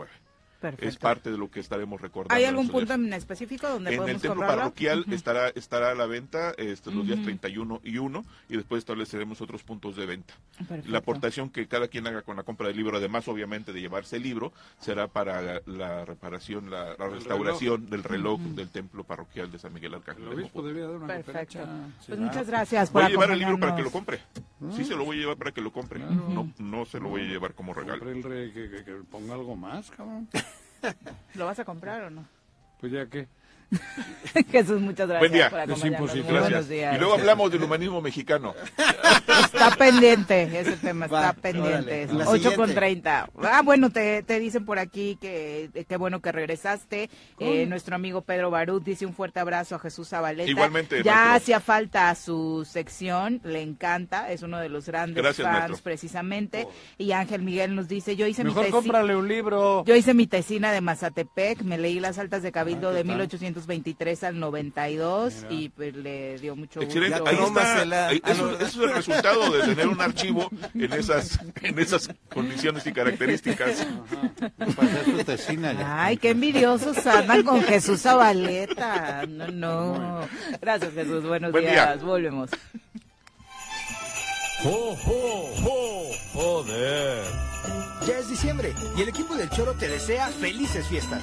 S4: Perfecto.
S15: Es parte de lo que estaremos recordando.
S4: ¿Hay
S15: en
S4: algún
S15: estos días.
S4: punto en específico donde
S15: En el
S4: podemos
S15: templo
S4: comprarlo?
S15: parroquial
S4: Ujú.
S15: estará estará a la venta este, los días
S4: Ujú.
S15: 31 y 1 y después estableceremos otros puntos de venta.
S4: Perfecto.
S15: La aportación que cada quien haga con la compra del libro, además obviamente de llevarse el libro, será para la reparación, la, la
S5: reloj.
S15: restauración del reloj
S5: Ujú.
S15: del templo parroquial de San Miguel Arcángel.
S5: El
S15: de
S5: obispo debía dar una
S4: Perfecto.
S5: cucaracha.
S4: Pues
S5: Sí,
S4: muchas
S5: ah.
S4: gracias por
S15: Voy a llevar el libro para que lo
S4: acompañarnos.
S15: compre. Sí, se lo voy a llevar para que lo compre. No, no se lo voy a llevar como regalo.
S5: Compre el re- que, que- que ponga algo más, cabrón.
S4: ¿Lo vas a comprar o no?
S5: Pues ya que.
S4: Jesús, muchas gracias
S15: Buen día.
S4: por acompañarnos. Muy buenos
S15: Gracias.
S4: días.
S15: Y luego hablamos del humanismo mexicano.
S4: Está pendiente ese tema, está
S15: órale.
S4: pendiente.
S15: La
S4: 8 con
S15: siguiente.
S4: 30. Ah, bueno, te, te dicen por aquí que eh, qué bueno que regresaste. Eh,
S15: ¿Cómo?
S4: nuestro amigo Pedro Barut dice un fuerte abrazo a Jesús Zabaleta.
S15: Igualmente,
S4: Ya
S15: maestro.
S4: hacía falta a su sección, le encanta, es uno de los grandes
S15: Gracias,
S4: fans
S15: maestro.
S4: precisamente. Y Ángel Miguel nos dice, yo hice mi
S5: Mejor
S4: tesi-
S5: cómprale un libro.
S4: Yo hice mi tesina de Mazatepec, me leí las altas de Cabildo
S5: Ah, ¿qué
S4: de
S5: tal?
S4: 1823 al 92 y pues, le dio mucho gusto.
S15: Excelente. Ahí está. Ahí-
S4: Ah,
S15: Eso, eso es el resultado de tener un archivo en esas, en esas condiciones y características.
S4: Ay, qué envidiosos andan con Jesús Zabaleta. No, no. Gracias, Jesús. Buenos
S17: Buen día.
S4: días. Volvemos.
S1: ¡Jo, jo, jo! ¡Joder! Ya es diciembre y el equipo del Choro te desea felices fiestas.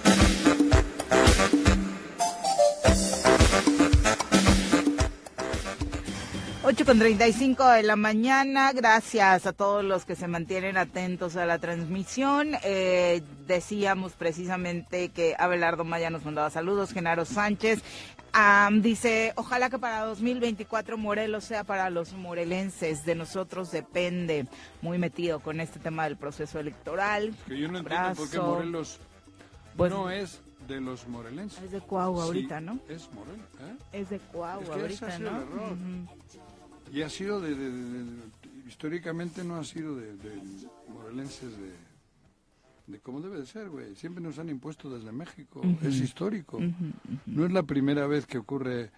S4: Ocho con 35 de la mañana. Gracias a todos los que se mantienen atentos a la transmisión. Eh, decíamos precisamente que Abelardo Maya nos mandaba saludos. Genaro Sánchez am, dice: Ojalá que para 2024 Morelos sea para los morelenses. De nosotros depende. Muy metido con este tema del proceso electoral.
S5: Que yo no entiendo por qué
S4: Abrazo.
S5: Morelos
S4: Pues-
S5: no es de los morelenses.
S4: Es de Cuau ahorita, ¿no?
S5: Es Morelos, ¿eh?
S4: Es de Cuau
S5: Es que ese ha
S4: ahorita,
S5: sido
S4: ¿no?
S5: el error. Y ha sido de, de- de- de- históricamente no ha sido de, de morelenses de, de cómo debe de ser, güey. Siempre nos han impuesto desde México.
S11: Ujú.
S5: Es histórico.
S11: Ujú,
S5: No es la primera vez que ocurre.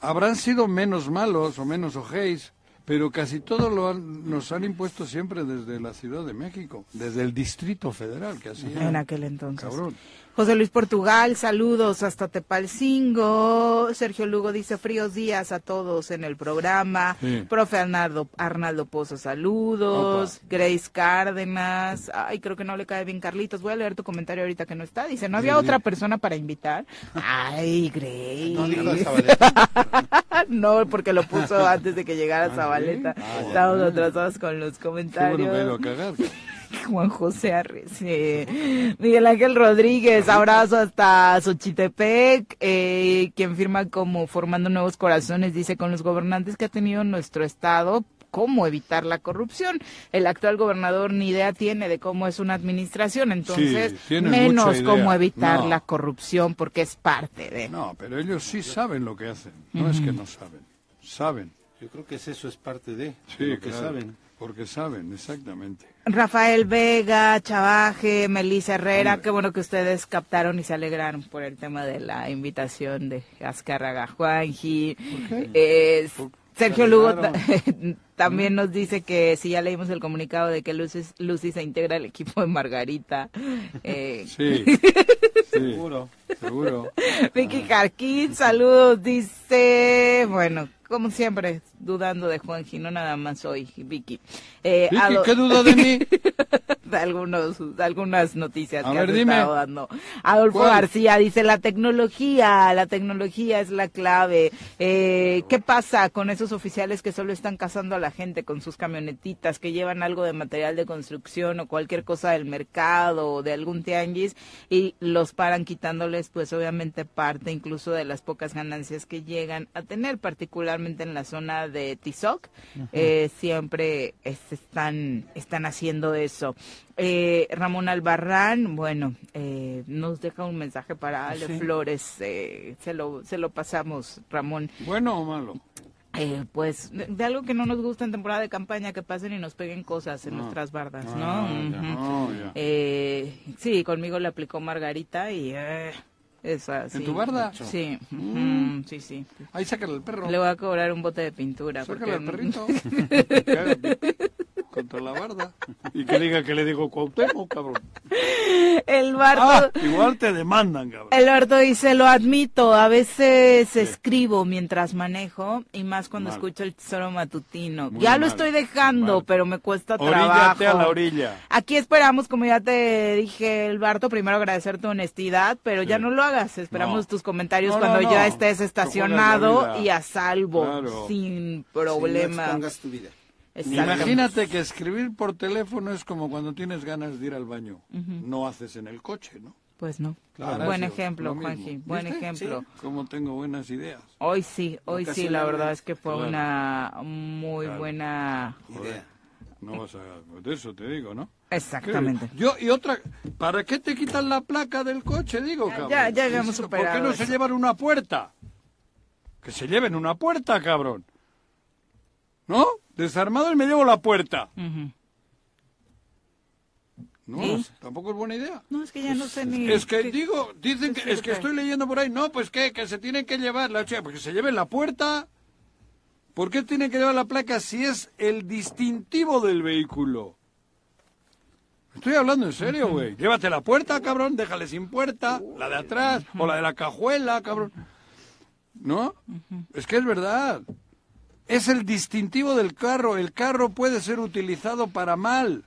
S5: Habrán sido menos malos o menos ojeis, pero casi todo lo han- nos han impuesto siempre desde la Ciudad de México, desde el Distrito Federal, que así
S4: En
S5: era.
S4: aquel entonces.
S5: Cabrón.
S4: José Luis Portugal, saludos hasta Tepalcingo. Sergio Lugo dice fríos días a todos en el programa.
S5: Sí.
S4: Profe Arnaldo, Arnaldo Pozo, saludos. Grace Cárdenas. Ay, creo que no le cae bien Carlitos. Voy a leer tu comentario ahorita que no está. Dice, ¿no había
S19: Sí, sí.
S4: otra persona para invitar? Ay, Grace.
S19: No dijo a
S4: No, porque lo puso antes de que llegara Zabaleta.
S19: ya.
S4: Estábamos atrasados con los comentarios.
S5: Qué bueno, pero a cagar.
S4: Juan José Arres, eh, Miguel Ángel Rodríguez, abrazo hasta Xochitepec, eh, quien firma como Formando Nuevos Corazones, dice, con los gobernantes que ha tenido nuestro estado, cómo evitar la corrupción. El actual gobernador ni idea tiene de cómo es una administración, entonces
S5: Sí, tienen mucha
S4: menos
S5: idea.
S4: cómo evitar
S5: No.
S4: la corrupción porque es parte de...
S5: No, pero ellos sí saben lo que hacen. No es que no saben. Saben. Yo creo que eso es parte de,
S11: lo que saben.
S5: Porque saben, exactamente.
S4: Rafael Vega, Chavaje, Melissa Herrera, qué bueno que ustedes captaron y se alegraron por el tema de la invitación de Azcárraga Juanji. Eh,
S5: Pues,
S4: Sergio
S17: se
S4: Lugo ta-
S17: alegraron?
S4: también nos dice que si ya leímos el comunicado de que Lucy, Lucy se integra al equipo de Margarita. Eh,
S5: Sí. Seguro. Seguro. Ah.
S4: Vicky Jarquín, saludos, dice, bueno, como siempre, dudando de Juanji, no nada más hoy, Vicky. Eh,
S5: Vicky,
S4: Ado-
S5: ¿qué duda de mí?
S4: de, algunos, de algunas noticias
S5: A
S4: que
S5: ver,
S4: has
S5: dime.
S4: estado dando. Adolfo
S5: ¿Cuál?
S4: García dice, la tecnología, la tecnología es la clave. Eh, ¿Qué pasa con esos oficiales que solo están cazando a la gente con sus camionetitas, que llevan algo de material de construcción o cualquier cosa del mercado o de algún tianguis y los paran quitándoles, pues obviamente parte incluso de las pocas ganancias que llegan a tener, particularmente en la zona de Tizoc?
S17: Ajá.
S4: Eh, siempre es- están, están haciendo eso. Eh, Ramón Albarrán, bueno, eh, nos deja un mensaje para Ale
S17: Sí.
S4: Flores. eh, se, lo, se lo pasamos, Ramón.
S5: ¿Bueno o malo?
S4: pues de, de algo que no nos gusta en temporada de campaña, que pasen y nos peguen cosas en
S17: Ah.
S4: nuestras bardas, Pues ¿no?
S17: Ah, ya.
S4: Ujú.
S17: Oh, ya.
S4: Eh, sí, conmigo le aplicó Margarita y... eh, esa, sí.
S17: tu barda?
S4: Sí, ujú,
S17: Mm.
S4: sí, sí.
S5: Ahí sácale el perro.
S4: Le voy a cobrar un bote de pintura.
S5: Mm. Sácale
S4: porque-
S5: al perrito. Contra la barda. Y que diga que le digo Cuauhtémoc, cabrón.
S4: El bardo...
S5: Ah.
S11: Igual te demandan, cabrón.
S4: El orto dice, lo admito, a veces escribo mientras manejo y más cuando
S11: Mal.
S4: escucho el tesoro matutino.
S11: Muy
S4: ya lo
S11: mal,
S4: estoy dejando, pero me cuesta trabajo.
S11: Oríllate a la orilla.
S4: Aquí esperamos, como ya te dije, el Barto, primero agradecer tu honestidad, pero ya no lo hagas. Esperamos
S17: No.
S4: tus comentarios
S17: No,
S4: cuando
S17: no,
S4: ya
S17: no.
S4: estés
S17: Te juegas la
S4: estacionado
S17: vida.
S4: y a salvo,
S5: Claro.
S4: sin problema.
S6: Si no expongas tu vida.
S4: Exacto.
S5: Imagínate que escribir por teléfono es como cuando tienes ganas de ir al baño. No haces en el coche, ¿no?
S4: Pues no.
S5: Claro,
S4: buen
S5: eso, lo
S4: ejemplo,
S5: mismo.
S4: Juanji, buen
S5: ¿Viste?
S4: ejemplo.
S5: Sí, Como tengo buenas ideas.
S4: Hoy sí, hoy sí, la
S5: Ocasionalmente.
S4: verdad es que fue
S5: Claro.
S4: una muy
S5: Claro.
S4: buena...
S5: Joder, No vas a... De eso te digo, ¿no?
S4: Exactamente.
S5: ¿Qué? Yo, y otra... ¿Para qué te quitan la placa del coche? Digo, cabrón.
S4: ya, ya habíamos
S5: ¿Por qué
S4: superado
S5: no
S4: eso.
S5: se llevan una puerta? Que se lleven una puerta, cabrón. ¿No? Desarmado y me llevo la puerta. No,
S4: Sí.
S5: tampoco es buena idea.
S4: No, es que ya no sé ni...
S5: Es que digo, dicen que es que estoy leyendo por ahí, no, pues que que se tienen que llevar la chica, porque se lleven la puerta. ¿Por qué tienen que llevar la placa si es el distintivo del vehículo? Estoy hablando en serio, güey. Llévate la puerta, cabrón, déjale sin puerta, la de atrás o la de la cajuela, cabrón. ¿No? Es que es verdad. Es el distintivo del carro. El carro puede ser utilizado para mal.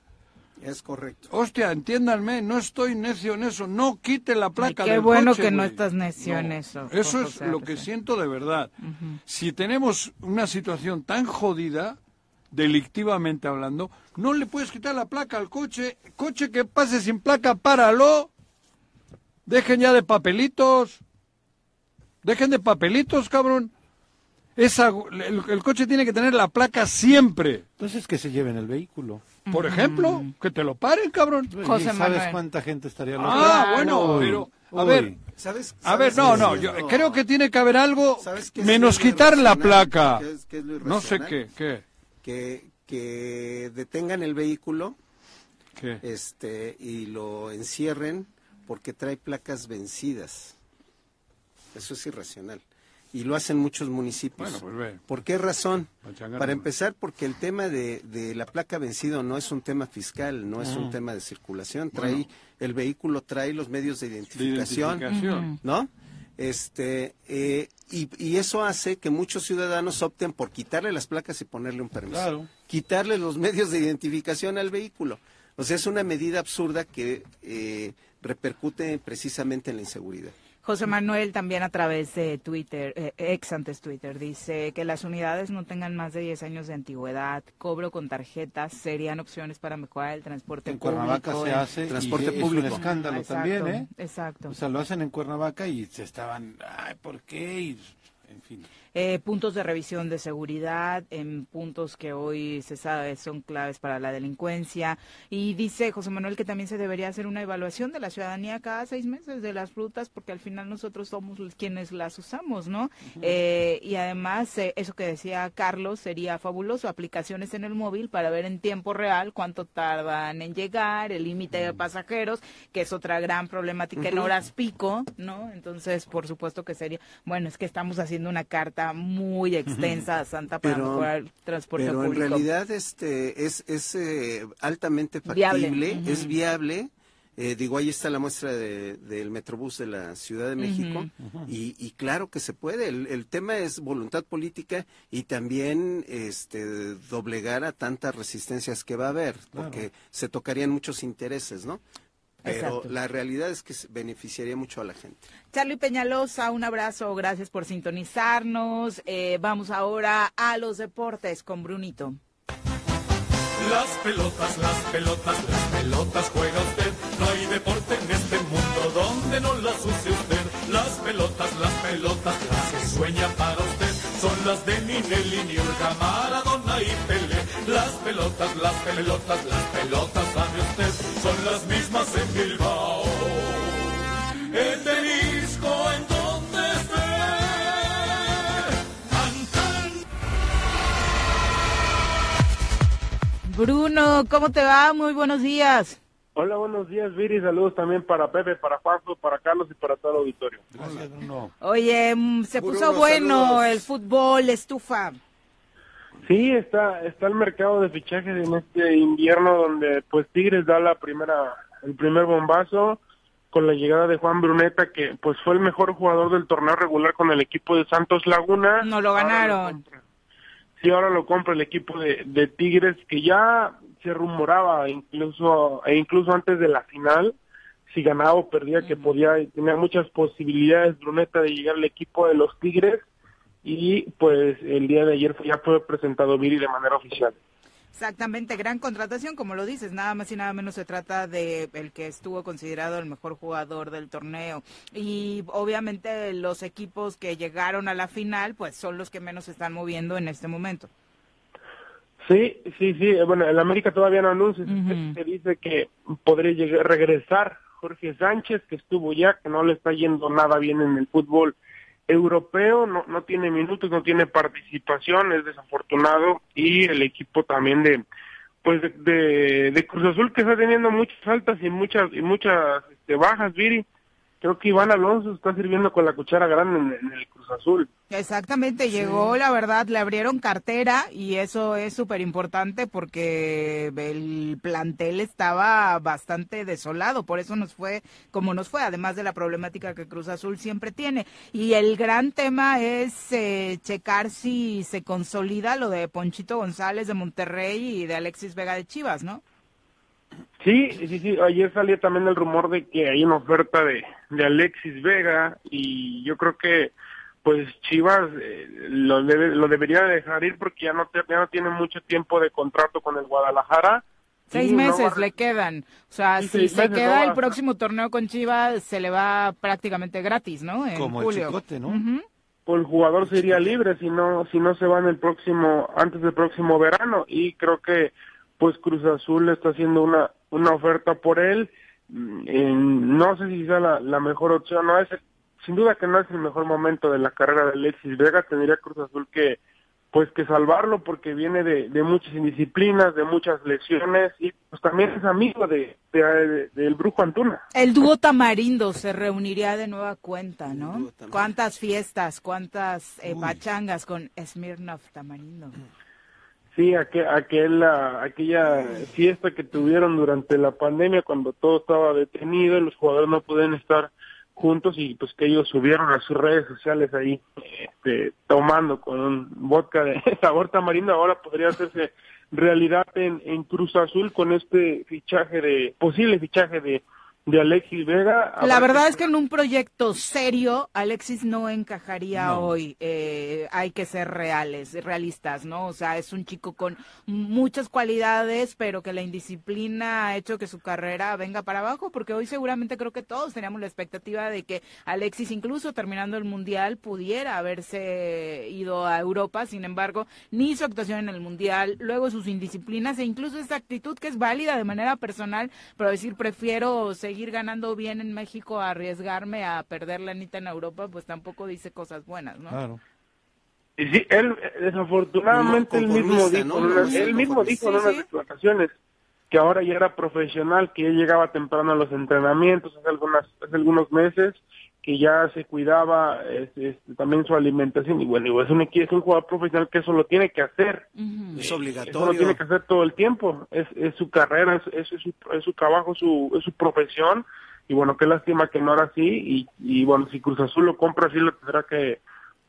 S6: Es correcto.
S5: Hostia, entiéndanme, no estoy necio en eso. No quite la placa
S4: qué
S5: del
S4: bueno
S5: coche,
S4: que no
S5: güey.
S4: estás necio en
S5: No.
S4: eso,
S5: Eso es
S4: José
S5: lo
S4: Ángel.
S5: que siento de verdad. Si tenemos una situación tan jodida, delictivamente hablando, no le puedes quitar la placa al coche. Coche que pase sin placa, páralo. Dejen ya de papelitos. Dejen de papelitos, cabrón. Esa, el, el coche tiene que tener la placa siempre.
S11: Entonces que se lleven el vehículo.
S5: Por ejemplo, que te lo paren, cabrón.
S11: Oye, ¿Sabes cuánta gente estaría loca?
S5: Ah, bueno,
S11: Uy,
S5: pero, a
S11: uy.
S5: ver,
S6: ¿Sabes?
S5: a ver,
S6: ¿Sabes
S5: no,
S6: qué
S5: no,
S6: es
S5: yo
S6: lo-
S5: creo que tiene que haber algo
S6: ¿Sabes qué es
S5: menos
S6: lo
S5: quitar la
S6: irracional?
S5: placa.
S6: ¿Qué es- qué es lo
S5: No sé
S6: irracional?
S5: qué, qué,
S6: Que, que detengan el vehículo
S5: qué.
S11: Eh,
S6: este y lo encierren porque trae placas vencidas. Eso es irracional. Y lo hacen muchos municipios.
S5: Bueno, pues ve.
S6: ¿Por qué razón?
S5: Pa' changarlo.
S6: Para empezar, porque el tema de, de la placa vencido no es un tema fiscal, no es
S5: Ah.
S6: un tema de circulación. Trae
S5: Bueno.
S6: el vehículo, trae los medios de identificación,
S5: identificación. Ujú.
S6: ¿no? Este eh, y, y eso hace que muchos ciudadanos opten por quitarle las placas y ponerle un permiso,
S11: Claro.
S6: quitarle los medios de identificación al vehículo. O sea, es una medida absurda que eh, repercute precisamente en la inseguridad.
S4: José Manuel también a través de Twitter, eh, ex antes Twitter, dice que las unidades no tengan más de 10 años de antigüedad, cobro con tarjetas, serían opciones para mejorar el transporte
S11: En Cuernavaca
S4: público.
S11: se hace y
S6: transporte
S11: es un
S6: público.
S11: escándalo
S4: Exacto,
S11: también, ¿eh?
S4: Exacto.
S11: O sea, lo hacen en Cuernavaca y se estaban, ay, ¿por qué? Y
S5: en fin.
S4: Eh, puntos de revisión de seguridad, en puntos que hoy se sabe son claves para la delincuencia. Y dice José Manuel que también se debería hacer una evaluación de la ciudadanía cada seis meses de las frutas, porque al final nosotros somos los- quienes las usamos, ¿no? Eh, y además, eh, eso que decía Carlos, sería fabuloso, aplicaciones en el móvil para ver en tiempo real cuánto tardan en llegar, el límite de pasajeros, que es otra gran problemática en
S20: Ujú.
S4: horas pico, ¿no? Entonces, por supuesto que sería, bueno, es que estamos haciendo una carta muy extensa a Santa para
S6: Pero-
S4: mejorar el transporte
S6: Pero
S4: público.
S6: en realidad este es, es eh, altamente
S4: Viable.
S6: factible,
S4: Ujú.
S6: es viable. Eh, digo, ahí está la muestra de- del Metrobús de la Ciudad de México
S21: Ujú.
S6: y, y claro que se puede. El, el tema es voluntad política y también este, doblegar a tantas resistencias que va a haber, porque se tocarían muchos intereses, ¿no? Pero
S4: Exacto.
S6: la realidad es que se beneficiaría mucho a la gente.
S4: Charlie Peñalosa, un abrazo, gracias por sintonizarnos. Eh, vamos ahora a los deportes con Brunito.
S17: Las pelotas, las pelotas, las pelotas juega usted. No hay deporte en este mundo donde no las use usted. Las pelotas, las pelotas, las que sueña para usted. Son las de Ninelli, Niurka, Maradona y Pelé. Las pelotas, las pelotas, las pelotas, sabe usted. Son las mismas en Bilbao. En Tenisco, en donde esté.
S4: Bruno, ¿cómo te va? Muy buenos días.
S14: Hola, buenos días, Viri. Saludos también para Pepe, para Juanjo, para Carlos y para todo el auditorio.
S4: Oye, mm, se
S14: Bruno,
S4: puso bueno
S14: saludos.
S4: el fútbol, estufa.
S14: Sí, está está el mercado de fichajes en este invierno donde pues Tigres da la primera el primer bombazo con la llegada de Juan Bruneta que pues fue el mejor jugador del torneo regular con el equipo de Santos Laguna.
S4: No lo ganaron.
S14: Sí, ahora lo compra el equipo de, de Tigres que ya se rumoraba incluso e incluso antes de la final si ganaba o perdía que podía tenía muchas posibilidades Bruneta de llegar al equipo de los Tigres y pues el día de ayer ya fue presentado Viri de manera oficial.
S4: Exactamente, gran contratación, como lo dices, nada más y nada menos se trata de el que estuvo considerado el mejor jugador del torneo y obviamente los equipos que llegaron a la final pues son los que menos se están moviendo en este momento.
S14: Sí, sí, sí. eh, Bueno, el América todavía no anuncia. se- Se dice que podría llegar, regresar Jorge Sánchez, que estuvo ya, que no le está yendo nada bien en el fútbol europeo. No, no tiene minutos, no tiene participación, es desafortunado. Y el equipo también de pues de, de, de Cruz Azul que está teniendo muchas altas y muchas y muchas este, bajas, Viri. Creo que Iván Alonso está sirviendo con la cuchara grande en- en el Cruz Azul.
S4: Exactamente, llegó la verdad, le abrieron cartera y eso es súper importante porque el plantel estaba bastante desolado, por eso nos fue como nos fue, además de la problemática que Cruz Azul siempre tiene. Y el gran tema es eh, checar si se consolida lo de Ponchito González de Monterrey y de Alexis Vega de Chivas, ¿no?
S14: Sí, sí, sí. Ayer salía también el rumor de que hay una oferta de, de Alexis Vega y yo creo que pues Chivas eh, lo, debe- lo debería dejar ir porque ya no, te- ya no tiene mucho tiempo de contrato con el Guadalajara.
S4: Seis
S14: Y no va a
S4: meses le quedan. O sea,
S14: Sí,
S4: si
S14: seis
S4: se
S14: meses,
S4: queda
S14: no
S4: el
S14: va.
S4: próximo torneo con Chivas, se le va prácticamente gratis, ¿no? En
S14: Como el
S4: julio.
S14: Chicote, ¿no?
S4: Ujú.
S14: pues el jugador sería libre si no si no se va en el próximo antes del próximo verano y creo que pues Cruz Azul le está haciendo una una oferta por él Mm, en- no sé si sea la, la mejor opción no es sin duda que no es el mejor momento de la carrera de Alexis Vega tendría Cruz Azul que pues que salvarlo porque viene de, de muchas indisciplinas de muchas lesiones y pues también es amigo de, de- de- del brujo Antuna
S4: El dúo Tamarindo se reuniría de nueva cuenta, ¿no? ¿Cuántas fiestas, cuántas eh, pachangas con Smirnov Tamarindo?
S14: Sí, aquel, aquel, ah, aquella fiesta que tuvieron durante la pandemia cuando todo estaba detenido y los jugadores no podían estar juntos y pues que ellos subieron a sus redes sociales ahí este, tomando con un vodka de sabor tamarindo ahora podría hacerse realidad en, en Cruz Azul con este fichaje de posible fichaje de de Alexis Vega.
S4: La verdad es que en un proyecto serio, Alexis no encajaría hoy. Eh, hay que ser reales, realistas, ¿no? O sea, es un chico con muchas cualidades, pero que la indisciplina ha hecho que su carrera venga para abajo, porque hoy seguramente creo que todos teníamos la expectativa de que Alexis, incluso terminando el Mundial, pudiera haberse ido a Europa. Sin embargo, ni su actuación en el Mundial, luego sus indisciplinas e incluso esta actitud que es válida de manera personal, pero decir prefiero seguir ganando bien en México a arriesgarme a perder la anita en Europa, pues tampoco dice cosas buenas,
S5: Ah.
S4: ¿no?
S11: Claro.
S14: Y sí, él eh, desafortunadamente él mismo
S6: Conformista,
S14: dijo,
S6: ¿no?
S14: en unas-
S6: Sí,
S14: él mismo
S6: conformista.
S14: dijo en
S6: Sí,
S14: unas
S6: sí.
S14: declaraciones que ahora ya era profesional, que ya llegaba temprano a los entrenamientos hace algunas hace algunos meses, que ya se cuidaba este, este, también su alimentación y bueno, y es un equi- es un jugador profesional que eso lo tiene que hacer.
S6: Es
S14: Eso lo tiene
S6: obligatorio.
S14: que hacer todo el tiempo. Es, es su carrera, es, es, su, es su trabajo, su, es su profesión. Y bueno, qué lástima que no era así. Y, y bueno, si Cruz Azul lo compra, sí lo tendrá que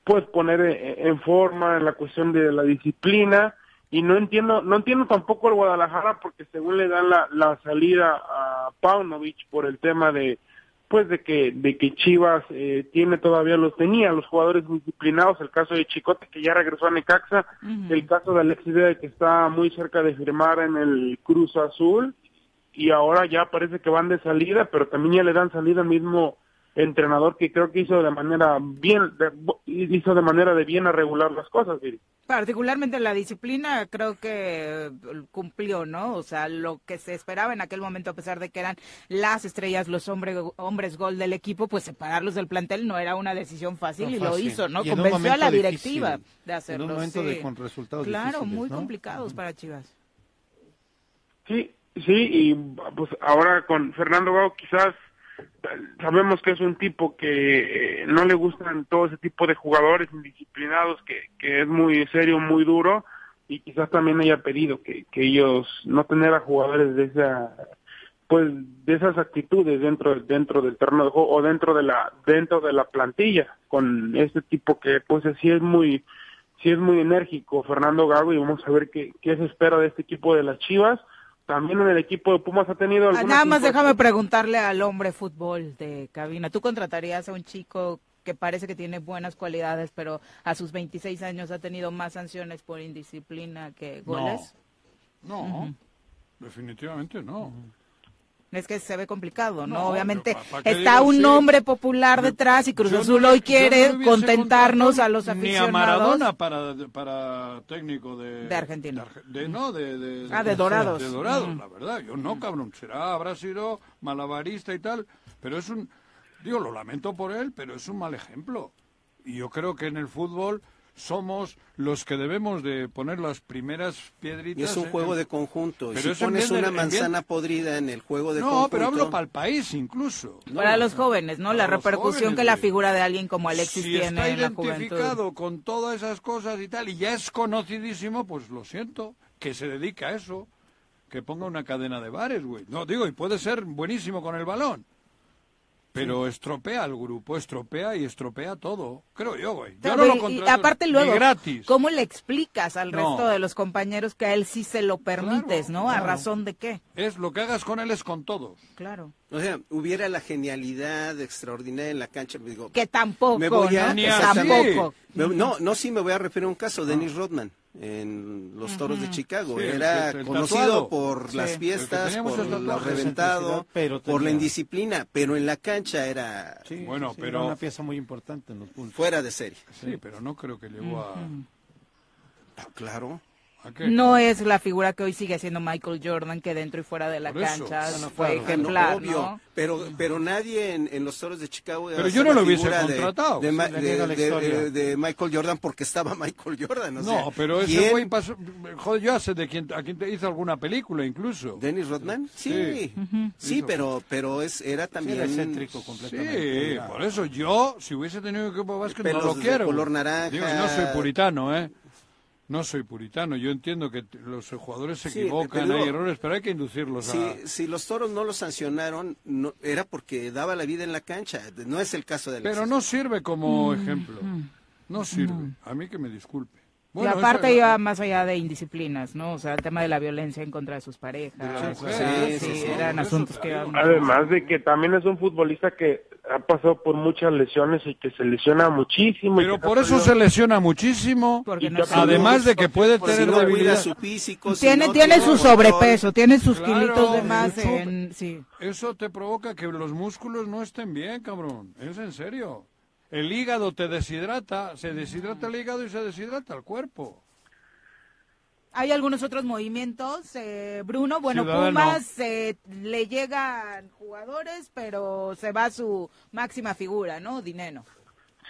S14: pues poner en, en forma en la cuestión de la disciplina. Y no entiendo, no entiendo tampoco el Guadalajara porque según le dan la, la salida a Paunovic por el tema de pues de que de que Chivas eh, tiene todavía los tenía los jugadores disciplinados el caso de Chicote que ya regresó a Necaxa el caso de Alexis Vega que está muy cerca de firmar en el Cruz Azul y ahora ya parece que van de salida, pero también ya le dan salida al mismo entrenador que creo que hizo de manera bien de- hizo de manera de bien a regular las cosas. Viri.
S4: Particularmente la disciplina creo que eh, cumplió, ¿no? O sea, lo que se esperaba en aquel momento, a pesar de que eran las estrellas, los hombre- hombres gol del equipo, pues separarlos del plantel no era una decisión fácil
S11: No
S4: y
S11: fácil.
S4: lo hizo, ¿no?
S11: Y en un
S4: Convenció a la
S11: momento
S4: directiva
S11: difícil, en
S4: de
S11: un
S4: hacerlo.
S11: momento de-
S4: sí.
S11: con resultados
S4: Claro,
S11: difíciles,
S4: muy
S11: ¿no?
S4: complicados para Chivas.
S14: Sí, sí, y pues ahora con Fernando Gago quizás eh, sabemos que es un tipo que eh, no le gustan todo ese tipo de jugadores indisciplinados, que, que es muy serio, muy duro, y quizás también haya pedido que, que ellos no tener a jugadores de esa pues de esas actitudes dentro dentro del terreno de juego o dentro de la dentro de la plantilla con este tipo que pues sí es muy sí es muy enérgico Fernando Gago y vamos a ver qué, qué se espera de este equipo de las Chivas. También en el equipo de Pumas ha tenido
S4: Ah,
S14: algunas
S4: Nada más
S14: inconsistencias.
S4: déjame preguntarle al hombre fútbol de cabina. ¿Tú contratarías a un chico que parece que tiene buenas cualidades, pero a sus 26 años ha tenido más sanciones por indisciplina que goles?
S5: No,
S4: Ujú.
S5: definitivamente no.
S4: Es que se ve complicado, ¿no?
S5: No,
S4: Obviamente
S5: yo, ¿pa- pa' qué
S4: está
S5: digo
S4: un
S5: sí?
S4: nombre popular detrás y Cruz Azul hoy quiere
S5: Yo no hubiese
S4: contentarnos
S5: contratado
S4: a los aficionados.
S5: Ni a Maradona para, para técnico de...
S4: De Argentina.
S5: de Arge- de- no, de,
S4: Ah, de Dorados. Mm.
S5: De Dorados,
S4: Ujú.
S5: la verdad. Yo no, cabrón. Será, habrá sido malabarista y tal. Pero es un... Digo, lo lamento por él, pero es un mal ejemplo. Y yo creo que en el fútbol somos los que debemos de poner las primeras piedritas.
S6: Y es un
S5: en-
S6: juego de conjunto. Y
S5: Pero
S6: si
S5: eso en
S6: pones
S5: vez de-
S6: una
S5: en vez-
S6: manzana podrida en el juego de
S5: No,
S6: conjunto.
S5: pero hablo para el país incluso.
S4: Para los jóvenes, ¿no? La
S5: Para los
S4: repercusión
S5: jóvenes,
S4: que la
S5: güey.
S4: figura de alguien como Alexis
S5: si
S4: tiene
S5: está
S4: en la juventud.
S5: identificado con todas esas cosas y tal, y ya es conocidísimo, pues lo siento, que se dedica a eso, que ponga una cadena de bares, güey. No, digo, y puede ser buenísimo con el balón, pero estropea al grupo, estropea y estropea todo, creo yo, güey. Yo no
S4: Pero,
S5: lo
S4: y- y
S5: contrato
S4: aparte
S5: ni
S4: luego,
S5: gratis.
S4: ¿cómo le explicas al
S5: No.
S4: resto de los compañeros que a él sí se lo permites, ¿no? ¿A razón de qué?
S5: Es lo que hagas con él es con todos.
S4: Claro.
S6: O sea, hubiera la genialidad extraordinaria en la cancha. me Digo,
S4: Que tampoco,
S6: me voy a,
S4: ¿no?
S6: Exactamente.
S4: Tampoco.
S6: Me- no, no, sí me voy a referir a un caso, Dennis Rodman en los Toros de Chicago.
S11: Sí, el-
S6: Era
S11: el- el
S6: conocido
S11: tatuado.
S6: por
S11: Sí,
S6: las
S11: el que
S6: fiestas,
S11: tenía
S6: por
S11: muchos
S6: lo
S11: tatuajes,
S6: reventado,
S11: excentricidad, pero
S6: por la
S11: tenía-
S6: indisciplina, pero en la cancha era
S5: bueno,
S11: Sí,
S5: pero-
S11: era una pieza muy importante en los puntos.
S6: fuera de serie.
S5: Sí, pero no creo que llegó a...
S4: Ujú.
S6: Ah, claro.
S5: ¿a qué?
S4: No es la figura que hoy sigue siendo Michael Jordan, que dentro y fuera de la
S5: Por eso.
S4: cancha
S5: Ah,
S4: fue
S5: no, claro, claro.
S4: ejemplar,
S6: obvio,
S4: ¿no?
S6: pero pero nadie en, en los toros de Chicago
S5: Pero
S6: va a
S5: yo
S6: ser
S5: no
S6: la
S5: lo hubiese
S6: figura de-
S5: contratado,
S6: de,
S5: se
S6: Ma-
S5: le niega
S6: de-
S5: la historia.
S6: de- de Michael Jordan porque estaba Michael Jordan o
S5: No,
S6: sea,
S5: pero ese
S6: ¿quién?
S5: güey pasó... Joder, yo hace de quien, a quien te hizo alguna película incluso.
S6: Dennis Rodman sí sí, pero pero es era también
S5: era
S11: excéntrico
S5: Sí, por eso yo, si hubiese tenido un equipo de básquet, no
S6: Pelos
S5: lo
S6: de
S5: quiero.
S6: color naranja.
S5: Digo, no soy puritano, ¿eh? No soy puritano. Yo entiendo que t- los jugadores se
S6: Sí,
S5: equivocan,
S6: pero-
S5: hay errores, pero hay que inducirlos a...
S6: si, si los toros no lo sancionaron no, era porque daba la vida en la cancha no es el caso de
S5: Pero no sirve como ejemplo. No sirve. A mí que me disculpe.
S4: Mm, y aparte iba más allá de indisciplinas, ¿no? O sea, el tema de la violencia en contra de sus parejas.
S14: Sí,
S4: o sea,
S14: sí, sí, sí.
S4: eran asuntos que iban...
S14: Además de que también es un futbolista que ha pasado por muchas lesiones y que se lesiona muchísimo.
S5: Pero por eso se lesiona muchísimo. Además de que puede
S6: Porque si
S5: tener
S6: no cuida
S5: debilidad.
S6: su físico, Pues si
S4: Tiene,
S6: no
S4: tiene su
S6: un
S4: sobrepeso, tiene sus
S5: Claro,
S4: kilitos de más
S5: eso-
S4: en... Sí.
S5: Eso te provoca que los músculos no estén bien, cabrón. Es en serio. El hígado te deshidrata, se deshidrata el hígado y se deshidrata el cuerpo.
S4: Hay algunos otros movimientos, eh, Bruno. Bueno,
S5: Ciudadano.
S4: Pumas eh, le llegan jugadores, pero se va su máxima figura, ¿no? Dinero.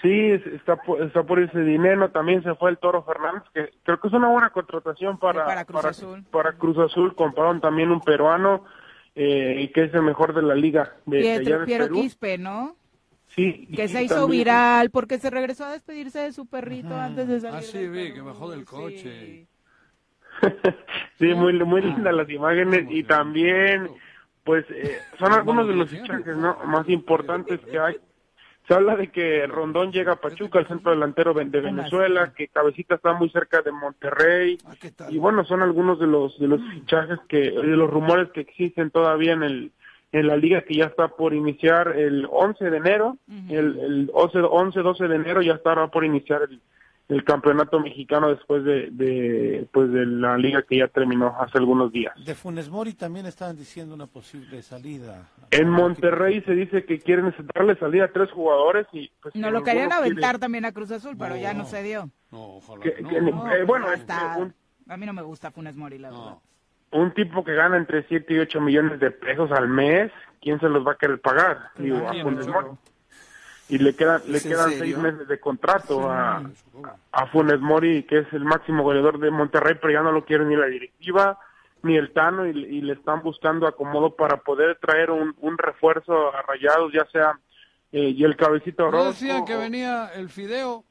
S14: Sí, es- está por, está por ese dinero. También se fue el Toro Fernández, que creo que es una buena contratación para,
S4: para Cruz
S14: para,
S4: Azul.
S14: para Cruz Azul. Compraron también un peruano, eh, que es el mejor de la liga de, de allá
S4: Pietro,
S14: de
S4: Piero
S14: Perú.
S4: Quispe, ¿no?
S14: Sí, y
S4: Que se hizo
S14: también-
S4: viral porque se regresó a despedirse de su perrito antes de salir.
S5: Ah, sí, vi, que bajó del coche.
S14: Sí, muy, muy lindas las imágenes y también, pues, eh, son algunos de los fichajes ¿no? más importantes que hay. Se habla de que Rondón llega a Pachuca, el centro delantero ven- de Venezuela, que Cabecita está muy cerca de Monterrey. Y bueno, son algunos de los de los fichajes que de los rumores que existen todavía en el en la liga que ya está por iniciar el 11 de enero, el, el 11, 11, 12 de enero ya estará por iniciar el, el campeonato mexicano después de, de pues de la liga que ya terminó hace algunos días.
S11: De Funes Mori también estaban diciendo una posible salida.
S14: En Monterrey se dice que quieren darle salida a tres jugadores y pues
S4: No
S14: que
S4: lo querían
S14: algunos
S4: aventar
S14: quieren-
S4: también a Cruz Azul, pero ya no se dio.
S5: No, ojalá
S14: que- que- eh, bueno, este,
S4: Hasta-
S14: un,
S4: A mí no me gusta Funes Mori, la verdad.
S14: un tipo que gana entre 7 y 8 millones de pesos al mes, ¿quién se los va a querer pagar? Digo, a
S5: Claro.
S14: Funes Mori. Y le quedan le
S5: ¿Es en
S14: quedan
S5: serio?
S14: seis meses de contrato a, a Funes Mori, que es el máximo goleador de Monterrey, pero ya no lo quiere ni la directiva ni el Tano y, y le están buscando acomodo para poder traer un, un refuerzo a Rayados, ya sea eh, y el cabecito
S5: No
S14: Orozco.
S5: decían que venía el fideo.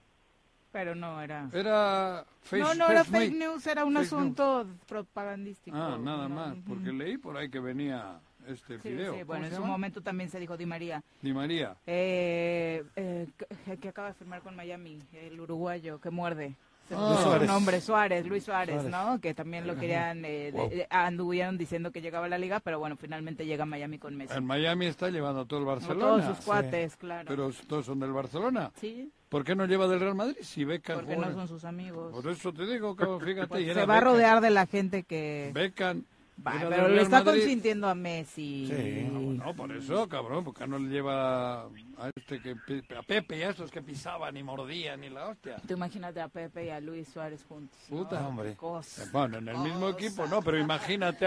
S4: Pero no era.
S5: Era face-
S4: no, no era
S5: face
S4: fake
S5: made.
S4: news, era un
S5: Eh, Fake
S4: asunto propagandístico.
S5: Ah, nada
S4: No,
S5: más, porque leí por ahí que venía este
S4: Sí,
S5: fideo.
S4: sí,
S5: ¿Cómo
S4: bueno,
S5: se
S4: en su
S5: llama?
S4: momento también se dijo Di María.
S5: Di María.
S4: Eh, eh, que- que acaba de firmar con Miami, el uruguayo que muerde. Se me
S5: Ah.
S4: olvidó su
S5: Suárez.
S4: nombre, Suárez, Luis Suárez,
S5: Suárez.
S4: ¿no? Que también lo
S5: Ajá.
S4: querían, eh, de-
S5: Wow.
S4: de- anduvieron diciendo que llegaba a la liga, pero bueno, finalmente llega a Miami con Messi.
S5: En Miami está llevando a todo el Barcelona.
S4: todos sus cuates, claro.
S5: Pero todos son del Barcelona.
S4: Sí.
S5: ¿Por qué no lleva del Real Madrid si Beckham
S4: Porque no
S5: juega?
S4: son sus amigos.
S5: Por eso te digo, cabrón, fíjate. y
S4: Se
S5: era
S4: va a
S5: Beckham.
S4: rodear de la gente que...
S5: Beckham.
S4: Va,
S5: era
S4: pero
S5: del
S4: le
S5: Real
S4: está
S5: Madrid.
S4: consintiendo a Messi.
S5: Sí, no, no, por eso, cabrón, porque no le lleva a este que pi- a Pepe y a estos que pisaban y mordían y la hostia.
S4: Tú imagínate a Pepe y a Luis Suárez juntos.
S5: Puta,
S4: No,
S5: hombre.
S4: cosa.
S5: Bueno,
S4: Oh,
S5: en el mismo equipo no, pero imagínate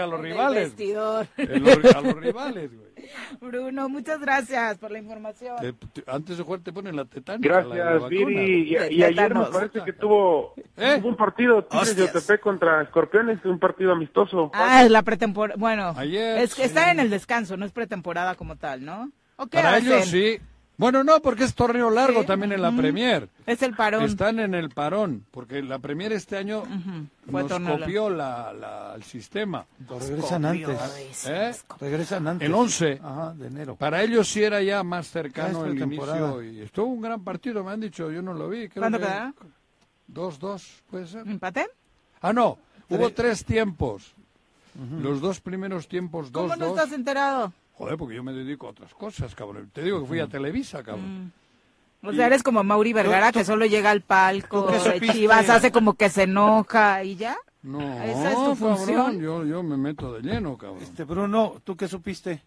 S5: a los
S4: Del
S5: rivales.
S4: vestidor.
S5: En los- a los rivales, güey.
S4: Bruno, muchas gracias por la información.
S5: Te- te- antes de jugar te ponen la tetánica. la de la
S14: Gracias,
S5: vacuna. ¿Eh?
S14: Viri. Y, y ayer me parece que tuvo, tuvo un partido Tigres de OTP contra Escorpiones, un partido amistoso.
S4: Ah, es la pretemporada. Bueno,
S14: Ayer,
S4: es que
S14: sí.
S4: están en el descanso, no es pretemporada como tal, ¿no? ¿O qué
S5: Para
S4: hacen?
S5: ellos sí. Bueno, no, porque es torneo largo
S4: Sí.
S5: también en la
S4: Ujú.
S5: Premier.
S4: Es el parón.
S5: Están en el parón, porque la Premier este año
S4: Fue
S5: nos
S4: torneo
S5: copió la, la- el sistema.
S11: Regresan antes.
S5: ¿Eh?
S11: Regresan antes.
S5: El 11.
S11: Ajá, de enero.
S5: Para ellos sí era ya más cercano
S11: Ya es
S5: el
S11: pretemporada.
S5: inicio. Y estuvo un gran partido, me han dicho, yo no lo vi. creo
S4: ¿Cuándo
S5: que
S4: quedará?
S5: 2-2, puede ser.
S4: ¿Empate?
S5: Ah, no, hubo tres tiempos. Los dos primeros tiempos, 2-2.
S4: ¿Cómo no estás enterado?
S5: Joder, porque yo me dedico a otras cosas, cabrón. Te digo que fui a Televisa,
S4: Mm.
S5: cabrón.
S4: O sea, eres como Mauri Vergara que solo llega al palco
S5: ¿Tú qué
S4: de
S5: supiste?
S4: Chivas, hace como que se enoja y ya.
S5: No,
S4: Esa es tu
S5: cabrón,
S4: función.
S5: Yo, yo me meto de lleno, cabrón.
S11: Este, Bruno, ¿tú qué supiste?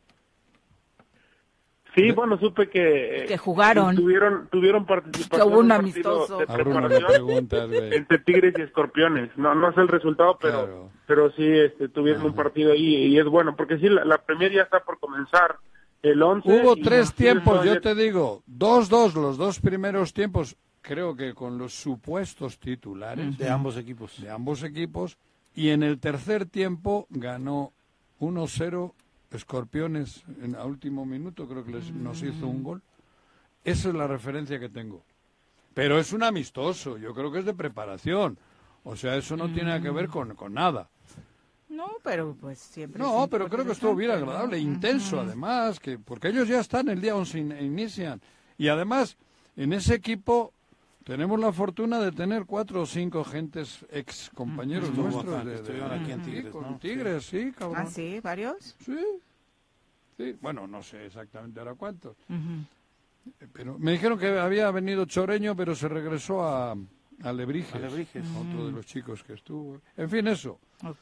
S14: Sí, bueno, supe que... eh,
S4: Que jugaron.
S14: Tuvieron, tuvieron participación.
S4: Que hubo un
S14: en partido
S4: amistoso.
S14: de
S5: A Bruno le
S14: preparación
S5: preguntas, güey.
S14: Entre Tigres y Escorpiones. No, no es el resultado, pero, pero sí este, tuvieron un partido ahí y es bueno, porque sí, la, la Premier ya está por comenzar el 11.
S5: Hubo
S14: y
S5: tres
S14: los Tigres
S5: tiempos, yo
S14: todavía-
S5: te digo, dos, dos, los dos primeros tiempos, creo que con los supuestos titulares.
S11: Ujú. De ambos equipos.
S5: De ambos equipos. Y en el tercer tiempo ganó 1-0 Escorpiones en, a último minuto, creo que les- nos
S11: Mm.
S5: hizo un gol. Esa es la referencia que tengo. Pero es un amistoso, yo creo que es de preparación. O sea, eso no tiene nada que
S11: Mm.
S5: ver con, con nada.
S4: No, pero pues siempre.
S5: No, pero creo que estuvo bien
S4: interesante,
S5: agradable,
S4: ¿no?
S5: intenso además, que porque ellos ya están el día 11 in- inician. Y además, en ese equipo Tenemos la fortuna de tener cuatro o cinco gentes ex compañeros
S11: Estuvo
S5: nuestros.
S11: bastante,
S5: de- de-
S11: estuvieron aquí en Tigres,
S5: Sí, con
S11: ¿no?
S5: Tigres, sí, cabrón.
S4: ¿Ah, sí? ¿Varios?
S5: Sí. Sí, Bueno, no sé exactamente ahora cuántos. Pero me dijeron que había venido Choreño, pero se regresó a, a Lebrijes.
S11: A Lebrijes.
S5: Otro de
S4: Mm.
S5: los chicos que estuvo. En fin, eso.
S4: Ok.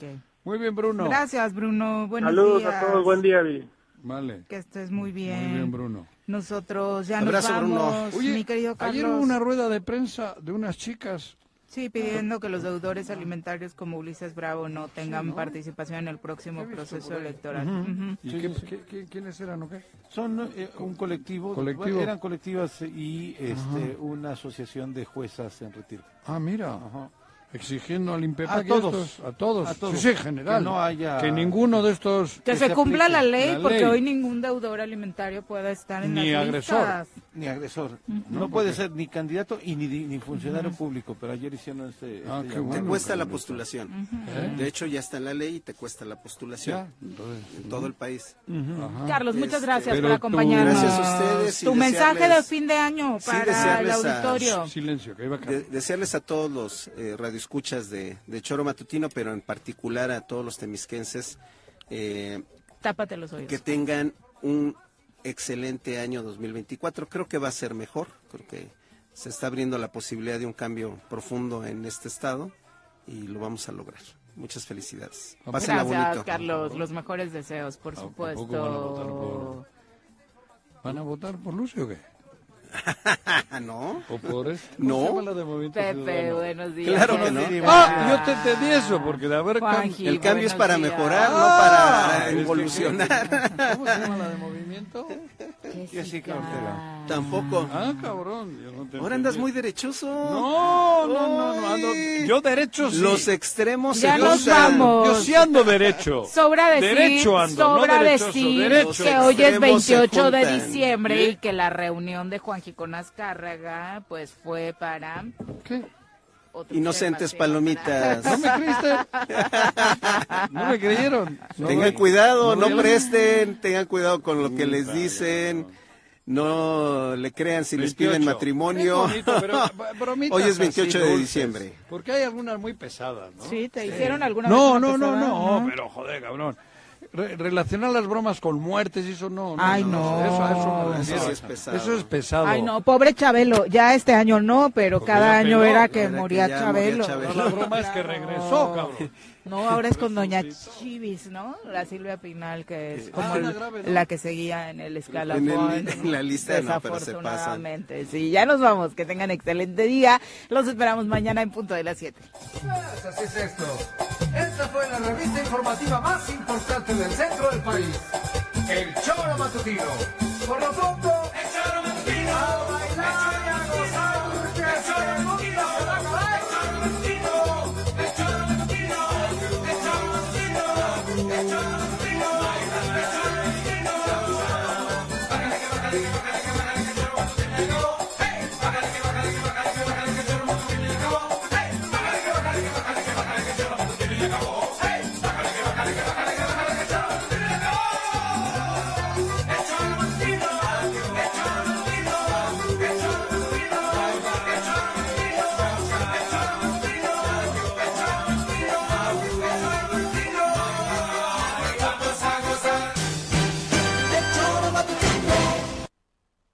S5: Muy bien, Bruno.
S4: Gracias, Bruno. Buenos
S5: Saludos
S4: días.
S5: a todos, buen
S22: día,
S5: Vale.
S4: Que estés muy bien.
S5: Muy bien, Bruno.
S4: Nosotros ya
S5: Abrazo,
S4: nos
S5: Bruno.
S4: vamos,
S5: Oye,
S4: mi querido Carlos.
S5: ayer hubo una rueda de prensa de unas chicas.
S4: Sí, pidiendo que los deudores alimentarios como Ulises Bravo no tengan
S5: ¿no?
S4: participación en el próximo proceso electoral. Ujú.
S5: ¿Y qué- qué- qué- quiénes eran o qué?
S11: Son eh, un colectivo,
S5: Colectivo.
S11: eran colectivas y este,
S5: Ajá.
S11: una asociación de juezas en retiro.
S5: Ah, mira. Exigiendo al INPEPAC
S11: A
S5: y
S11: todos,
S5: estos- a todos.
S11: Ah, a todos.
S5: Sí, sí, en general.
S11: Que no haya-
S5: Que ninguno de estos...
S4: Que, se, cumpla la ley, porque
S5: ley.
S4: hoy ningún deudor alimentario puede estar en
S5: Ni
S4: las
S5: agresor.
S4: listas.
S11: Ni agresor.
S4: Ujú.
S11: No,
S4: No,
S11: puede
S4: porque-
S11: ser ni candidato y ni, ni funcionario
S6: Ujú.
S11: público, pero ayer hicieron este... este
S6: te
S11: llamado.
S6: cuesta la postulación.
S11: Ujú. ¿Eh?
S6: De hecho, ya está en la ley y te cuesta la postulación
S11: Ya, entonces,
S6: en todo el país.
S11: Ajá.
S4: Carlos, muchas
S6: Este,
S4: gracias
S6: pero
S4: por
S6: tú-
S4: acompañarnos.
S6: Gracias a ustedes. y
S4: Tu mensaje de
S6: desearles-
S4: fin de año
S6: sí,
S4: para el
S6: desearles a-
S4: auditorio.
S5: Silencio, que iba a
S6: de- desearles a todos los eh, radioescuchas de, de Choro Matutino, pero en particular a todos los temisquenses, eh,
S4: Tápate los oídos.
S6: que tengan un excelente año 2024. Creo que va a ser mejor, creo que se está abriendo la posibilidad de un cambio profundo en este estado y lo vamos a lograr. Muchas felicidades. Pásenla
S4: Gracias,
S6: bonito.
S4: Carlos. Los mejores deseos, por supuesto.
S6: van a
S5: ¿Van a votar por Lucio o qué?
S6: Ah, ¿No?
S5: ¿O por este?
S6: No.
S5: ¿Cómo se llama la de Movimiento
S4: Pepe,
S5: Ciudadano?
S4: buenos días.
S6: Claro que no.
S5: Ah, yo te entendí eso, porque de haber cam-
S4: Juanji,
S6: El cambio
S4: buenos
S6: es para
S4: días.
S6: mejorar, no
S5: Ah,
S6: para
S5: es que-
S6: evolucionar.
S5: ¿Cómo se llama la de movimiento?
S11: Jessica Ortega.
S6: Tampoco.
S5: Ah, cabrón. yo no te
S6: Ahora
S5: entendí.
S6: andas muy derechoso.
S5: No, no, no, no, ando- yo derecho sí.
S6: Los extremos
S4: Ya
S6: se
S4: nos
S6: usan.
S4: vamos.
S5: Yo sí ando derecho.
S4: Sobra decir,
S5: Derecho ando, no
S4: sobra
S5: derechoso,
S4: decir
S5: derecho.
S4: que hoy es
S6: Extremos se
S4: 28 de
S6: juntan.
S4: diciembre
S6: ¿Sí?
S4: y que la reunión de Juanji con Azcárraga pues fue para otros temas,
S6: Inocentes
S4: ¿sí?
S6: palomitas.
S5: ¿No me creíste? ¿No me creyeron? No,
S6: tengan
S5: no.
S6: cuidado, no,
S5: yo-
S6: presten, tengan cuidado con lo que les
S5: vale,
S6: dicen. No le crean si les
S5: 28.
S6: piden matrimonio.
S5: Es bonito, pero b- bromitas
S6: Hoy es
S5: así
S6: 28 de
S5: dulces.
S6: diciembre.
S5: Porque hay algunas muy pesadas, ¿no?
S4: Sí, te hicieron alguna
S5: No,
S4: vez
S5: no,
S4: una
S5: no,
S4: pesada,
S5: no,
S4: ¿no?
S5: pero joder, cabrón. Re- relacionar las bromas con muertes y eso no.
S4: Ay, no.
S5: Eso, eso
S6: Eso
S5: me refiero.
S6: sí es pesado.
S5: Eso es pesado.
S4: Ay, no, pobre Chabelo. Ya este año no, pero cada
S5: ya
S4: año
S5: pegó,
S4: era que
S5: era que
S4: moría
S5: ya
S4: Chabelo.
S5: moría Chabelo. No, la broma es que regresó, cabrón.
S4: No, ahora es con Doña Chivis, ¿no? La Silvia Pinal, que es
S6: Ah,
S4: como
S6: la
S4: el-
S6: grave, ¿no?
S4: la que seguía en el escalafón.
S6: En el- en la lista no, pero se pasan.
S4: Desafortunadamente, sí. Ya nos vamos. Que tengan excelente día. Los esperamos mañana en punto de las 7.
S17: Así es esto. Esta fue la revista informativa más importante del centro del país. El Choro Matutino. Por lo pronto, el Choro Matutino.